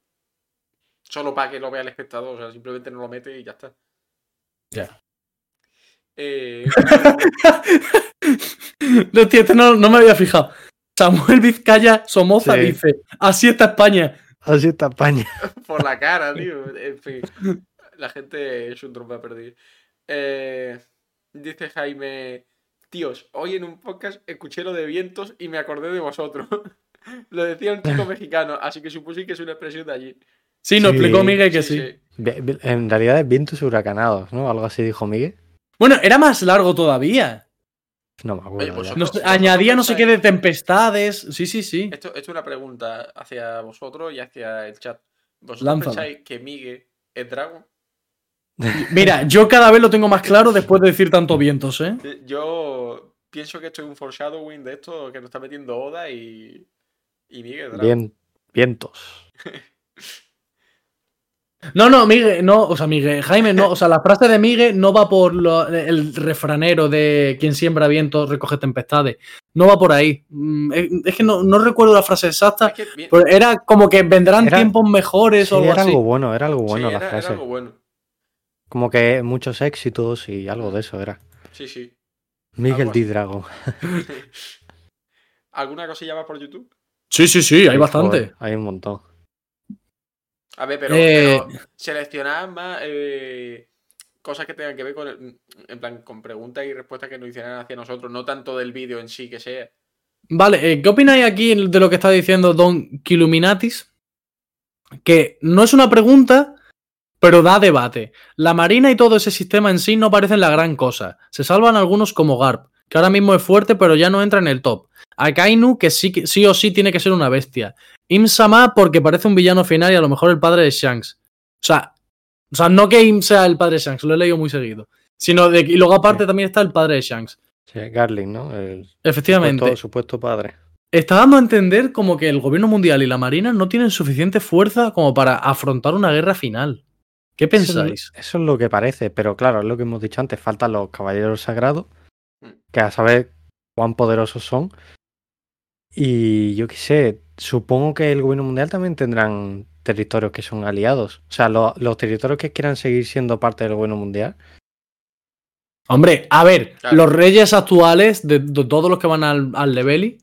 Solo para que lo vea el espectador, o sea, simplemente no lo mete y ya está.
Ya.
Eh,
No, tío, este no, no me había fijado. Samuel Vizcaya Somoza
Sí.
dice, así está España.
Así está España.
por la cara, tío. En fin, la gente es un trompa perdida. Eh, dice Jaime, tíos, hoy en un podcast escuché lo de vientos y me acordé de vosotros. lo decía un chico mexicano, así que supuse que es una expresión de allí.
Sí, nos
Sí.
explicó Miguel que sí.
Vi- vi- En realidad es vientos huracanados, ¿no? Algo así dijo Miguel.
Bueno, era más largo todavía.
No me acuerdo.
Oye, pues,
ya.
No,
Nos-
no, no
añadía no sé qué
pensáis.
de tempestades. Sí, sí, sí.
Esto, esto es una pregunta hacia vosotros y hacia el chat. ¿Vosotros
Lánzala.
pensáis que Migue es Dragon?
Mira, yo cada vez lo tengo más claro después de decir tanto vientos, ¿eh?
Eh, Yo pienso que esto es un foreshadowing de esto que nos está metiendo Oda y, y Migue es Dragon.
Bien- vientos.
No, no, Miguel, no, o sea, Miguel, Jaime, no, o sea, la frase de Miguel no va por lo- el refranero de quien siembra vientos recoge tempestades, no va por ahí. Mm, Es, es que no, no recuerdo la frase
Es
exacta,
que bien-
Pues,
pero era como que vendrán
Era-
tiempos mejores
Sí,
o algo
era
así.
algo bueno, era algo
sí,
bueno la
era- era
frase.
algo bueno.
Como que muchos éxitos y algo de eso era.
Sí, sí.
Miguel
Algo así.
D. Dragon.
¿Alguna cosilla más por YouTube?
Sí, sí, sí, hay
Sí,
bastante.
joder, hay un montón.
A ver, pero,
Eh.
pero seleccionad más eh, cosas que tengan que ver con, el- en plan, con preguntas y respuestas que nos hicieran hacia nosotros, no tanto del vídeo en sí que sea.
Vale, eh, ¿qué opináis aquí de lo que está diciendo Don Kiluminatis? Que no es una pregunta, pero da debate. La Marina y todo ese sistema en sí no parecen la gran cosa. Se salvan algunos como Garp, que ahora mismo es fuerte, pero ya no entra en el top. Akainu, que sí, que- sí o sí tiene que ser una bestia. Im Sama, porque parece un villano final y a lo mejor el padre de Shanks. O sea, o sea no que Im sea el padre de Shanks, lo he leído muy seguido. Sino de, y luego aparte
Sí.
también está el padre de Shanks.
Sí, Garling, ¿no? El
Efectivamente.
supuesto, supuesto padre.
Está dando a entender como que el gobierno mundial y la marina no tienen suficiente fuerza como para afrontar una guerra final. ¿Qué pensáis?
Eso, es- eso es lo que parece, pero claro, es lo que hemos dicho antes. Faltan los caballeros sagrados,
Mm.
que a saber cuán poderosos son. Y yo qué sé, supongo que el gobierno mundial también tendrán territorios que son aliados. O sea, lo- los territorios que quieran seguir siendo parte del gobierno mundial.
Hombre, a ver,
Claro.
los reyes actuales de, de todos los que van al, al Leveli,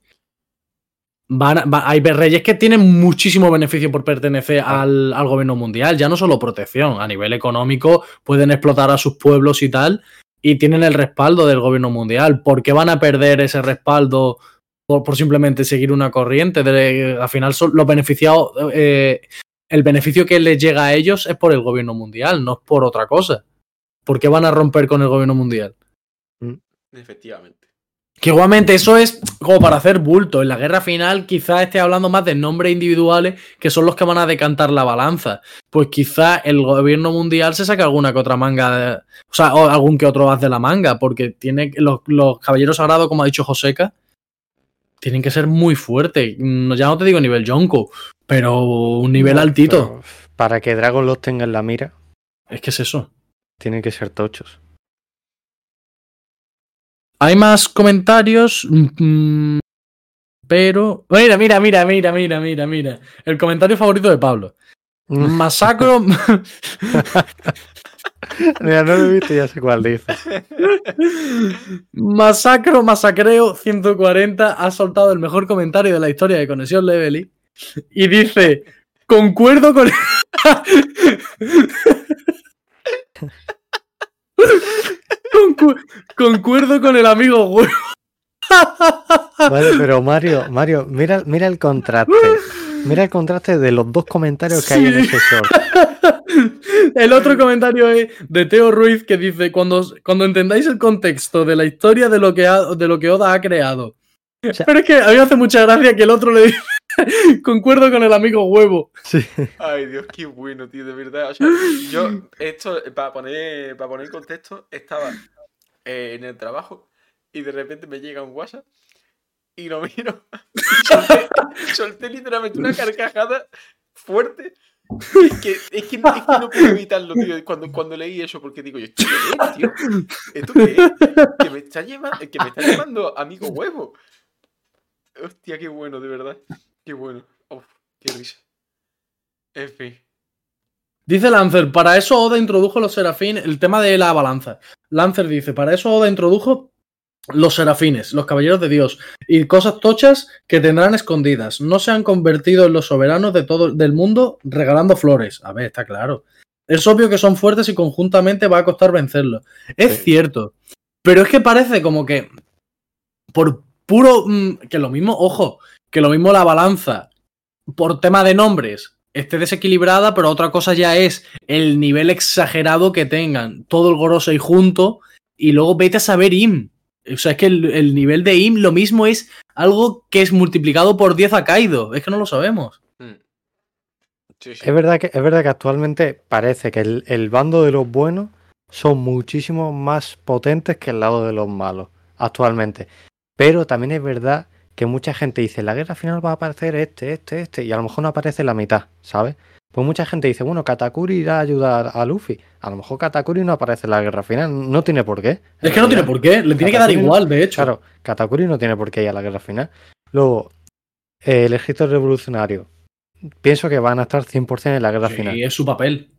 van a- va- hay reyes que tienen muchísimo beneficio por pertenecer al, al gobierno mundial, ya no solo protección, a nivel económico pueden explotar a sus pueblos y tal, y tienen el respaldo del gobierno mundial. ¿Por qué van a perder ese respaldo por, por simplemente seguir una corriente? De- al final son los beneficiados, eh, el beneficio que les llega a ellos es por el gobierno mundial, no es por otra cosa. ¿Por qué van a romper con el gobierno mundial?
Efectivamente.
Que igualmente eso es como para hacer bulto. En la guerra final quizás esté hablando más de nombres individuales que son los que van a decantar la balanza. Pues quizás el gobierno mundial se saque alguna que otra manga, de- o sea, o algún que otro haz de la manga, porque tiene los, los caballeros sagrados, como ha dicho Joseca, tienen que ser muy fuertes. Mm, Ya no te digo nivel Yonko, pero un nivel
No,
altito.
pero Para que Dragon los tenga en la mira,
Es que es eso.
tienen que ser tochos.
Hay más comentarios. mm, Pero. Mira, mira, mira, mira, mira, mira, mira. El comentario favorito de Pablo. Masacro.
Mira, no lo he visto, y ya sé cuál dice.
Masacro, masacreo 140 ha soltado el mejor comentario de la historia de Conexión Levely. Y dice: Concuerdo con. Concu- concuerdo con el amigo huevo.
Vale, pero Mario, Mario, mira, mira el contraste. Mira el contraste de los dos comentarios que hay en
Sí.
ese short.
El otro comentario es de Teo Ruiz que dice: cuando, os- cuando entendáis el contexto de la historia de lo que, ha- de lo que Oda ha creado.
sea-
Pero es que a mí me hace mucha gracia que el otro le dice: Concuerdo con el amigo huevo.
Sí.
Ay, Dios, qué bueno, tío, de verdad. O sea, yo, esto, eh, para poner, para poner contexto, estaba eh, en el trabajo y de repente me llega un WhatsApp y lo miro. Solté, solté literalmente una carcajada fuerte Es que, es que- es que no puedo evitarlo, tío. Cuando, cuando leí eso, porque digo yo, "¿Esto qué es, tío? ¿Esto qué es? Que me está, lleva- que me está llamando amigo huevo. Hostia, qué bueno, de verdad. Qué bueno. Uf, qué risa. En fin.
Dice Lancer, para eso Oda introdujo los serafín, el tema de la balanza. Lancer dice, para eso Oda introdujo los serafines, los caballeros de Dios, y cosas tochas que tendrán escondidas. No se han convertido en los soberanos de todo del mundo regalando flores. A ver, está claro. Es obvio que son fuertes y conjuntamente va a costar vencerlos. Es
Sí.
cierto. Pero es que parece como que por puro mm, que lo mismo, ojo, que lo mismo la balanza por tema de nombres esté desequilibrada, pero otra cosa ya es el nivel exagerado que tengan todo el Gorosei junto y luego vete a saber IM. O sea, es que el, el nivel de IM lo mismo es algo que es multiplicado por 10 a Kaido. Es que no lo sabemos.
Mm. Sí, sí.
Eh,
Es verdad que, es verdad que actualmente parece que el, el bando de los buenos son muchísimo más potentes que el lado de los malos, actualmente. Pero también es verdad que mucha gente dice, la guerra final va a aparecer este, este, este, y a lo mejor no aparece la mitad, ¿sabes? Pues mucha gente dice, bueno, Katakuri irá a ayudar a Luffy. A lo mejor Katakuri no aparece en la guerra final, no tiene por qué.
Es que no tiene por qué. Le tiene que dar
Katakuri no-
igual, de hecho.
Claro, Katakuri no tiene por qué ir a la guerra final. Luego, eh, el ejército revolucionario. Pienso que van a estar 100% en la guerra final.
Y es su papel.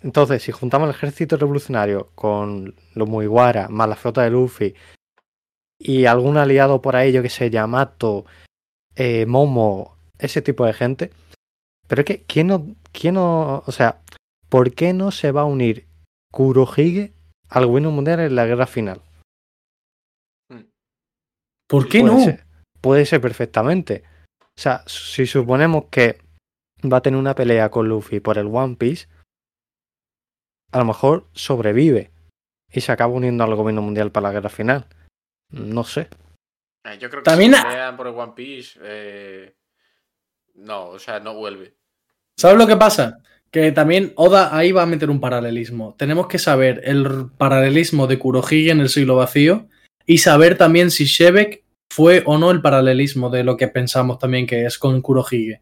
Entonces, si juntamos el ejército revolucionario con los Mugiwara, más la flota de Luffy y algún aliado por ahí, yo que sé, Yamato, eh, Momo, ese tipo de gente. Pero es que, ¿quién no, quién no, o sea, ¿por qué no se va a unir Kurohige al Wino Mundial en la guerra final?
Mm.
¿Por qué
Puede
no?
ser- puede ser perfectamente. O sea, si suponemos que va a tener una pelea con Luffy por el One Piece, a lo mejor sobrevive y se acaba uniendo al gobierno mundial para la guerra final. No sé.
Eh, Yo creo que
También
si
ha-
pelean por el One Piece, eh, no, o sea, no vuelve.
¿Sabes lo que pasa? Que también Oda ahí va a meter un paralelismo. Tenemos que saber el r- paralelismo de Kurohige en el siglo vacío y saber también si Shebek fue o no el paralelismo de lo que pensamos también que es con Kurohige.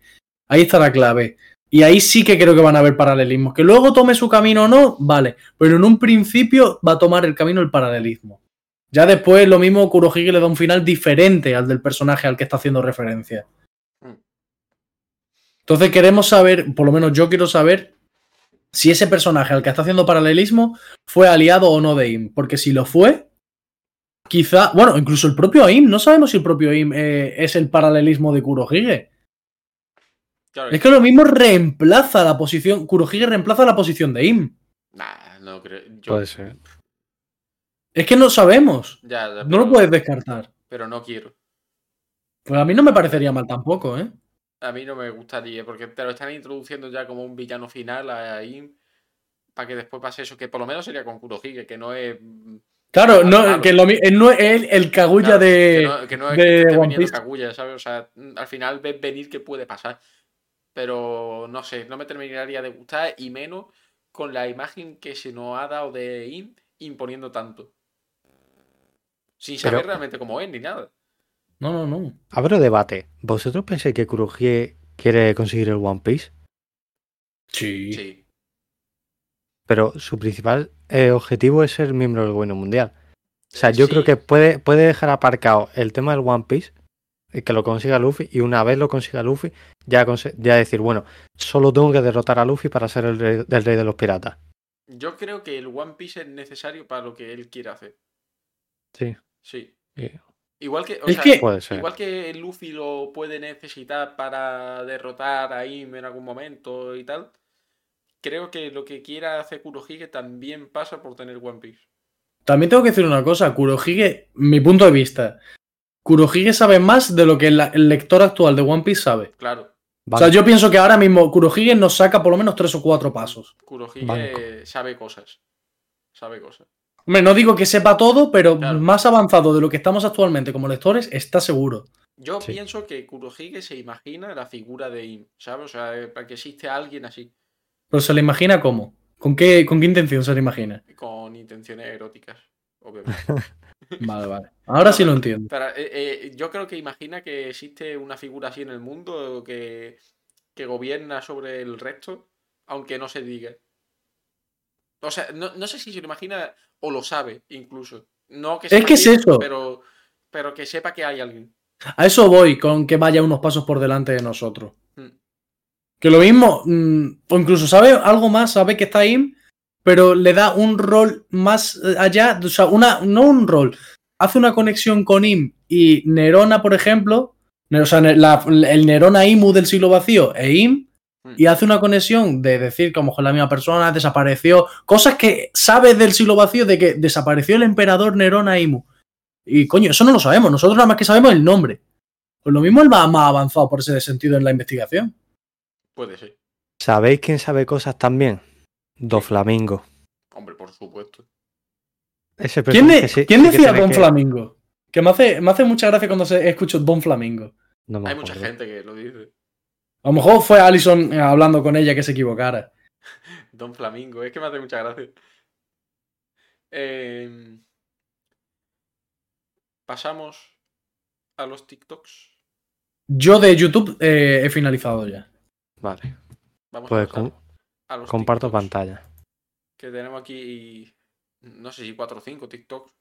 Ahí está la clave. Y ahí sí que creo que van a haber paralelismos. Que luego tome su camino o no, vale. Pero en un principio va a tomar el camino el paralelismo. Ya después lo mismo Kurohige le da un final diferente al del personaje al que está haciendo referencia. Entonces queremos saber, por lo menos yo quiero saber, si ese personaje al que está haciendo paralelismo fue aliado o no de Im. Porque si lo fue, quizá, bueno, incluso el propio Im, no sabemos si el propio Im eh, es el paralelismo de Kurohige.
Claro,
Es que lo mismo reemplaza la posición, Kurohige reemplaza la posición de Im.
nah, no creo. Yo,
Puede ser.
Es que no sabemos.
Ya, ya,
No lo
pero-
puedes descartar.
Pero no quiero.
Pues a mí no me parecería mal tampoco, ¿eh?
A mí no me gustaría, porque te lo están introduciendo ya como un villano final ahí, para que después pase eso, que por lo menos sería con Kurohige, que no es...
Claro,
Ah,
no,
claro.
que lo mi- él no es él el Kaguya
claro,
de.
que no, que no es
de
que te esté
One
viniendo
Piece.
Kaguya, ¿sabes? O sea, mm, al final ves venir que puede pasar. Pero no sé, no me terminaría de gustar, y menos con la imagen que se nos ha dado de Im imponiendo tanto. Sin saber
Pero-
realmente cómo es ni nada.
No, no, no.
Abro debate. ¿Vosotros pensáis que Kurohige quiere conseguir el One Piece?
Sí.
Sí.
Pero su principal eh, objetivo es ser miembro del gobierno mundial. O sea,
Eh,
yo creo
sí.
que puede, puede dejar aparcado el tema del One Piece, y que lo consiga Luffy, y una vez lo consiga Luffy, ya, conse- ya decir, bueno, solo tengo que derrotar a Luffy para ser el rey, el rey de los piratas.
Yo creo que el One Piece es necesario para lo que él quiere hacer.
Sí. Eh.
Sí.
Sí.
Igual que, o
Es
sea,
que-
Puede ser.
Eh, igual que Luffy lo puede necesitar para derrotar a Im en algún momento y tal, creo que lo que quiera hacer Kurohige también pasa por tener One Piece.
También tengo que decir una cosa, Kurohige, mi punto de vista, Kurohige sabe más de lo que la- el lector actual de One Piece sabe.
Claro,
Vale.
O sea, yo pienso que ahora mismo Kurohige nos saca por lo menos tres o cuatro pasos.
Kurohige
Banco.
sabe cosas. Sabe cosas.
Hombre, no digo que sepa todo, pero
Claro.
más avanzado de lo que estamos actualmente como lectores, está seguro.
Yo
Sí.
pienso que Kurohige se imagina la figura de Im, ¿sabes? O sea, eh, para que existe alguien así,
Pero se le imagina cómo. ¿Con qué, con qué intención se le imagina?
con intenciones eróticas, obviamente.
Vale, vale. Ahora sí lo entiendo.
Pero, eh, eh, yo creo que imagina que existe una figura así en el mundo que, que gobierna sobre el resto aunque no se diga. O sea, no, no sé si se lo imagina o lo sabe, incluso. No que
Es que es
imagine,
eso.
Pero, pero que sepa que hay alguien.
A eso voy, con que vaya unos pasos por delante de nosotros.
Mm.
Que lo mismo, mm, o incluso sabe algo más, sabe que está ahí, pero le da un rol más eh, allá, o sea, una, no un rol, hace una conexión con IM y Nerona, por ejemplo, ne- o sea, ne- la- el Nerona IMU del siglo vacío e IM,
Mm.
y hace una conexión de decir que a lo mejor la misma persona desapareció, cosas que sabe del siglo vacío de que desapareció el emperador Nerona IMU. Y coño, eso no lo sabemos, nosotros nada más que sabemos el nombre. Pues lo mismo él va más avanzado por ese sentido en la investigación.
Puede ser.
¿Sabéis quién sabe cosas también? Do Flamingo.
Hombre, por supuesto.
Ese
¿Quién,
personaje
de-
Pues sí-
quién
sí que
decía
tiene
Don
que-
Flamingo? Que me hace, me hace mucha gracia cuando se, escucho Don Flamingo.
No me
Hay mucha
acuerdo.
gente que lo dice.
A lo mejor fue Allison eh, hablando con ella que se equivocara.
Don Flamingo, es que me hace mucha gracia. Eh, pasamos a los TikToks.
Yo de YouTube eh, he finalizado ya.
Vale,
Vamos
Pues
a, pasar
com-
a los
comparto
TikToks
pantalla.
Que tenemos aquí, no sé si 4 o 5 TikToks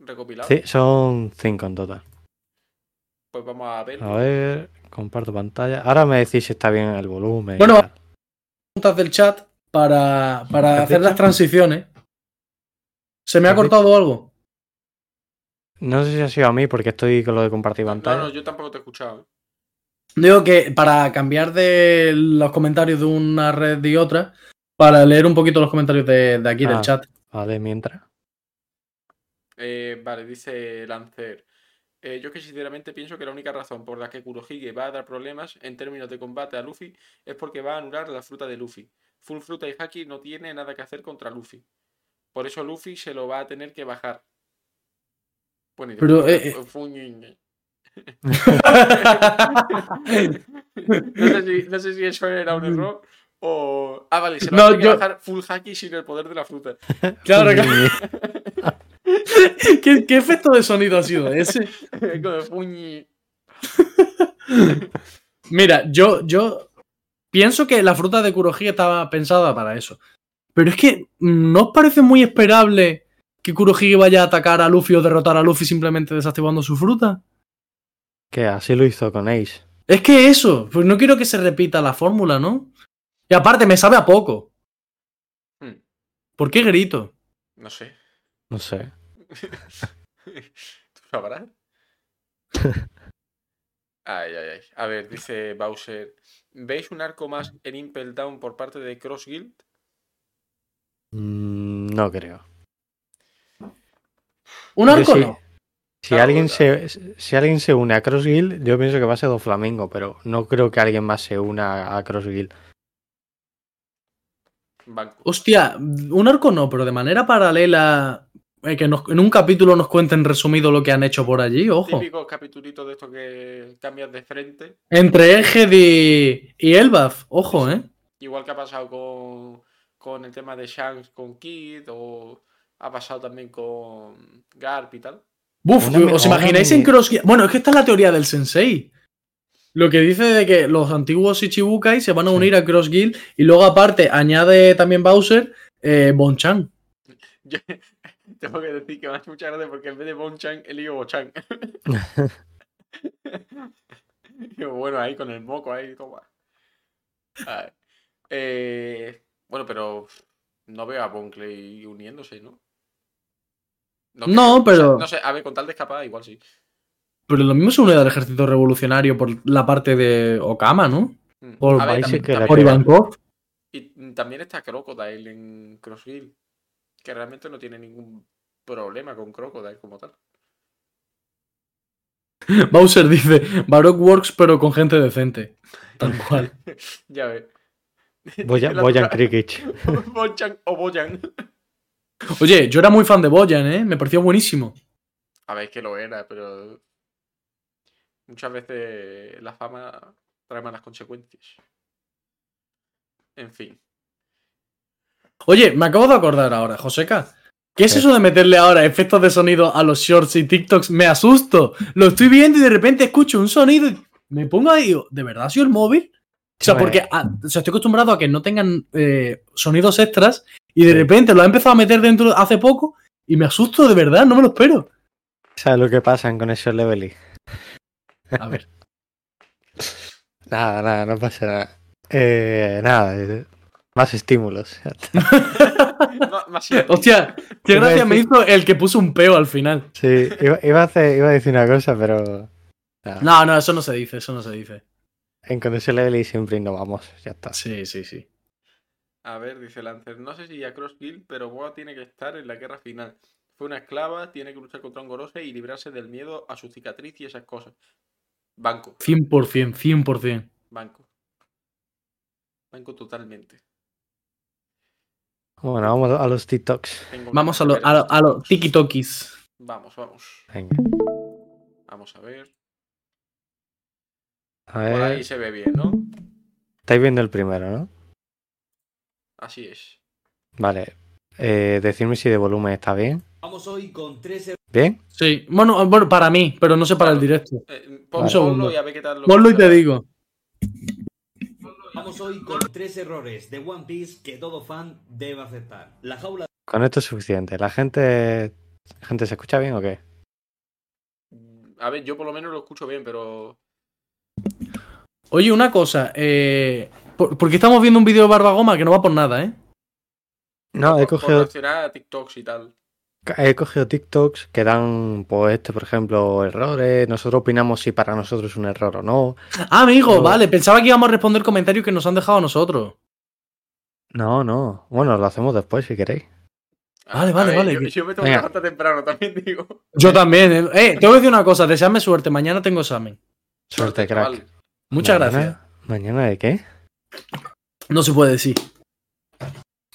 recopilados.
Sí, son cinco en total.
Pues vamos a ver.
A ver, comparto pantalla. Ahora me decís si está bien el volumen. y
Bueno,
tal.
Preguntas del chat para, para
¿Has
hacer las
dicho?
transiciones. ¿Se me ha
¿Has dicho?
cortado algo?
no sé si ha sido a mí porque estoy con lo de compartir
no,
pantalla.
no, yo tampoco te he escuchado. ¿eh?
Digo que para cambiar de los comentarios de una red y otra, para leer un poquito los comentarios de, de aquí, del
Ah.
chat.
Vale, mientras.
Eh, vale, dice Lancer. eh, yo que sinceramente pienso que la única razón por la que Kurohige va a dar problemas en términos de combate a Luffy es porque va a anular la fruta de Luffy. Full Fruta y Haki no tiene nada que hacer contra Luffy. Por eso Luffy se lo va a tener que bajar. Bueno, y de
Pero,
puta,
eh, eh.
fu- fu- ñe, ñe. no, sé si, no sé si eso era un error o... Ah, vale, se lo
No,
va a tener que
yo-
bajar Full Haki sin el poder de la fruta.
Claro, claro. ¿Qué, qué efecto de sonido ha sido ese?
Como de fuñi.
Mira, yo, yo pienso que la fruta de Kurohige estaba pensada para eso. Pero es que mm, ¿no os parece muy esperable que Kurohige vaya a atacar a Luffy o derrotar a Luffy simplemente desactivando su fruta?
que así lo hizo con Ace.
Es que eso, pues no quiero que se repita la fórmula, ¿no? Y aparte, me sabe a poco.
Hmm,
¿Por qué grito?
No sé.
No sé.
¿Tú sabrás? Ay, ay, ay. A ver, dice Bowser. ¿Veis un arco más en Impel Down por parte de Cross Guild?
Mm, no creo.
Un
Yo
arco
sí.
no.
Si,
Claro,
alguien
claro.
se, si alguien se une a Cross Guild, yo pienso que va a ser Do Flamingo, pero no creo que alguien más se una a Cross Guild.
Banco.
Hostia, un arco no, pero de manera paralela. eh, que nos- en un capítulo nos cuenten resumido lo que han hecho por allí, ojo.
Típicos capitulitos de estos que cambias de frente.
Entre Eged y, y Elbaf, ojo, ¿eh?
Igual que ha pasado con, con el tema de Shanks con Kid o ha pasado también con Garp y tal.
Buf,
Una me-
¿os
una
imagináis
me-
en Cross Guild? Bueno, es que esta es la teoría del sensei. Lo que dice de que los antiguos Ichibukai se van a
Sí.
unir a Cross Guild y luego aparte añade también Bowser eh, Bonchan.
Yo tengo que decir que me hace mucha gracia porque en vez de Bonchan, he leído Bochan. Digo, bueno, ahí con el moco, ahí, toma. Ay. Eh, bueno, pero no veo a Bonclay uniéndose, ¿no?
No,
creo. O sea,
pero-
no sé, a ver, con tal de escapar, igual sí.
Pero lo mismo se une al ejército revolucionario por la parte de Okama, ¿no?
Mm.
Por
A ver,
países
también-
que la
Por
también-
Ivankov.
Y también está Crocodile en Crossville, que realmente no tiene ningún problema con Crocodile como tal.
Bowser dice, Baroque Works pero con gente decente. Tal cual.
Ya ves.
Boyan,
La
Boyan
otra-
Krikic.
Bonchan o Boyan.
Oye, yo era muy fan de Boyan, ¿eh? Me pareció buenísimo.
A ver, es que lo era, pero. Muchas veces la fama trae malas consecuencias. En fin.
Oye, me acabo de acordar ahora, Joseca. ¿Qué es
¿Qué?
eso de meterle ahora efectos de sonido a los shorts y TikToks? Me asusto. Lo estoy viendo y de repente escucho un sonido y me pongo ahí. digo, ¿De verdad ha sido el móvil? O sea,
Hombre.
porque ah, o sea, estoy acostumbrado a que no tengan eh, sonidos extras y de repente lo ha empezado a meter dentro hace poco y me asusto de verdad, no me lo espero.
¿Sabes lo que pasan con esos leveling?
A ver.
Nada, nada, no pasa nada. Eh, nada, eh, más estímulos.
Ma- más simple.
Hostia, qué
Iba a
gracia me
decir-
hizo el que puso un peo al final.
Sí, iba, iba a hacer- iba a decir una cosa, pero nada.
No, no, eso no se dice, eso no se dice.
en Condition Level y siempre innovamos, ya está.
Sí, sí, sí.
A ver, dice Lancer, no sé si ya Cross Guild, pero Boa tiene que estar en la guerra final. Fue una esclava, tiene que luchar contra un gorose y librarse del miedo a su cicatriz y esas cosas. Banco,
100%, 100%.
banco. Banco totalmente.
Bueno, vamos a los TikToks.
Tengo
Vamos a
ganas
los
de
a
ver
lo- a los tiki-tokis.
Vamos, vamos.
Venga,
Vamos a ver.
a
Por
ver.
ahí se ve bien, ¿no?
Estáis viendo el primero, ¿no?
Así es.
Vale. Eh, decidme si de volumen está bien.
Vamos hoy con tres er-
¿Bien?
Sí, bueno, bueno, para mí, pero no sé para el directo.
Eh,
Vale.
pon,
Un
ponlo
segundo.
y a ver qué tal lo
Ponlo y te digo.
Vamos hoy con tres errores de One Piece que todo fan debe aceptar. La jaula
Con esto es suficiente. ¿La gente, gente se escucha bien o qué?
A ver, yo por lo menos lo escucho bien, pero.
Oye, una cosa, eh, por- porque estamos viendo un vídeo de Barbagoma que no va por nada, ¿eh?
No, he
por- por
cogido,
reaccionar a TikToks y tal.
he cogido TikToks que dan, pues, este, por ejemplo, errores. Nosotros opinamos si para nosotros es un error o no.
Ah, amigo,
No.
vale, pensaba que íbamos a responder comentarios que nos han dejado a nosotros.
No, no. Bueno, lo hacemos después si queréis.
A-
Vale,
a
vale,
ver,
vale.
Yo, yo me tengo que
Venga.
levantar temprano, también digo.
Yo también, ¿eh? Eh, tengo que decir una cosa, deseadme suerte, mañana tengo examen.
Suerte,
chaval.
crack.
Muchas
Mañana-
gracias.
¿Mañana de qué?
No se puede decir.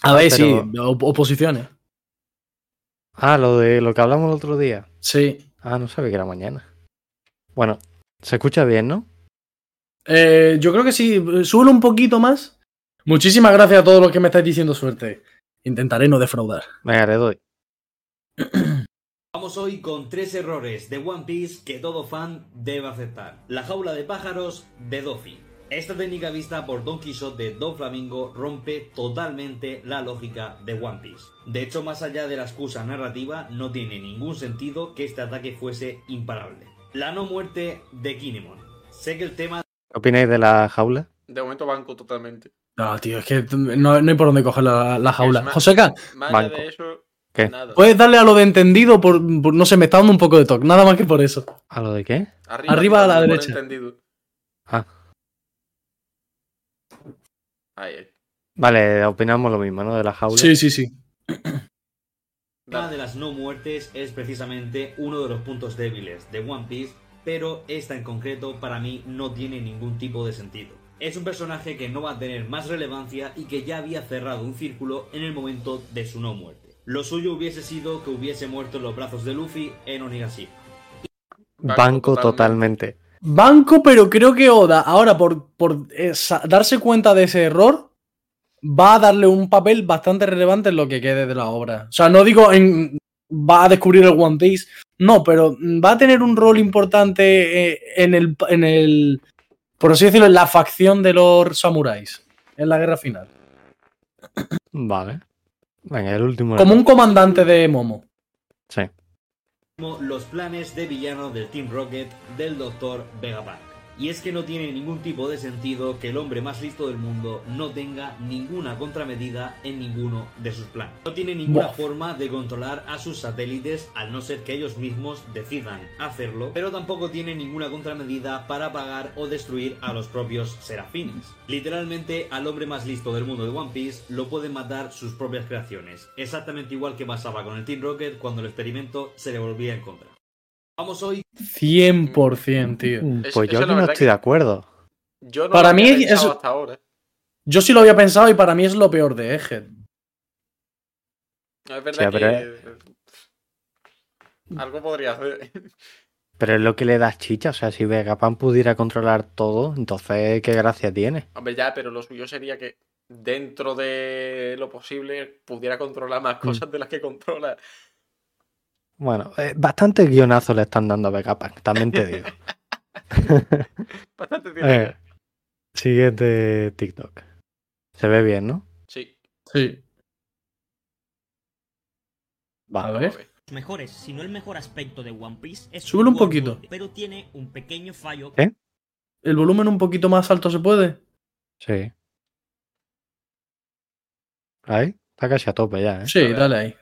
A ver,
pero-
sí, op- oposiciones.
Ah, lo de lo que hablamos el otro día.
Sí.
Ah, no sabía que era mañana. Bueno, se escucha bien, ¿no?
Eh, yo creo que sí, suelo un poquito más. Muchísimas gracias a todos los que me estáis diciendo suerte. Intentaré no defraudar.
Venga, le doy.
Vamos hoy con tres errores de One Piece que todo fan debe aceptar. La jaula de pájaros de Doffy. Esta técnica vista por Don Quixote de Don Flamingo rompe totalmente la lógica de One Piece. De hecho, más allá de la excusa narrativa, no tiene ningún sentido que este ataque fuese imparable. La no muerte de Kinemon. Sé que el tema
¿Qué opináis de la jaula?
De momento banco totalmente.
No, tío, es que no, no hay por dónde coger la, la jaula.
Es más-
Joseca,
Más allá
Banco.
de eso,
¿Qué?
nada.
puedes darle a lo de entendido por, por- no sé, me está dando un poco de toque, nada más que por eso.
¿A lo de qué?
Arriba,
arriba a la
por
derecha.
entendido.
Ah.
Ahí, ahí.
Vale, opinamos lo mismo, ¿no? De la jaula.
Sí, sí, sí.
tema
Dale.
de las no muertes es precisamente uno de los puntos débiles de One Piece, pero esta en concreto para mí no tiene ningún tipo de sentido. Es un personaje que no va a tener más relevancia y que ya había cerrado un círculo en el momento de su no muerte. Lo suyo hubiese sido que hubiese muerto en los brazos de Luffy en Onigashima.
Banco totalmente.
Banco, pero creo que Oda, ahora por, por eh, sa- darse cuenta de ese error, va a darle un papel bastante relevante en lo que quede de la obra. O sea, no digo en, va a descubrir el One Piece, no, pero mm, va a tener un rol importante eh, en el, en el por así decirlo, en la facción de los samuráis, en la guerra final.
Vale. Venga, el último.
Como un comandante de Momo.
Sí.
como los planes de villano del Team Rocket del Dr. Vegapunk. Y es que no tiene ningún tipo de sentido que el hombre más listo del mundo no tenga ninguna contramedida en ninguno de sus planes. No tiene ninguna
Buah.
forma de controlar a sus satélites al no ser que ellos mismos decidan hacerlo, pero tampoco tiene ninguna contramedida para apagar o destruir a los propios serafines. Literalmente al hombre más listo del mundo de One Piece lo pueden matar sus propias creaciones, exactamente igual que pasaba con el Team Rocket cuando el experimento se le volvía en contra. Vamos hoy
100%, tío.
Mm,
Es-
Pues
eso
yo
la
aquí no
verdad
estoy de
que-
acuerdo.
Yo no
Para
lo
mí
había
es-
pensado
eso-
hasta ahora. ¿eh?
Yo sí lo había pensado y para mí es lo peor de Eje.
Es
sea,
verdad
pero-
que. Algo podría hacer.
Pero es lo que le das chicha. O sea, si Vegapunk pudiera controlar todo, entonces qué gracia tiene.
Hombre, ya, pero lo suyo sería que dentro de lo posible pudiera controlar
Mm.
más cosas de las que controla.
Bueno, eh, bastante guionazo le están dando a Vegapunk, también te digo.
Bastante tiene.
Eh, Siguiente TikTok. Se ve bien, ¿no?
Sí.
Sí.
Va.
A
vamos a
ver.
ver.
mejores, si no el mejor aspecto de One Piece es su
Súbelo un
humor,
poquito.
Pero tiene un pequeño fallo
¿Eh?
¿El volumen un poquito más alto se puede?
Sí. Ahí. Está casi a tope ya, ¿eh?
Sí,
ver.
dale ahí.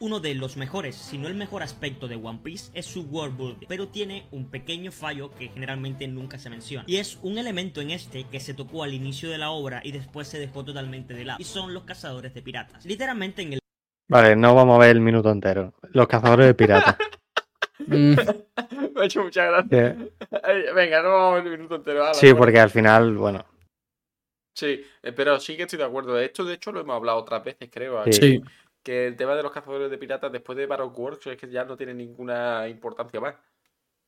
Uno de los mejores, si no el mejor aspecto de One Piece es su worldbuilding, pero tiene un pequeño fallo que generalmente nunca se menciona. Y es un elemento en este que se tocó al inicio de la obra y después se dejó totalmente de lado. Y son los cazadores de piratas. Literalmente en el
Vale, no vamos a ver el minuto entero. Los cazadores de piratas.
Mm,
Me ha hecho muchas gracias.
Que-
Venga, no vamos al minuto entero. ala,
Sí,
bueno.
porque al final, bueno,
Sí, eh, pero sí que estoy de acuerdo. De esto, de hecho, lo hemos hablado otras veces, creo.
Sí.
sí.
Que el tema de los cazadores de piratas después de Baroque Wars es que ya no tiene ninguna importancia más.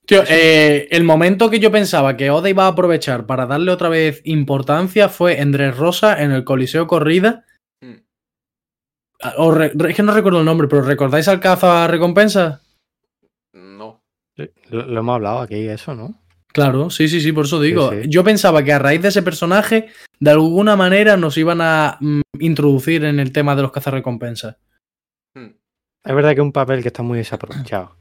Tío, eh, el momento que yo pensaba que Oda iba a aprovechar para darle otra vez importancia fue Andrés Rosa en el Coliseo Corrida.
Mm.
Ah, o re- re- es que no recuerdo el nombre, pero ¿recordáis al caza recompensa?
No.
lo, lo hemos hablado aquí, eso, ¿no?
Claro, sí, sí, sí, por eso digo.
sí.
Yo pensaba que a raíz de ese personaje, de alguna manera nos iban a mm, introducir en el tema de los cazarrecompensas.
Mm.
Es verdad que es un papel que está muy desaprovechado.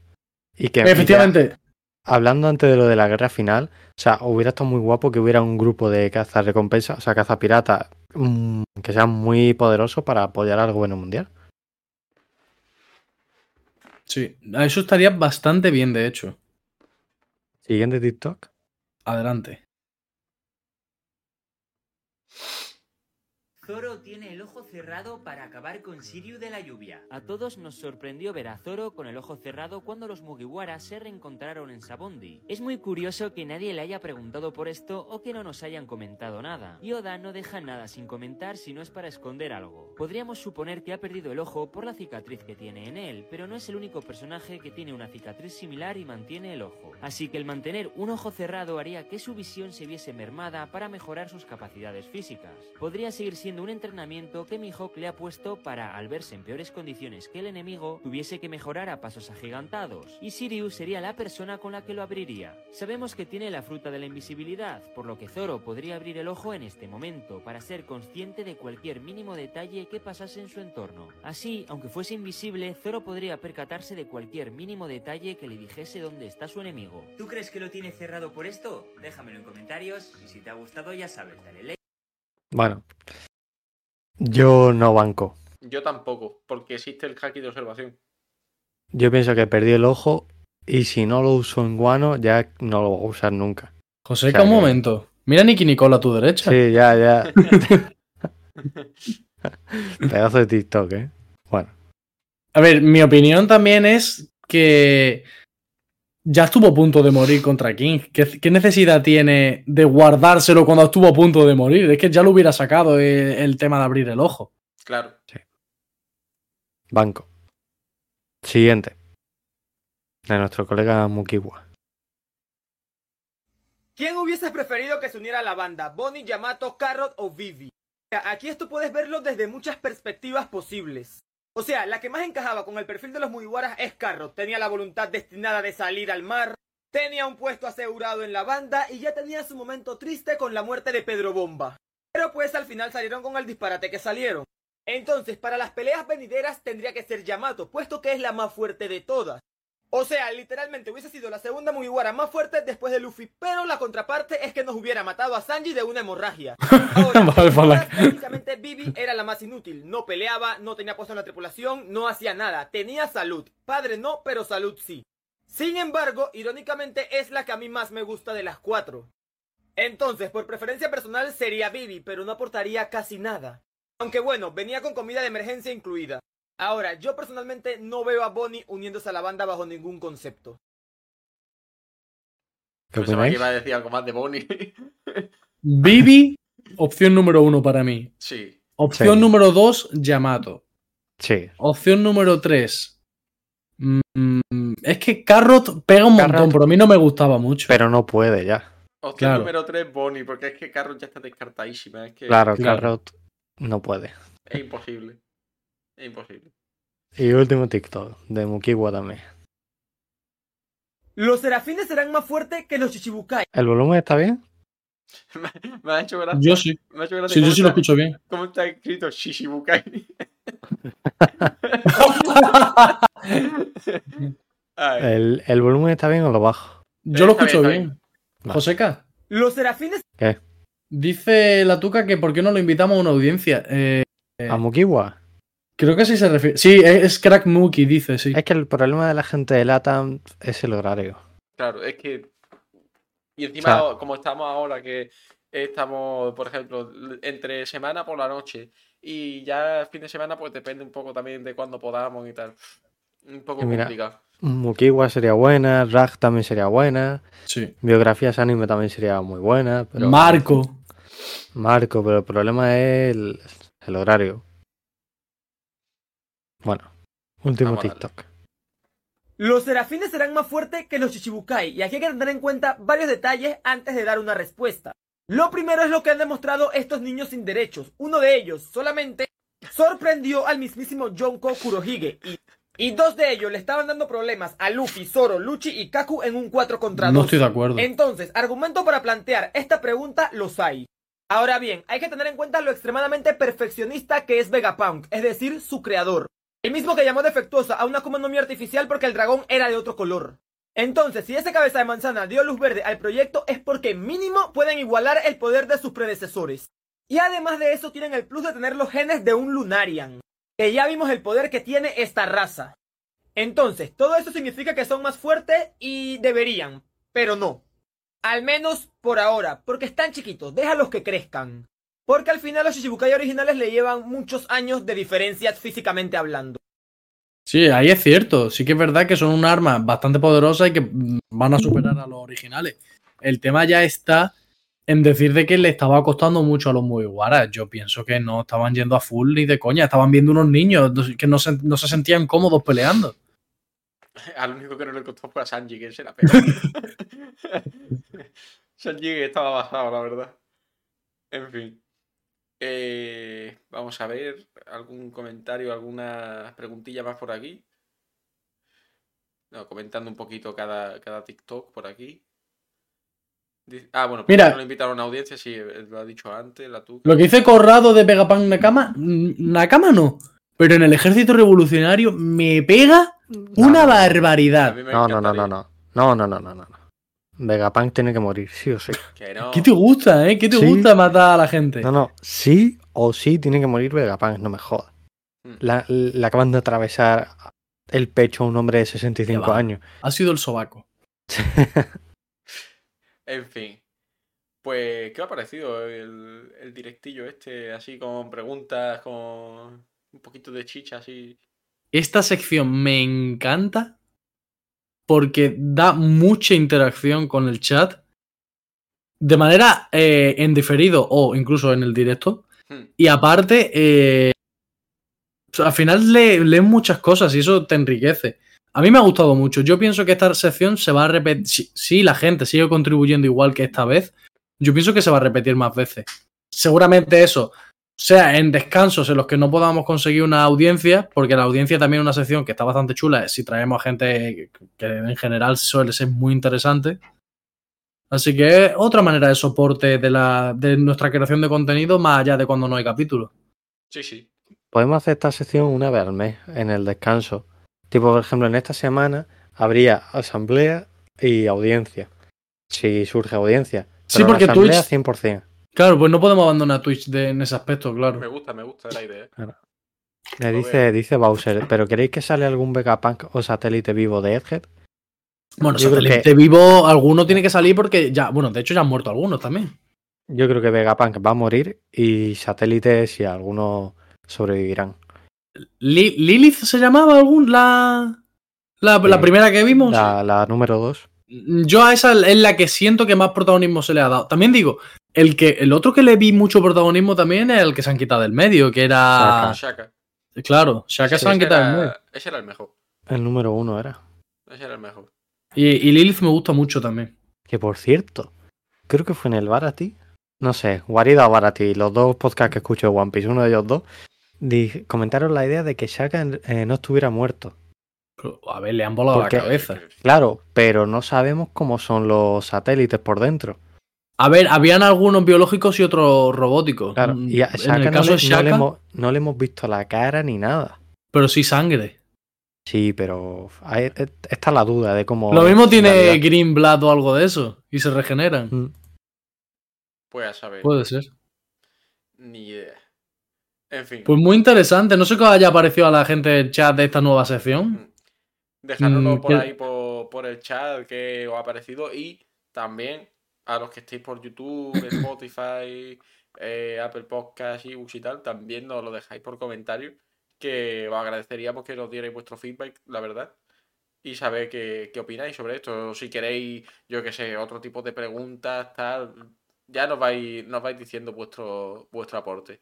Y que mira,
Efectivamente,
hablando antes de lo de la guerra final, o sea, hubiera estado muy guapo que hubiera un grupo de caza recompensa, o sea, caza pirata, mm, que sean muy poderosos para apoyar al gobierno mundial.
sí. Eso estaría bastante bien, de hecho.
Siguiente TikTok.
Adelante.
Zoro tiene el ojo cerrado para acabar con Siriu de la lluvia. A todos nos sorprendió ver a Zoro con el ojo cerrado cuando los Mugiwara se reencontraron en Sabondi. Es muy curioso que nadie le haya preguntado por esto o que no nos hayan comentado nada. Y Oda no deja nada sin comentar si no es para esconder algo. Podríamos suponer que ha perdido el ojo por la cicatriz que tiene en él, pero no es el único personaje que tiene una cicatriz similar y mantiene el ojo. Así que el mantener un ojo cerrado haría que su visión se viese mermada para mejorar sus capacidades físicas. Podría seguir siendo un entrenamiento que Mihawk le ha puesto para, al verse en peores condiciones que el enemigo, tuviese que mejorar a pasos agigantados, y Sirius sería la persona con la que lo abriría. Sabemos que tiene la fruta de la invisibilidad, por lo que Zoro podría abrir el ojo en este momento, para ser consciente de cualquier mínimo detalle que pasase en su entorno. Así, aunque fuese invisible, Zoro podría percatarse de cualquier mínimo detalle que le dijese dónde está su enemigo.
¿Tú crees que lo tiene cerrado por esto? Déjamelo en comentarios y si te ha gustado ya sabes, dale like.
Bueno, yo no banco.
Yo tampoco, porque existe el haki de observación.
Yo pienso que perdí el ojo y si no lo uso en guano, ya no lo voy a usar nunca. O
José,
sea
un
que-
momento. Mira a Nicky Nicola a tu derecha.
Sí, ya, ya. Pedazo de TikTok, ¿eh? Bueno,
A ver, mi opinión también es que ya estuvo a punto de morir contra King. ¿Qué, qué necesidad tiene de guardárselo cuando estuvo a punto de morir? Es que ya lo hubiera sacado eh, el tema de abrir el ojo.
Claro.
banco. Siguiente. De nuestro colega Mukiwa.
¿Quién hubiese preferido que se uniera a la banda? ¿Bonnie, Yamato, Carrot o Vivi? Mira, Aquí esto puedes verlo desde muchas perspectivas posibles. O sea, la que más encajaba con el perfil de los Mugiwaras es Carrot. Tenía la voluntad destinada de salir al mar, tenía un puesto asegurado en la banda y ya tenía su momento triste con la muerte de Pedro Bomba. Pero pues al final salieron con el disparate que salieron. Entonces, para las peleas venideras tendría que ser Yamato, puesto que es la más fuerte de todas. O sea, literalmente hubiese sido la segunda Mugiwara más fuerte después de Luffy, pero la contraparte es que nos hubiera matado a Sanji de una hemorragia. Ahora,
Vale, vale.
prácticamente Bibi era la más inútil. No peleaba, no tenía puesto en la tripulación, no hacía nada. Tenía salud. Padre no, pero salud sí. Sin embargo, irónicamente es la que a mí más me gusta de las cuatro. Entonces, por preferencia personal sería Bibi, pero no aportaría casi nada. Aunque bueno, venía con comida de emergencia incluida. Ahora, yo personalmente no veo a Bonnie uniéndose a la banda bajo ningún concepto.
¿Qué
Pensaba que
opináis?
iba a decir algo más de Bonnie.
Vivi, opción número uno para mí.
sí.
Opción
Sí.
número dos, Yamato.
Sí.
Opción número tres. mm, es que Carrot pega un montón,
Carrot.
pero a mí no me gustaba mucho.
Pero no puede ya.
Opción
Claro.
número 3, Bonnie, porque es que Carrot ya está descartadísima. Es que
Claro,
Claro.
Carrot no puede.
es imposible. Es imposible.
Y último TikTok de Mukiwa también.
Los serafines serán más fuertes que los chichibukai.
¿El volumen está bien?
Me- Me ha hecho gracia.
Yo sí.
Me ha hecho gracia
Sí, yo
cómo
sí lo
está-
escucho bien.
¿Cómo está escrito Shishibukai? Ay,
Eh.
¿El, el volumen está bien o lo bajo?
Yo lo
Está bien,
escucho
está
bien.
Vale.
Joseca,
Los serafines
dice la tuca que por qué no lo invitamos a una audiencia. Eh,
¿A Mukiwa?
creo que sí se refiere. Sí, es, es Crack Mookie, dice, sí.
Es que el problema de la gente de LATAM es el horario.
claro, es que. Y encima,
O sea-
como estamos ahora, que estamos, por ejemplo, entre semana por la noche y ya fin de semana, pues depende un poco también de cuándo podamos y tal. Un poco
Eh,
Y mira,
complicado.
Mukiwa sería buena, Rag también sería buena,
Sí.
biografías anime también sería muy buena. Pero
Marco.
Marco, pero el problema es el, el horario. Bueno, último
Vamos a darle.
TikTok.
Los serafines serán más fuertes que los Shichibukai, y aquí hay que tener en cuenta varios detalles antes de dar una respuesta. Lo primero es lo que han demostrado estos niños sin derechos. Uno de ellos solamente sorprendió al mismísimo Yonko Kurohige, y, y dos de ellos le estaban dando problemas a Luffy, Zoro, Luchi y Kaku en un 4 contra 2.
No estoy de acuerdo.
Entonces, argumento para plantear esta pregunta los hay. Ahora bien, hay que tener en cuenta lo extremadamente perfeccionista que es Vegapunk, es decir, su creador. El mismo que llamó defectuosa a una Akuma no Mi artificial porque el dragón era de otro color. Entonces, si ese cabeza de manzana dio luz verde al proyecto es porque mínimo pueden igualar el poder de sus predecesores. Y además de eso tienen el plus de tener los genes de un Lunarian, que ya vimos el poder que tiene esta raza. Entonces, todo eso significa que son más fuertes y deberían, pero no. Al menos por ahora, porque están chiquitos, déjalos que crezcan. Porque al final los Shichibukai originales le llevan muchos años de diferencias físicamente hablando.
Sí, ahí es cierto. Sí que es verdad que son un arma bastante poderosa y que mm, van a superar a los originales. El tema ya está en decir de que le estaba costando mucho a los Mugiwaras. Yo pienso que no estaban yendo a full ni de coña. Estaban viendo unos niños dos- que no se, no se sentían cómodos peleando.
Al único que no le costó fue a Sanji, que se la pega. Sanji que estaba bajado, la verdad. En fin. Eh, vamos a ver algún comentario, alguna preguntilla más por aquí. No, comentando un poquito cada, cada TikTok por aquí. Dice- Ah, bueno, ¿por qué
Mira.
no lo invitaron a una audiencia, sí, eh, lo ha dicho antes, la tuca.
Lo que dice Corrado de Vegapunk Nakama, mm, Nakama no. Pero en el ejército revolucionario me pega una
no, no.
A
barbaridad.
mí me
No, no, no, no,
encantaría.
no. No, no, no, no, no. no. Vegapunk tiene que morir, sí o sí.
Que no.
¿Qué te gusta, eh? ¿Qué te
Sí.
gusta matar a la gente?
No, no, sí o sí tiene que morir Vegapunk, no me jodas.
Mm.
La- Le acaban de atravesar el pecho a un hombre de 65
Qué va.
años.
Ha sido el sobaco.
En fin. Pues, ¿qué os ha parecido el, el directillo este? Así con preguntas, con un poquito de chicha, así.
Esta sección me encanta porque da mucha interacción con el chat de manera eh, en diferido o incluso en el directo.
Hmm.
Y aparte, eh, al final le- lees muchas cosas y eso te enriquece. A mí me ha gustado mucho. Yo pienso que esta sección se va a repetir. Si, si la gente sigue contribuyendo igual que esta vez, yo pienso que se va a repetir más veces. Seguramente eso sea en descansos en los que no podamos conseguir una audiencia, porque la audiencia también es una sección que está bastante chula, eh, si traemos a gente que en general suele ser muy interesante. Así que es otra manera de soporte de, la, de nuestra creación de contenido más allá de cuando no hay capítulo.
Sí, sí.
Podemos hacer esta sección una vez al mes, en el descanso. Tipo, por ejemplo, en esta semana habría asamblea y audiencia. Si surge audiencia.
Sí,
Pero la
porque
asamblea
Twitch-
100%.
Claro, pues no podemos abandonar Twitch de- en ese aspecto,
Me
claro.
gusta, me gusta la idea. ¿eh?
Me
Lo
dice, dice Bowser, ¿pero queréis que sale algún Vegapunk o satélite vivo de Edhead?
Bueno,
Yo creo
satélite vivo, alguno tiene que salir porque ya, bueno, de hecho ya han muerto algunos también.
Yo creo que Vegapunk va a morir y satélites y algunos sobrevivirán.
Li- ¿Lilith se llamaba algún? La, la, la
Sí.
primera que vimos.
Eh, La, la número 2.
Yo a esa es la que siento que más protagonismo se le ha dado. También digo, el que el otro que le vi mucho protagonismo también es el que se han quitado del medio, que era.
Shaka.
Claro, Shaka
Sí,
se han
ese
quitado del medio.
era, ese era el mejor.
El número 1 era.
Ese era el mejor.
Y, y Lilith me gusta mucho también.
Que por cierto, creo que fue en el Barati. No sé, Guarida o Barati, los dos podcasts que escucho de One Piece, uno de ellos dos, di- comentaron la idea de que Shaka eh, no estuviera muerto.
Pero, A ver, le han volado
¿Por
la
qué?
cabeza.
Claro, pero no sabemos cómo son los satélites por dentro.
A ver, habían algunos biológicos y otros robóticos.
Claro,
Mm,
y a Shaka
en el
no,
caso de
le, no le
Shaka,
hemos, no le hemos visto la cara ni nada.
pero sí sangre.
Sí, pero hay- está la duda de cómo.
Lo mismo tiene
finalidad.
Green Blood o algo de eso. Y se regeneran.
Mm.
Pues a saber.
Puede ser.
Ni idea. En fin.
Pues muy interesante. No sé qué haya parecido a la gente del chat de esta nueva sección.
Dejárnoslo
Mm,
por
que-
ahí por, por el chat que os ha parecido y también a los que estéis por YouTube, Spotify, eh, Apple Podcasts, ebooks y tal, también nos lo dejáis por comentario, que os agradeceríamos que nos dierais vuestro feedback, la verdad, y saber qué, qué opináis sobre esto. O Si queréis, yo qué sé, otro tipo de preguntas, tal, ya nos vais, nos vais diciendo vuestro, vuestro aporte.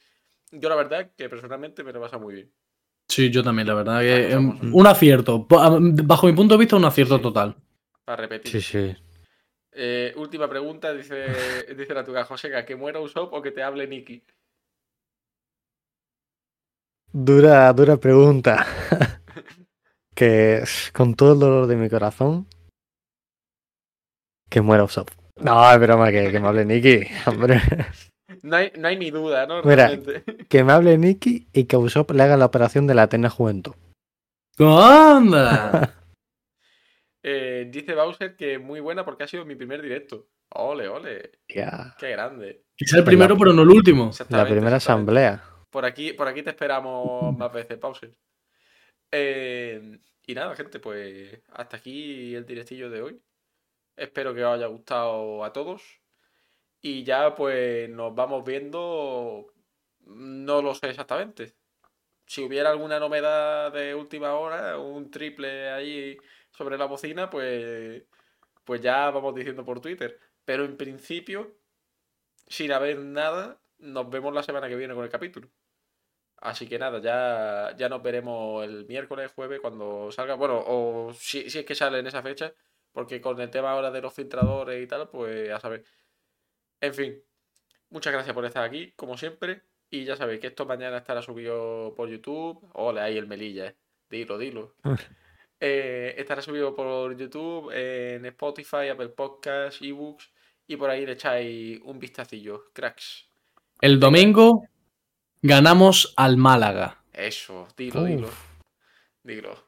Yo la verdad que personalmente me lo pasa muy bien.
Sí, yo también, la verdad.
Ah,
que
somos-
em, Un acierto. Po- Bajo mi punto de vista, un acierto
Sí.
total.
Para repetir.
Sí, sí.
Eh, última pregunta, dice, dice la tuga Joseca, que muera Usopp o que te hable Nicky.
Dura, dura pregunta. que con todo el dolor de mi corazón. Que muera Usopp. No, es broma, que, que me hable Nicky. Hombre.
No hay, no hay ni duda, ¿no?
Mira.
Realmente.
Que me hable Nicky y que a Usopp le haga la operación de la Atena Juventud.
¡Anda!
Eh, dice Bowser que es muy buena porque ha sido mi primer directo. Ole, ole,
Ya.
qué grande.
Quizá el primero, pero no el último.
La
Exactamente,
primera
exactamente.
asamblea.
Por aquí, por aquí te esperamos más veces, Bowser. Eh, y nada, gente, pues hasta aquí el directillo de hoy. Espero que os haya gustado a todos. Y ya pues nos vamos viendo. No lo sé exactamente. Si hubiera alguna novedad de última hora, un triple ahí sobre la bocina, pues, pues ya vamos diciendo por Twitter. Pero en principio, sin haber nada, nos vemos la semana que viene con el capítulo. Así que nada, ya, ya nos veremos el miércoles, jueves, cuando salga. Bueno, o si, si es que sale en esa fecha, porque con el tema ahora de los filtradores y tal, pues a saber. En fin, muchas gracias por estar aquí, como siempre. Y ya sabéis que esto mañana estará subido por YouTube. Ole, ahí el Melilla, eh. Dilo, dilo. Eh, estará subido por YouTube, en Spotify, Apple Podcasts, eBooks. Y por ahí le echáis un vistacillo, cracks.
El domingo ganamos al Málaga.
Eso, dilo, dilo. Dilo.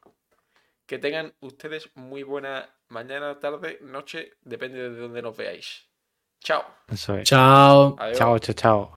Que tengan ustedes muy buena mañana, tarde, noche, depende de donde nos veáis. Chao.
Eso es.
Chao.
Adiós.
Chao, chao, chao.